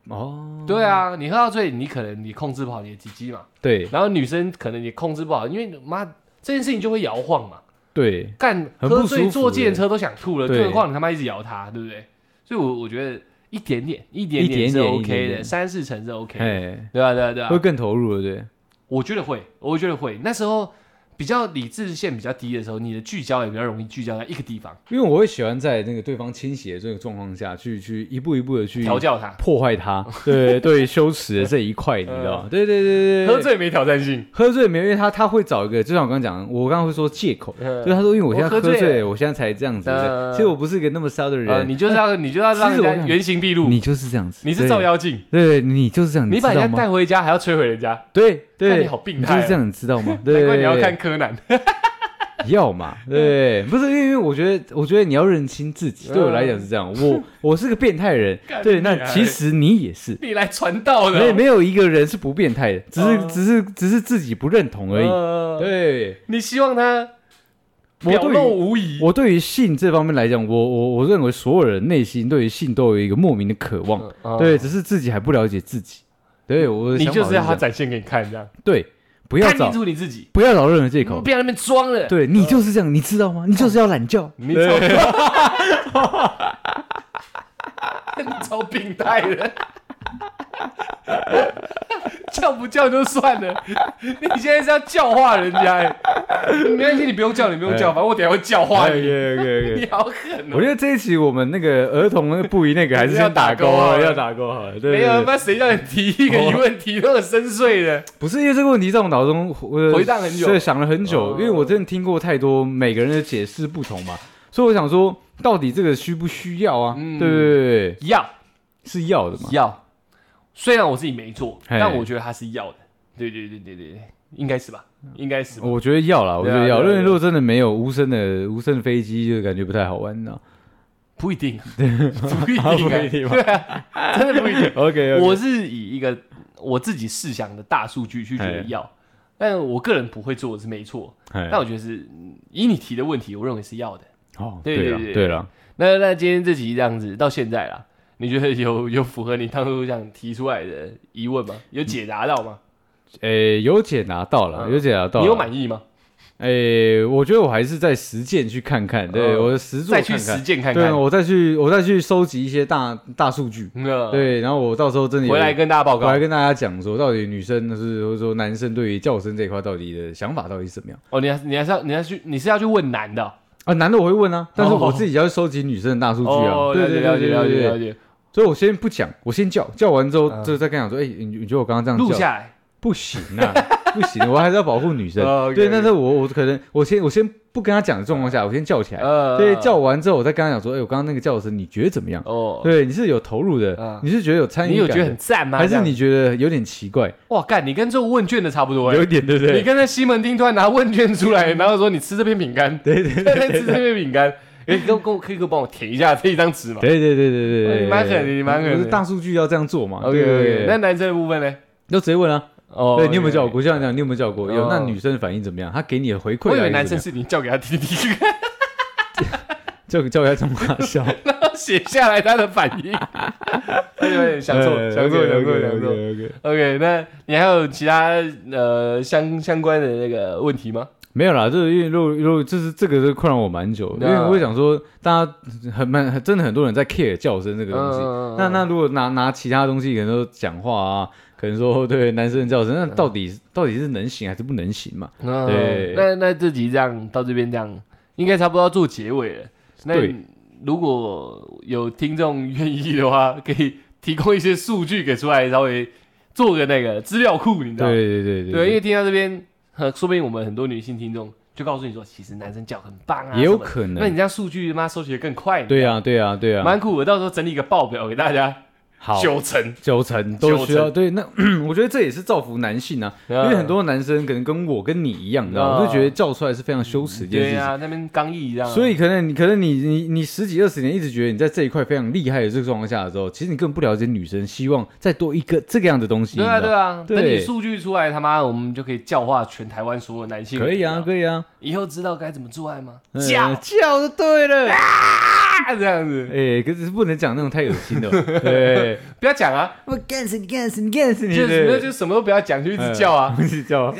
Speaker 2: 哦，
Speaker 1: 对啊，你喝到醉，你可能你控制不好你的鸡鸡嘛，
Speaker 2: 对
Speaker 1: 然后女生可能也控制不好，因为妈这件事情就会摇晃嘛，
Speaker 2: 对，
Speaker 1: 干
Speaker 2: 很不
Speaker 1: 喝
Speaker 2: 舒
Speaker 1: 醉
Speaker 2: 服
Speaker 1: 坐计程车都想吐了，
Speaker 2: 对
Speaker 1: 更何况你他妈一直摇它，对不对？所以我我觉得一点点一点
Speaker 2: 一点
Speaker 1: 是
Speaker 2: 点一
Speaker 1: OK
Speaker 2: 点
Speaker 1: 的，
Speaker 2: 点
Speaker 1: 三四成是 OK 的，
Speaker 2: 哎，
Speaker 1: 对啊对啊对
Speaker 2: 会
Speaker 1: 啊，
Speaker 2: 更投入了，对，
Speaker 1: 我觉得会，我觉得会，那时候。比较理智线比较低的时候，你的聚焦也比较容易聚焦在一个地方，
Speaker 2: 因为我会喜欢在那个对方倾斜的这个状况下去去一步一步的去
Speaker 1: 调教它。
Speaker 2: 破
Speaker 1: [laughs]
Speaker 2: 坏他，对对，羞耻的这一块，你知道吗？对对对对，对
Speaker 1: 嗯喝醉没挑战性，
Speaker 2: [laughs] 喝醉没有，因为他他会找一个，就像我刚刚讲，我刚刚会说借口，
Speaker 1: 嗯
Speaker 2: 就是他说因为我现在喝
Speaker 1: 我喝醉
Speaker 2: 醉，
Speaker 1: 了
Speaker 2: 我现在才这样子。
Speaker 1: 嗯
Speaker 2: 对不对其实我不是一个那么骚的
Speaker 1: 呃，
Speaker 2: 人，
Speaker 1: 你就是要你就要让
Speaker 2: 其实
Speaker 1: 人
Speaker 2: 我
Speaker 1: 家
Speaker 2: 想
Speaker 1: 原形毕露，
Speaker 2: 你就是这样子，
Speaker 1: 你是照妖镜，
Speaker 2: 对，对，你就是这样，
Speaker 1: 你把
Speaker 2: 知道
Speaker 1: 人家
Speaker 2: 吗？
Speaker 1: 带回家还要摧毁人家，
Speaker 2: 对
Speaker 1: 看
Speaker 2: 对，
Speaker 1: 你好病
Speaker 2: 你
Speaker 1: 态
Speaker 2: 就是这
Speaker 1: 哦，
Speaker 2: 样，你知
Speaker 1: [laughs]
Speaker 2: 道吗？对，
Speaker 1: 难怪你要看，柯南。 [laughs]
Speaker 2: 要嘛，对，不是因为因为我觉得，我觉得你要认清自己，
Speaker 1: 嗯
Speaker 2: 对我来讲是这样，我我是个变态人
Speaker 1: [laughs] 干，
Speaker 2: 对，
Speaker 1: 你
Speaker 2: 那
Speaker 1: 啊
Speaker 2: 其实你也是。
Speaker 1: 你来传道的哦、
Speaker 2: 没没有一个人是不变态的，只是
Speaker 1: 哦
Speaker 2: 只是只是自己不认同而已。
Speaker 1: 呃，
Speaker 2: 对，
Speaker 1: 你希望他
Speaker 2: 我
Speaker 1: 表
Speaker 2: 对于
Speaker 1: 露无遗。
Speaker 2: 我对于性这方面来讲，我我我认为所有人内心对于性都有一个莫名的渴望，
Speaker 1: 嗯
Speaker 2: 对，
Speaker 1: 嗯
Speaker 2: 只是自己还不了解自己。对我的
Speaker 1: 你
Speaker 2: 想法
Speaker 1: 就是要
Speaker 2: 这
Speaker 1: 他
Speaker 2: 样
Speaker 1: 展现给你看，这样
Speaker 2: 对，不要
Speaker 1: 看清
Speaker 2: 找
Speaker 1: 楚你自己，
Speaker 2: 不要找任何借口
Speaker 1: 不。要在那边装了。
Speaker 2: 对你就是这样，你知道吗？你就是要懒觉。
Speaker 1: 你超， [laughs] 你超病态的， [laughs] 叫不叫就算了，你现在是要教化人家、欸，没关系，你不用叫，你不用叫，反正我等一下会教化
Speaker 2: 哎
Speaker 1: 你。
Speaker 2: 对对对
Speaker 1: 你好狠哦、
Speaker 2: 我觉得这一期我们那个儿童那个不宜那个还是
Speaker 1: 还是要
Speaker 2: 先打
Speaker 1: 打勾
Speaker 2: 勾好
Speaker 1: 好
Speaker 2: 了，
Speaker 1: 了
Speaker 2: 要打勾好了。对，
Speaker 1: 没
Speaker 2: 对
Speaker 1: 有，
Speaker 2: 对
Speaker 1: 那谁叫你提一个疑问题那么深邃的？
Speaker 2: 不是因为这个问题在我脑中我
Speaker 1: 回荡很久
Speaker 2: 对，想了很久，
Speaker 1: 哦
Speaker 2: 因为我真的听过太多每个人的解释不同嘛，所以我想说，到底这个需不需要啊？
Speaker 1: 嗯
Speaker 2: 对对对对，
Speaker 1: 要
Speaker 2: 是要的嘛？
Speaker 1: 要，虽然我自己没做，
Speaker 2: 嘿
Speaker 1: 但我觉得他是要的。对对对对对对，应该是吧？应该是吧。
Speaker 2: 我觉得要啦，我觉
Speaker 1: 对
Speaker 2: 得
Speaker 1: 啊
Speaker 2: 要，因
Speaker 1: 对啊
Speaker 2: 为如果真的没有无声的无声飞机，就感觉不太好玩呢。
Speaker 1: 不一
Speaker 2: [laughs]
Speaker 1: 定，不一定、
Speaker 2: 啊
Speaker 1: 啊，
Speaker 2: 不一定吗
Speaker 1: 对啊，真的不一定。
Speaker 2: OK，
Speaker 1: 我是以一个我自己试想的大数据去觉得要，但我个人不会做是没错，但我觉得是嗯以你提的问题，我认为是要的。
Speaker 2: 哦，
Speaker 1: 对
Speaker 2: 对
Speaker 1: 对
Speaker 2: 了
Speaker 1: 对
Speaker 2: 对了，
Speaker 1: 那那今天这集这样子到现在啦，你觉得有有符合你当初想提出来的疑问吗？有解答到吗？
Speaker 2: 诶，有解答到了，
Speaker 1: 嗯
Speaker 2: 有解答到，
Speaker 1: 你有？满意吗？
Speaker 2: 诶，我觉得我还是在实践去看看，对
Speaker 1: 嗯
Speaker 2: 我实做
Speaker 1: 再
Speaker 2: 看
Speaker 1: 去
Speaker 2: 看，
Speaker 1: 实践看
Speaker 2: 对啊
Speaker 1: 看。
Speaker 2: 我再去我再去收集一些大大数据，
Speaker 1: 那
Speaker 2: 对，然后我到时候真的
Speaker 1: 嗯
Speaker 2: 有
Speaker 1: 回来跟大家报
Speaker 2: 我
Speaker 1: 告
Speaker 2: 来。跟大家讲说，到底女生是或者说男生对于叫声这一块到底的想法到底是怎么样
Speaker 1: 哦，你还你还是要你还是去你是要去问男的哦
Speaker 2: 啊？男的我会问啊，但是
Speaker 1: 哦
Speaker 2: 我自己要收集女生的大数据啊，
Speaker 1: 哦，
Speaker 2: 对
Speaker 1: 了解
Speaker 2: 对
Speaker 1: 了
Speaker 2: 对
Speaker 1: 解
Speaker 2: 对
Speaker 1: 了
Speaker 2: 对
Speaker 1: 解
Speaker 2: 对
Speaker 1: 了，解，
Speaker 2: 所以我先不讲，我先叫，叫完之后
Speaker 1: 嗯
Speaker 2: 就再跟他讲说，哎、你你觉得我刚刚这样
Speaker 1: 录
Speaker 2: 叫
Speaker 1: 下来。
Speaker 2: 不行啊， [laughs] 不行，我还是要保护女生。
Speaker 1: 哦，OK，
Speaker 2: 对，
Speaker 1: OK
Speaker 2: 但是我我可能我先我先不跟他讲的状况下，啊我先叫起来，
Speaker 1: 呃，
Speaker 2: 所以叫完之后我再跟他讲说，哎、我刚刚那个叫声你觉得怎么样？
Speaker 1: 哦，
Speaker 2: 对，你是有投入的，
Speaker 1: 嗯
Speaker 2: 你是觉得有参与
Speaker 1: 你
Speaker 2: 感
Speaker 1: 有
Speaker 2: 的，
Speaker 1: 觉得很赞吗？
Speaker 2: 还是
Speaker 1: 这样
Speaker 2: 你觉得有点奇怪？
Speaker 1: 哇，干，你跟做问卷的差不多哎、
Speaker 2: 有点对不
Speaker 1: 你
Speaker 2: 对？
Speaker 1: 跟那西门町突然拿问卷出来，然后说你吃这片饼
Speaker 2: [laughs]
Speaker 1: 干， [laughs]
Speaker 2: 对对对
Speaker 1: 在吃这片饼干，哎，跟跟我可以给我帮我填一下这一张纸吗
Speaker 2: 对对对对对
Speaker 1: 哦
Speaker 2: 对，
Speaker 1: 你蛮狠的你蛮狠的
Speaker 2: 不是大数据要这样做嘛
Speaker 1: ？OK
Speaker 2: 对对对
Speaker 1: OK，
Speaker 2: 对
Speaker 1: 那男生的部分呢？
Speaker 2: 你就直接问啊，
Speaker 1: 哦
Speaker 2: 对你有没有叫
Speaker 1: 教
Speaker 2: 过？？就像这样，你有没有叫过？有，
Speaker 1: 哦
Speaker 2: 那女生反应怎么样？她给你的回
Speaker 1: 我
Speaker 2: 馈到底
Speaker 1: 以
Speaker 2: 怎么样，
Speaker 1: 为男生是你叫给他听听，
Speaker 2: 叫叫他这么大
Speaker 1: [laughs]
Speaker 2: 笑，
Speaker 1: 然后写下来他的反应。 [laughs] 哎呦，想错，想错，想错，想错。
Speaker 2: 错。
Speaker 1: OK，那你还有其他呃相相关的那个问题吗？
Speaker 2: 没有啦，就是因为如果如果就是这个是困扰我蛮久的，因为
Speaker 1: 那
Speaker 2: 我想说，大家很蛮真的很多人在 care 叫声这个东西。
Speaker 1: 嗯
Speaker 2: 那那如果拿拿其他东西，可能说讲话啊，可能说对男生的叫声，
Speaker 1: 嗯
Speaker 2: 那到底到底是能行还是不能行嘛？
Speaker 1: 那
Speaker 2: 对
Speaker 1: 哦那那这集这样到这边这样，应该差不多要做结尾了。那
Speaker 2: 对
Speaker 1: 如果有听众愿意的话，可以提供一些数据给出来，稍微做个那个资料库，你知道吗？
Speaker 2: 对对对
Speaker 1: 嗯对，因为听到这边，呃说不定我们很多女性听众就告诉你说，其实男生叫很棒啊，
Speaker 2: 也有
Speaker 1: 什么的
Speaker 2: 可能
Speaker 1: 那你这样数据他妈收集的更快，
Speaker 2: 对啊，对啊，对啊，
Speaker 1: 蛮酷的。到时候整理一个报表给大家，
Speaker 2: 好，
Speaker 1: 九成，
Speaker 2: 九成都需要。
Speaker 1: 九
Speaker 2: 对，那 [clears throat] 我觉得这也是造福男性啊，
Speaker 1: 因
Speaker 2: 因为很多男生可能跟我跟你一样，你知道吗，
Speaker 1: 啊
Speaker 2: 我就觉得叫出来是非常羞耻的一件事
Speaker 1: 对
Speaker 2: 情。
Speaker 1: 啊，那边刚毅这样啊，
Speaker 2: 所以可能你可能你你你十几二十年一直觉得你在这一块非常厉害的这个状况下的时候，其实你根本不了解女生，希望再多一个这个样的东西。
Speaker 1: 对啊，对
Speaker 2: 啊，
Speaker 1: 啊，
Speaker 2: 对
Speaker 1: 等你数据出来，他妈我们就可以教化全台湾所有男性。
Speaker 2: 可以啊，可以啊，
Speaker 1: 以后知道该怎么做爱吗？
Speaker 2: 嗯
Speaker 1: 叫
Speaker 2: 叫就对了。
Speaker 1: 啊，这样子，
Speaker 2: 哎，可是不能讲那种太恶 [laughs] 心的。对，
Speaker 1: 不要讲啊，
Speaker 2: 我干死你，干死你，干死你，
Speaker 1: 就是那
Speaker 2: [laughs] 对嗯
Speaker 1: 就什么都不要讲，就一直叫啊，，
Speaker 2: 一直叫。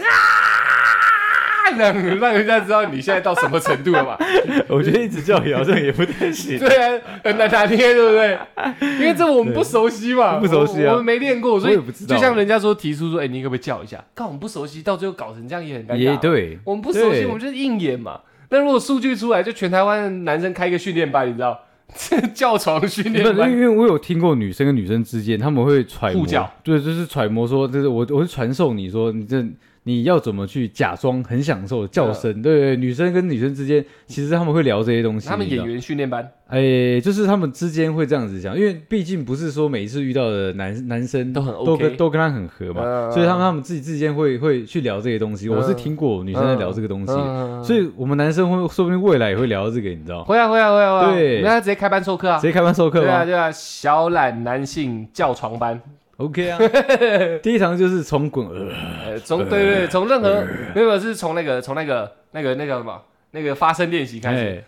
Speaker 1: 啊这样子让人家知道你现在到什么程度了
Speaker 2: [laughs]
Speaker 1: 嘛。
Speaker 2: 我觉得一直叫也好像也不太 [laughs] 行。
Speaker 1: 对啊，很难拿捏，对不对？因为这我们不熟悉嘛，
Speaker 2: [laughs] 不熟悉啊
Speaker 1: 我我们没练过，所以
Speaker 2: 我也不知道
Speaker 1: 就像人家说提出说，哎，你可不可以叫一下？看我们不熟悉，到最后搞成这样也很尴尬。啊
Speaker 2: 也，对，
Speaker 1: 我们不熟悉，
Speaker 2: 对
Speaker 1: 我们就是硬演嘛。但如果数据出来，就全台湾的男生开一个训练班，你知道，叫床训 [laughs]
Speaker 2: 不
Speaker 1: 练
Speaker 2: 是因为
Speaker 1: 班
Speaker 2: 因为我有听过女生跟女生之间，他们会揣摩
Speaker 1: 互叫，
Speaker 2: 对，就是揣摩说，就是我我是传授你说，你这你要怎么去假装很享受叫声，对对，女生跟女生之间，其实他们会聊这些东西，
Speaker 1: 他们
Speaker 2: 你知
Speaker 1: 演
Speaker 2: 道，
Speaker 1: 员训练班
Speaker 2: 哎，就是他们之间会这样子讲，因为毕竟不是说每一次遇到的男男生
Speaker 1: 都很 OK，
Speaker 2: 都跟都跟他很合嘛，
Speaker 1: 嗯
Speaker 2: 所以他们他们自己之间会会去聊这些东西，
Speaker 1: 呃
Speaker 2: 我是听过女生在聊这个东西，
Speaker 1: 嗯
Speaker 2: 所以我们男生会说不定未来也会聊到这个，你知道，
Speaker 1: 回来回来回来回来，
Speaker 2: 对
Speaker 1: 那他直接开班授课啊
Speaker 2: 直，接开班授课
Speaker 1: 对
Speaker 2: 吗
Speaker 1: 啊？对啊，小懒男性教床班，
Speaker 2: OK 啊， [laughs] 第一堂就是从滚，呃
Speaker 1: 呃，从对对对，从任何没有是从那个从那个那个那个什么那个发声练习开始，
Speaker 2: 哎，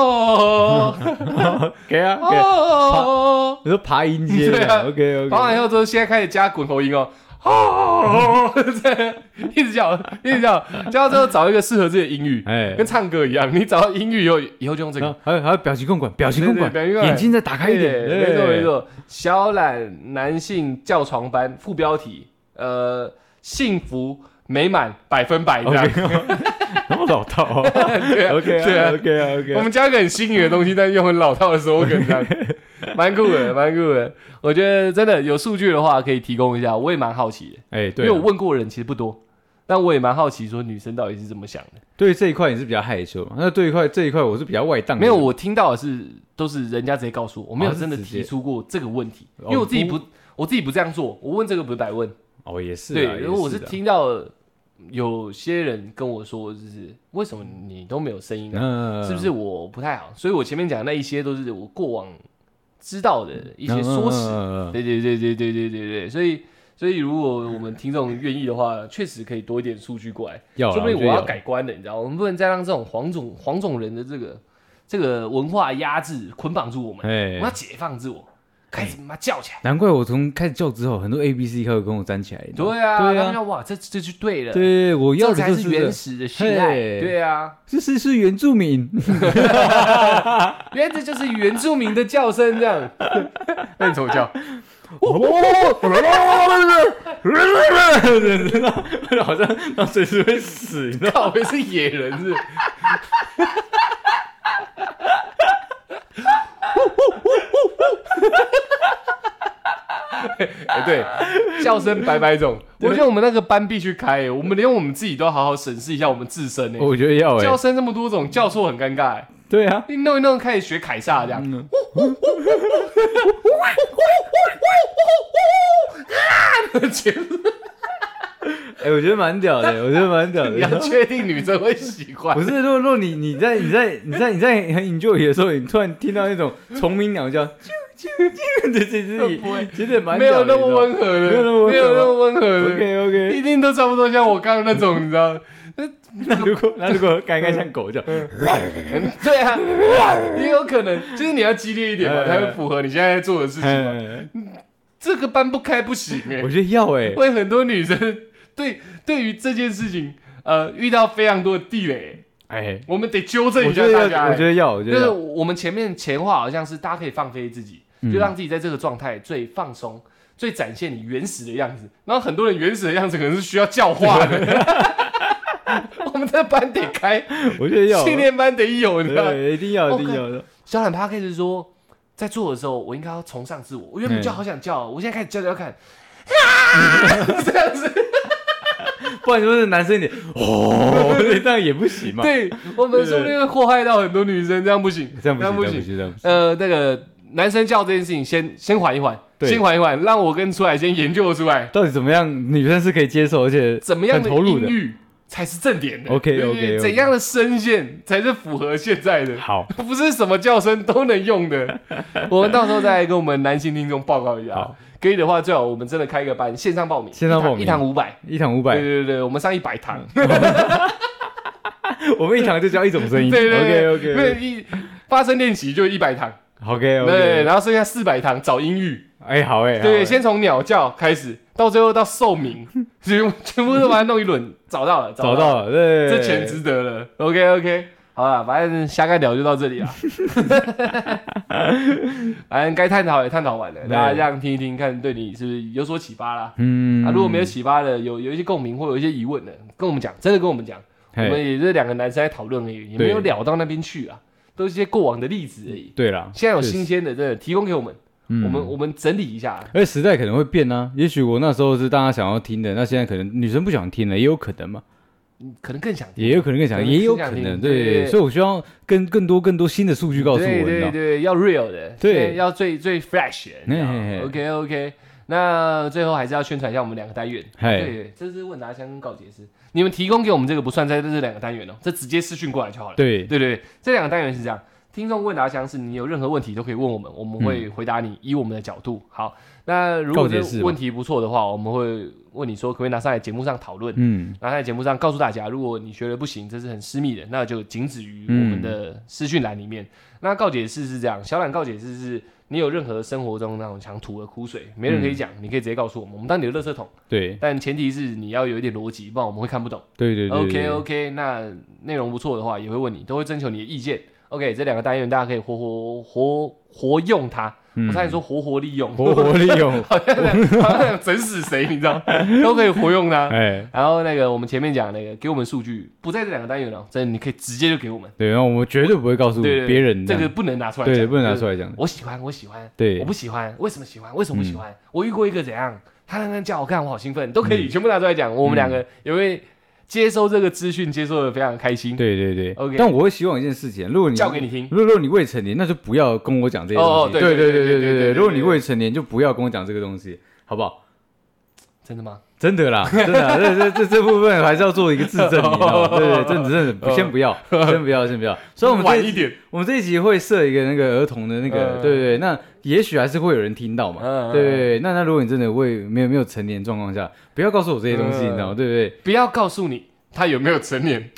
Speaker 1: 哦
Speaker 2: 给啊
Speaker 1: 哦，哦，
Speaker 2: 你说爬音
Speaker 1: [laughs]
Speaker 2: 阶
Speaker 1: 对啊
Speaker 2: ，OK
Speaker 1: 爬完以
Speaker 2: OK，
Speaker 1: 后之后，现在开始加滚喉音哦。 [laughs] 哦，这一直叫，一直叫，叫到最后找一个适合自己的音域，
Speaker 2: 哎嗯
Speaker 1: 跟，唱歌一样，你找到音域以后，以后就用这
Speaker 2: 然
Speaker 1: 个。
Speaker 2: 后还有还有表情控管，表情控管，
Speaker 1: 对对表情控管
Speaker 2: 眼睛再打开一点，
Speaker 1: 对没错
Speaker 2: 对
Speaker 1: 没，错。小懒男性教床班副标题：呃幸福美满百分百这样。
Speaker 2: 哎 [laughs] 那么老套啊
Speaker 1: [laughs] 对啊
Speaker 2: ，OK
Speaker 1: 对啊
Speaker 2: 啊，OK 啊
Speaker 1: 我
Speaker 2: ，OK 啊。
Speaker 1: 们加一个很新颖的东西，但用很老套的 slogan，这样蛮酷的，蛮酷的。我觉得真的有数据的话可以提供一下，我也蛮好奇的，
Speaker 2: 哎，
Speaker 1: 因
Speaker 2: 对
Speaker 1: 为我
Speaker 2: 啊，
Speaker 1: 问过的人其实不多，但我也蛮好奇说女生到底是怎么想的。
Speaker 2: 对于这一块你是比较害羞嘛？那对一块这一块我是比较外荡的。
Speaker 1: 没有，我听到的是都是人家直接告诉我，我没有
Speaker 2: 哦是
Speaker 1: 真的
Speaker 2: 直
Speaker 1: 提
Speaker 2: 接
Speaker 1: 出过这个问题，
Speaker 2: 哦
Speaker 1: 因为我自己
Speaker 2: 不
Speaker 1: 不，我自己不这样做，我问这个不是白问。
Speaker 2: 哦，也是啊，
Speaker 1: 对，因为我
Speaker 2: 也
Speaker 1: 是
Speaker 2: 是啊，
Speaker 1: 听到有些人跟我说，就是为什么你都没有声音呢？啊
Speaker 2: 嗯，
Speaker 1: 是不是我不太好？所以我前面讲的那一些都是我过往知道的一些说辞。
Speaker 2: 嗯？嗯嗯嗯嗯
Speaker 1: 对对对对对对对对，所以所以如果我们听众愿意的话，确实可以多一点数据过来，
Speaker 2: 要啦，啊
Speaker 1: 说不定
Speaker 2: 我
Speaker 1: 我
Speaker 2: 觉得
Speaker 1: 要
Speaker 2: 有
Speaker 1: 改观的，你知道，我们不能再让这种黄种黄种人的这个这个文化压制捆绑住我们，我
Speaker 2: 哎
Speaker 1: 们要，解放自我，开始妈叫起来。
Speaker 2: 难怪我从开始叫之后，很多 A B C 开始跟我站起来。你知道吗
Speaker 1: 对啊，
Speaker 2: 对
Speaker 1: 他
Speaker 2: 啊
Speaker 1: 们说哇，这这就对了，
Speaker 2: 对，我要
Speaker 1: 这
Speaker 2: 的
Speaker 1: 才
Speaker 2: 就是是
Speaker 1: 原
Speaker 2: 这，
Speaker 1: 始的性爱。
Speaker 2: 嘿
Speaker 1: 对啊，
Speaker 2: 这是是原住民，
Speaker 1: 原来这就是原住民的叫声，这
Speaker 2: [laughs]
Speaker 1: 样。那你怎么叫？
Speaker 2: 好像他随时会死，你知道吗？
Speaker 1: 靠，我是野人是不是？ [laughs] 哎、对，叫声百百种。我觉得我们那个班必须开、哎我们连我们自己都要好好审视一下我们自身、哎
Speaker 2: 我觉得要
Speaker 1: 叫
Speaker 2: 哎，
Speaker 1: 声这么多种，叫错很尴尬、哎
Speaker 2: 对啊，
Speaker 1: 你弄一弄，开始学凯撒这样。
Speaker 2: 嗯
Speaker 1: 结束
Speaker 2: 哎，我觉得蛮屌的，我觉得蛮屌
Speaker 1: 你要
Speaker 2: 的。
Speaker 1: 确定女生会喜欢
Speaker 2: 不。是，如果如果你你在你在你在你在很 enjoy 的时候，你突然听到那种虫鸣鸟叫，啾啾啾，这这这
Speaker 1: 不会
Speaker 2: 也其实也蛮
Speaker 1: 没有
Speaker 2: 屌的，
Speaker 1: 那么温和的，
Speaker 2: 没有那么温和吗
Speaker 1: 没有那么温和的，
Speaker 2: OK OK，
Speaker 1: 一定都差不多像我刚刚那种，你知道吗？
Speaker 2: 那如果那如果刚刚像狗叫，
Speaker 1: [laughs] 对啊，也有可能，就是你要激烈一点嘛，
Speaker 2: 哎
Speaker 1: 才会符合你现在在做的事情嘛。
Speaker 2: 哎
Speaker 1: 这个班不开不行哎、
Speaker 2: [laughs] 我觉得要哎，
Speaker 1: 为很多女生对对于这件事情，呃，遇到非常多的地雷、欸
Speaker 2: 哎，
Speaker 1: 我们得纠正
Speaker 2: 我
Speaker 1: 一下
Speaker 2: 觉
Speaker 1: 大
Speaker 2: 得
Speaker 1: 家、
Speaker 2: 要，我觉
Speaker 1: 哎
Speaker 2: 得要，我觉
Speaker 1: 就
Speaker 2: 得
Speaker 1: 是
Speaker 2: 要
Speaker 1: 我们前面前话好像是大家可以放飞自己，
Speaker 2: 嗯
Speaker 1: 就让自己在这个状态最放松。最展现你原始的样子，然后很多人原始的样子可能是需要教化的。
Speaker 2: [laughs]
Speaker 1: 我们这班得开，
Speaker 2: 我觉得要
Speaker 1: 训练班得有，你知道吗？
Speaker 2: 对，一定要，
Speaker 1: OK
Speaker 2: 一定要的。
Speaker 1: 小懒趴开始说，在做的时候，我应该要崇尚自我。我原
Speaker 2: 嗯
Speaker 1: 本就好想叫，我现在开始叫叫
Speaker 2: [laughs]
Speaker 1: 看，啊，这样子。
Speaker 2: 不然就是男生一点哦， [laughs] 对这样也不行嘛。，
Speaker 1: 对我们说不定会祸害到很多女生，这样不行，
Speaker 2: 这样
Speaker 1: 不
Speaker 2: 不行，这样不。行，这样不行。
Speaker 1: 呃，那个男生叫这件事情，先先缓一缓，
Speaker 2: 对
Speaker 1: 先缓一缓，让我跟出来先研究出来，
Speaker 2: 到底怎么样，女生是可以接受，而且
Speaker 1: 怎么样的
Speaker 2: 很投入
Speaker 1: 音
Speaker 2: 的
Speaker 1: 域才是正点的
Speaker 2: OK，OK，OK
Speaker 1: 对怎样的声线才是符合现在的。
Speaker 2: 好，
Speaker 1: [laughs] 不是什么叫声都能用
Speaker 2: [laughs]
Speaker 1: 的。我们到时候再来跟我们男性听众报告一下啊
Speaker 2: 好。
Speaker 1: 可以的话，最好我们真的开一个班，线上报名，
Speaker 2: 线上报名
Speaker 1: 一堂五百。
Speaker 2: 一堂
Speaker 1: 对
Speaker 2: 五百，嗯
Speaker 1: 对对，我们上一百堂。
Speaker 2: [laughs] 我们一堂就教一种声
Speaker 1: 对
Speaker 2: 音。
Speaker 1: 对
Speaker 2: [laughs]
Speaker 1: 对
Speaker 2: OK
Speaker 1: 没有
Speaker 2: OK
Speaker 1: 一发声练习就一百堂，
Speaker 2: OK
Speaker 1: 对，
Speaker 2: OK。
Speaker 1: 然后剩下四百堂找音域。
Speaker 2: 哎，好哎，好
Speaker 1: 对，
Speaker 2: 哎
Speaker 1: 先从鸟叫开始，到最后到兽鸣， [laughs] 全全部都把它弄一轮，找到了，到
Speaker 2: 找
Speaker 1: 了，
Speaker 2: 到了，对，
Speaker 1: 这钱值得了。OK OK，好了，反正瞎干聊就到这
Speaker 2: [laughs]
Speaker 1: 里了。反正该探讨也探讨完了，
Speaker 2: 对
Speaker 1: 大家这样听一听，看对你是不是有所启发啦。
Speaker 2: 嗯
Speaker 1: 啊，如果没有启发的，有有一些共鸣或有一些疑问的，跟我们讲，真的跟我们讲，我
Speaker 2: 嘿
Speaker 1: 们也是两个男生在讨论而已，也没有聊到那边去啊，都是一些过往的例子而已。
Speaker 2: 对啦，
Speaker 1: 现在有
Speaker 2: 确实
Speaker 1: 新鲜的，真的提供给我们，
Speaker 2: 嗯
Speaker 1: 我们我们整理一下。
Speaker 2: 而且时代可能会变啊，也许我那时候是大家想要听的，那现在可能女生不想听了，也有可能嘛，
Speaker 1: 可能更想听
Speaker 2: 也有可能更想，
Speaker 1: 可能
Speaker 2: 也有
Speaker 1: 更
Speaker 2: 可
Speaker 1: 想听
Speaker 2: 能，
Speaker 1: 对对
Speaker 2: 对，
Speaker 1: 对
Speaker 2: 所以我希望更更多更多新的数据告诉我，
Speaker 1: 对
Speaker 2: 你知
Speaker 1: 对
Speaker 2: 道
Speaker 1: 对，要 real 的，
Speaker 2: 对
Speaker 1: 现在要最最 fresh 的你知道
Speaker 2: 嘿嘿
Speaker 1: 吗。
Speaker 2: 嘿
Speaker 1: OK OK，那最后还是要宣传一下我们两个单元。
Speaker 2: 嘿
Speaker 1: 对，这是问答箱跟告解师，你们提供给我们这个不算在这两个单元哦，这直接私讯过来就好了。
Speaker 2: 对
Speaker 1: 对对，这两个单元是这样。听众问答箱是你有任何问题都可以问我们，我们会回答你，以我们的角度。好，那如果
Speaker 2: 嗯告
Speaker 1: 这
Speaker 2: 解释吗
Speaker 1: 问题不错的话，我们会问你说可不可以拿上来节目上讨论。
Speaker 2: 嗯，
Speaker 1: 拿在节目上告诉大家，如果你觉得不行，这是很私密的，那就仅止于我们
Speaker 2: 嗯
Speaker 1: 的私讯栏里面。那告解释是这样，小懒告解释是你有任何生活中那种想吐的苦水，没人
Speaker 2: 嗯
Speaker 1: 可以讲，你可以直接告诉我们，我们当你的垃圾桶，
Speaker 2: 对
Speaker 1: 但前提是你要有一点逻辑，不然我们会看不懂。
Speaker 2: 对对对
Speaker 1: OK OK，那内容不错的话也会问你，都会征求你的意见。OK，这两个单元大家可以活活活活用它。我差点说活活利用，
Speaker 2: 嗯
Speaker 1: [laughs]
Speaker 2: 活活哦利用，
Speaker 1: 好像想好像想整死谁，你知道，都可以活用的啊、
Speaker 2: [laughs] 哎，
Speaker 1: 然后那个我们前面讲那个，给我们数据不在这两个单元了，真的你可以直接就给我们，
Speaker 2: 对，然后我们绝对不会告诉
Speaker 1: 对对对
Speaker 2: 别人
Speaker 1: 这
Speaker 2: 样
Speaker 1: 个不能拿出来讲，
Speaker 2: 对，不能拿
Speaker 1: 就是
Speaker 2: 出来讲的，
Speaker 1: 我喜欢，我喜欢，
Speaker 2: 对嗯
Speaker 1: 我不喜欢，为什么喜欢？为什么不喜欢？我遇过一个怎样？他刚刚叫我看，我好兴奋，都可以全部拿出来讲。我们两个
Speaker 2: 嗯
Speaker 1: 也会接收这个资讯，接收的非常开心。
Speaker 2: 对对对
Speaker 1: OK
Speaker 2: 但我会希望一件事情，如果你
Speaker 1: 叫给你听
Speaker 2: 如果如果你未成年，那就不要跟我讲这些
Speaker 1: 哦哦
Speaker 2: 东西。
Speaker 1: 对
Speaker 2: 对
Speaker 1: 对对
Speaker 2: 对
Speaker 1: 对对对
Speaker 2: 对，如果你
Speaker 1: 对
Speaker 2: 未成年，就不要跟我讲这个东西，好不好？
Speaker 1: 真的吗？
Speaker 2: 真的啦， [laughs] 真的啊啦，这这这这部分还是要做一个自证，你
Speaker 1: [laughs]
Speaker 2: 知道吗？对对，真的真的不，先不要，先不要，先不要。所以我们这
Speaker 1: 哦晚一点，
Speaker 2: 我们这一集会设一个那个儿童的那个，
Speaker 1: 嗯
Speaker 2: 对对，对那也许还是会有人听到
Speaker 1: 嗯
Speaker 2: 嘛，
Speaker 1: 嗯
Speaker 2: 对对。对那那如果你真的会没有没有成年状况下，不要告诉我这些东
Speaker 1: 嗯
Speaker 2: 西，你知道吗？对不
Speaker 1: [laughs]
Speaker 2: 对？
Speaker 1: 不要告诉你他有没有成年，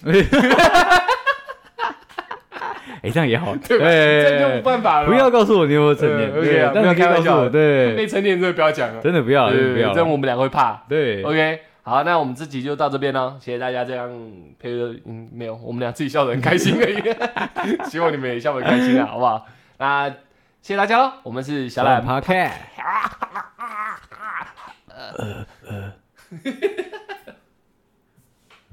Speaker 2: 哎，这样 [laughs] 也好，
Speaker 1: 对吧？这样就没办法了嘛。
Speaker 2: 不要告诉我你有没有成年，
Speaker 1: 嗯，OK
Speaker 2: 对
Speaker 1: 啊，
Speaker 2: 但
Speaker 1: 不要
Speaker 2: 你可以
Speaker 1: 开
Speaker 2: 告
Speaker 1: 玩
Speaker 2: 诉
Speaker 1: 笑
Speaker 2: 我，
Speaker 1: 了
Speaker 2: 对，
Speaker 1: 没成年真的不要讲了，
Speaker 2: 真的不要，
Speaker 1: 对
Speaker 2: 真
Speaker 1: 对
Speaker 2: 的不要
Speaker 1: 对，这样
Speaker 2: 了，
Speaker 1: 我们两个会怕。
Speaker 2: 对，
Speaker 1: OK，好，那我们这集就到这边了，谢谢大家这样陪着，嗯，没有，我们俩自己笑得很开心而已， [laughs] 希望你们也笑得很开心啊，好不好？那谢谢大家喽，我们是小
Speaker 2: 小
Speaker 1: 懒
Speaker 2: 懒 p o d c a